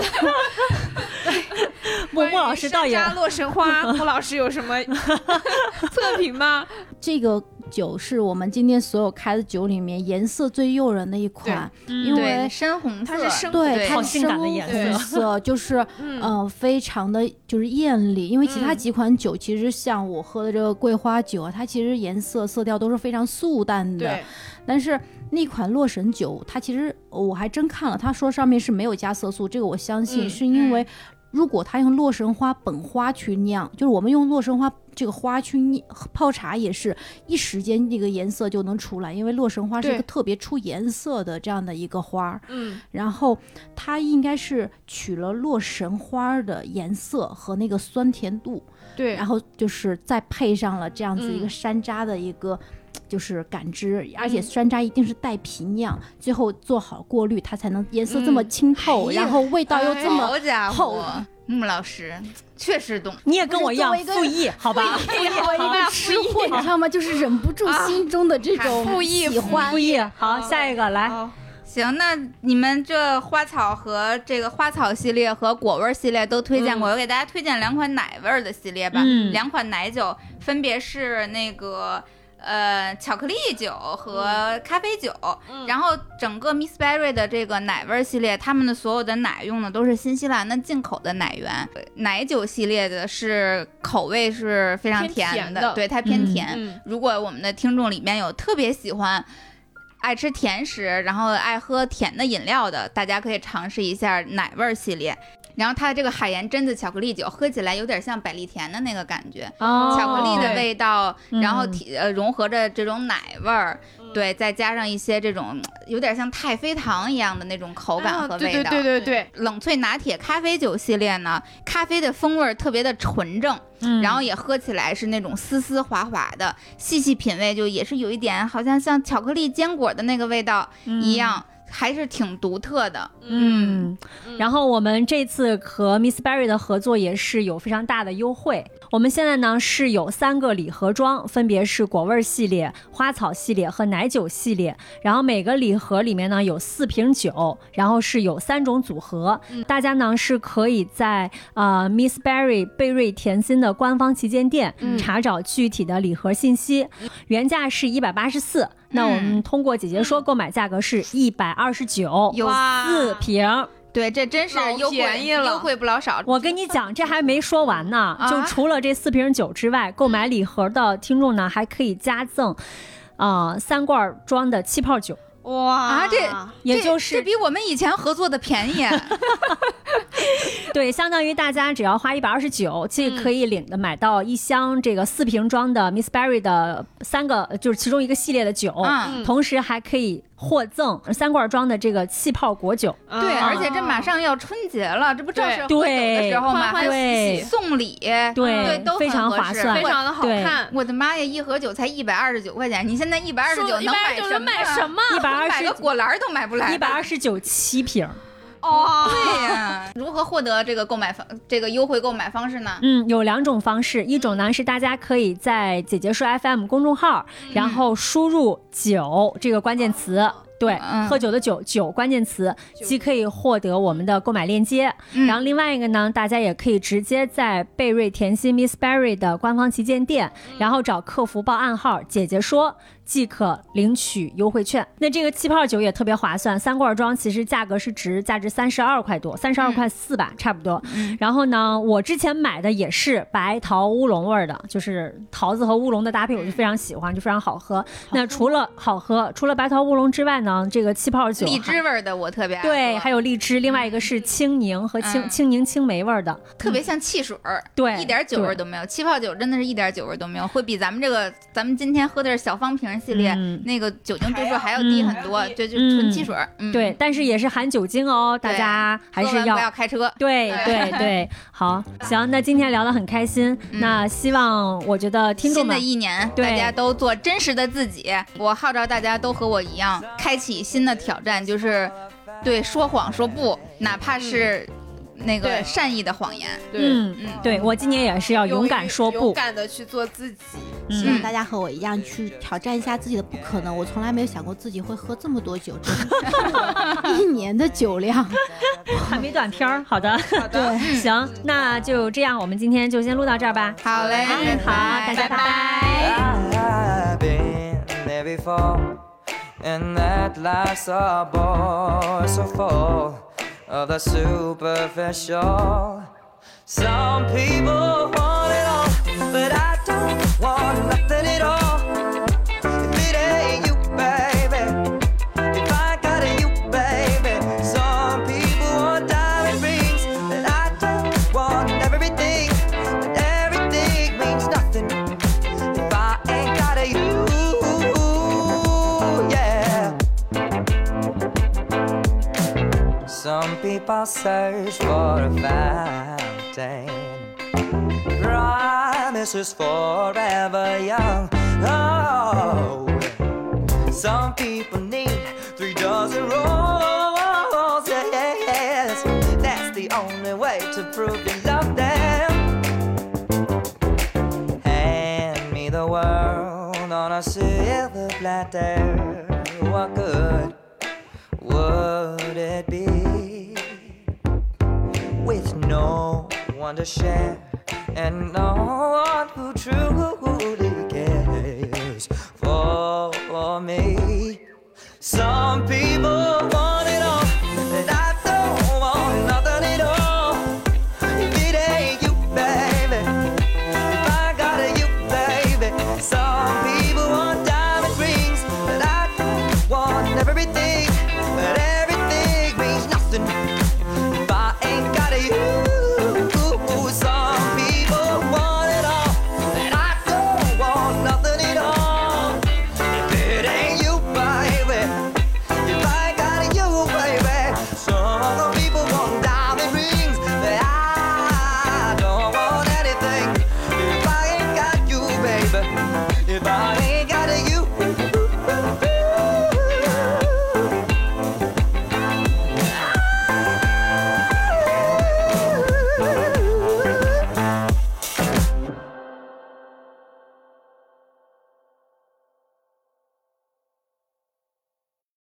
[SPEAKER 1] 莫莫老师倒也
[SPEAKER 6] 关于山楂洛神花，莫老师有什么测评吗？
[SPEAKER 7] 这个酒是我们今天所有开的酒里面颜色最诱人的一款，因
[SPEAKER 3] 对
[SPEAKER 7] 为
[SPEAKER 3] 深红色，
[SPEAKER 6] 它是深
[SPEAKER 7] 对它
[SPEAKER 1] 好
[SPEAKER 7] 是
[SPEAKER 1] 性感的
[SPEAKER 7] 深
[SPEAKER 1] 颜
[SPEAKER 7] 红色，就是
[SPEAKER 6] 嗯
[SPEAKER 7] 呃，非常的就是艳丽，因为其他
[SPEAKER 6] 嗯
[SPEAKER 7] 几款酒其实像我喝的这个桂花酒啊，它其实颜色色调都是非常素淡的，
[SPEAKER 6] 对，
[SPEAKER 7] 但是那款洛神酒，它其实哦我还真看了，他说上面是没有加色素，这个我相信，
[SPEAKER 6] 嗯
[SPEAKER 7] 是因为
[SPEAKER 3] 嗯
[SPEAKER 7] 如果他用洛神花本花去酿，就是我们用洛神花这个花去酿泡茶，也是一时间这个颜色就能出来，因为洛神花是一
[SPEAKER 6] 对
[SPEAKER 7] 个特别出颜色的这样的一个花儿。
[SPEAKER 6] 嗯
[SPEAKER 7] 然后它应该是取了洛神花的颜色和那个酸甜度，
[SPEAKER 6] 对，
[SPEAKER 7] 然后就是再配上了这样子一个
[SPEAKER 6] 嗯
[SPEAKER 7] 山楂的一个。就是感知，而且
[SPEAKER 6] 嗯
[SPEAKER 7] 山楂一定是带皮酿，最后做好过滤，它才能颜色这么
[SPEAKER 6] 嗯
[SPEAKER 7] 清透，
[SPEAKER 3] 哎呀
[SPEAKER 7] 然后味道又
[SPEAKER 6] 哎
[SPEAKER 7] 这么
[SPEAKER 3] 好家
[SPEAKER 7] 厚
[SPEAKER 3] 伙，穆老师确实懂。
[SPEAKER 1] 你也跟我一样
[SPEAKER 7] 不是作
[SPEAKER 1] 复
[SPEAKER 7] 为
[SPEAKER 1] 议，好吧？
[SPEAKER 7] 我一个吃货，
[SPEAKER 6] 啊
[SPEAKER 7] 你知道吗？就是忍不住心中的这种
[SPEAKER 3] 复
[SPEAKER 7] 喜
[SPEAKER 1] 嗯
[SPEAKER 7] 欢
[SPEAKER 1] 复。议，好，下一个来。
[SPEAKER 6] 好
[SPEAKER 3] 行，那你们这花草和这个花草系列和果味儿系列都推荐过，
[SPEAKER 4] 嗯
[SPEAKER 3] 我给大家推荐两款奶味儿的系列吧，
[SPEAKER 1] 嗯
[SPEAKER 3] 两款奶酒分别是那个。呃，巧克力酒和咖啡酒，
[SPEAKER 4] 嗯
[SPEAKER 3] 然后整个 Miss Berry 的这个奶味儿系列，他们的所有的奶用的都是新西兰的进口的奶源。呃奶酒系列的是口味是非常
[SPEAKER 4] 偏
[SPEAKER 3] 甜
[SPEAKER 4] 甜的
[SPEAKER 3] 对它偏
[SPEAKER 1] 嗯
[SPEAKER 3] 甜。
[SPEAKER 4] 嗯
[SPEAKER 3] 如果我们的听众里面有特别喜欢爱吃甜食，然后爱喝甜的饮料的，大家可以尝试一下奶味儿系列。然后它的这个海盐榛子巧克力酒喝起来有点像百利甜的那个感觉，
[SPEAKER 1] 哦
[SPEAKER 3] 巧克力的味道，
[SPEAKER 1] 对
[SPEAKER 3] 然后
[SPEAKER 1] 嗯
[SPEAKER 3] 体呃融合着这种奶味儿，对，再加上一些这种有点像太妃糖一样的那种口感和
[SPEAKER 4] 啊对
[SPEAKER 3] 味
[SPEAKER 4] 对
[SPEAKER 3] 道。
[SPEAKER 4] 对对对，
[SPEAKER 3] 冷萃拿铁咖啡酒系列呢，咖啡的风味儿特别的纯正，
[SPEAKER 1] 嗯
[SPEAKER 3] 然后也喝起来是那种丝丝滑滑的，细细品味就也是有一点好像像巧克力坚果的那个味道一样，还是挺独特的。
[SPEAKER 1] 嗯，然后我们这次和 Miss Berry 的合作也是有非常大的优惠。我们现在呢是有三个礼盒装，分别是果味儿系列、花草系列和奶酒系列。然后每个礼盒里面呢有四瓶酒，然后是有三种组合。大家呢是可以在呃 Miss Berry 贝瑞甜心的官方旗舰店、查找具体的礼盒信息。原价是一百八十
[SPEAKER 3] 嗯
[SPEAKER 1] 四，那我们通过姐姐说购买价格是一百二十九，
[SPEAKER 3] 有
[SPEAKER 1] 四瓶儿。
[SPEAKER 3] 对，这真是
[SPEAKER 4] 老
[SPEAKER 3] 优惠
[SPEAKER 4] 便宜了
[SPEAKER 3] 优惠不了少。
[SPEAKER 1] 我跟你讲，这还没说完呢。
[SPEAKER 3] 啊
[SPEAKER 1] 就除了这四瓶酒之外，购买礼盒的听众呢，还可以加赠，啊、三罐装的气泡酒，
[SPEAKER 6] 哇
[SPEAKER 3] 啊，这
[SPEAKER 1] 也就
[SPEAKER 3] 这
[SPEAKER 1] 是
[SPEAKER 3] 比我们以前合作的便 宜。嗯
[SPEAKER 1] 对，相当于大家只要花一百二十
[SPEAKER 3] 嗯
[SPEAKER 1] 九，既可以领的买到一箱这个四瓶装的 Miss Berry 的三个，就是其中一个系列的酒，
[SPEAKER 3] 嗯
[SPEAKER 1] 同时还可以获赠三罐装的这个气泡果酒。
[SPEAKER 3] 对，
[SPEAKER 6] 啊
[SPEAKER 3] 而且这马上要春节了，这不正是喝酒的
[SPEAKER 1] 对
[SPEAKER 3] 时候吗？
[SPEAKER 4] 欢欢
[SPEAKER 3] 还有
[SPEAKER 1] 喜喜
[SPEAKER 3] 送礼，对，都
[SPEAKER 1] 非
[SPEAKER 3] 很
[SPEAKER 1] 常
[SPEAKER 3] 合
[SPEAKER 1] 划
[SPEAKER 3] 适
[SPEAKER 1] 算
[SPEAKER 4] 非
[SPEAKER 3] 我
[SPEAKER 4] 常的好
[SPEAKER 1] 对
[SPEAKER 4] 看。
[SPEAKER 3] 我的妈呀！一盒酒才一百二十九块钱，你现在一百二十九
[SPEAKER 4] 说
[SPEAKER 3] 能
[SPEAKER 4] 一百二
[SPEAKER 3] 买
[SPEAKER 4] 十九
[SPEAKER 3] 什
[SPEAKER 4] 能买什
[SPEAKER 3] 么？啊
[SPEAKER 4] 么？
[SPEAKER 1] 一百二
[SPEAKER 3] 买
[SPEAKER 1] 十
[SPEAKER 3] 个果篮儿都买不来。
[SPEAKER 1] 一百二十九七瓶儿，
[SPEAKER 4] 哦，
[SPEAKER 3] 对呀，如何获得这个购买方这个优惠购买方式呢？
[SPEAKER 1] 嗯，有两种方式，一种
[SPEAKER 3] 嗯
[SPEAKER 1] 呢是大家可以在“姐姐说 FM” 公众号，
[SPEAKER 3] 嗯
[SPEAKER 1] 然后输入“酒”这个关键词。对，
[SPEAKER 3] 嗯
[SPEAKER 1] 喝酒的酒酒关键词，既可以获得我们的购买链接，
[SPEAKER 3] 嗯
[SPEAKER 1] 然后另外一个呢，大家也可以直接在贝瑞甜心 Miss Berry 的官方旗舰店，
[SPEAKER 3] 嗯
[SPEAKER 1] 然后找客服报暗号“姐姐说”，即可领取优惠券。那这个气泡酒也特别划算，三罐装其实价格是值价值三十二块多，三十二
[SPEAKER 3] 嗯
[SPEAKER 1] 块四吧，差不多。
[SPEAKER 3] 嗯
[SPEAKER 1] 然后呢，我之前买的也是白桃乌龙味儿的，就是桃子和乌龙的搭配，我就非常喜欢，就非常好喝。那除了好喝，除了白桃乌龙之外呢，这个气泡酒
[SPEAKER 3] 荔
[SPEAKER 1] 还
[SPEAKER 3] 枝味儿的我特别爱喝，
[SPEAKER 1] 对，还有荔枝，另外一个是青柠和青、
[SPEAKER 3] 嗯
[SPEAKER 1] 青柠青梅味儿的，
[SPEAKER 3] 特别像汽水儿，
[SPEAKER 1] 对
[SPEAKER 3] 一点酒味儿
[SPEAKER 1] 对
[SPEAKER 3] 都没有。气泡酒真的是一点酒味儿都没有，会比咱们这个咱们今天喝的是小方瓶系列，
[SPEAKER 1] 嗯
[SPEAKER 3] 那个酒精度数还要低很多，就就纯汽水儿。嗯，
[SPEAKER 1] 对，，但是也是含酒精哦，大
[SPEAKER 3] 对
[SPEAKER 1] 家还是
[SPEAKER 3] 喝完
[SPEAKER 1] 要
[SPEAKER 3] 不要开车。
[SPEAKER 1] 对 对对，好，行，那今天聊得很开心，
[SPEAKER 3] 嗯
[SPEAKER 1] 那希望我觉得听众
[SPEAKER 3] 新的
[SPEAKER 1] 们
[SPEAKER 3] 一年，
[SPEAKER 1] 对
[SPEAKER 3] 大家都做真实的自己。我号召大家都和我一样，开启新的挑战，就是对说谎说不，哪怕是那个
[SPEAKER 4] 对
[SPEAKER 3] 善意的谎言。
[SPEAKER 4] 对，
[SPEAKER 1] 嗯，
[SPEAKER 3] 嗯，
[SPEAKER 1] 对我今年也是要勇敢说
[SPEAKER 4] 勇
[SPEAKER 1] 不，
[SPEAKER 4] 敢的去做自己。
[SPEAKER 7] 希望
[SPEAKER 3] 嗯
[SPEAKER 7] 大家和我一样去挑战一下自己的不可能。我从来没有想过自己会喝这么多酒，真 的一年的酒量。
[SPEAKER 1] 还没短片儿，好的，
[SPEAKER 4] 好的，
[SPEAKER 1] 行，
[SPEAKER 3] 嗯
[SPEAKER 1] 那就这样，我们今天就先录到这儿吧。
[SPEAKER 3] 好嘞，
[SPEAKER 1] 嗯好大家拜拜
[SPEAKER 3] 拜
[SPEAKER 8] I've been there before, and that life's a bore so full of the superficial. Some people want it all, but I don't want nothing at all. If it ain't you, baby, if I got it, you, baby. Some people want diamond rings, but I don't want everything. But everything means nothing. If I ain't got a you, yeah. Some people search for a fountain. Promises forever young. Oh, some people need three dozen
[SPEAKER 7] 哎
[SPEAKER 8] roses. That's the only way to prove you love them. Hand me the world on a silver platter. What good would
[SPEAKER 10] would it be with no one to share and no one who truly cares for me? Some people want it all,
[SPEAKER 8] Oh.
[SPEAKER 10] and I don't want nothing at all. If it ain't you, baby, if I got you, baby. Some people want diamond rings, but I want everything. But everything means nothing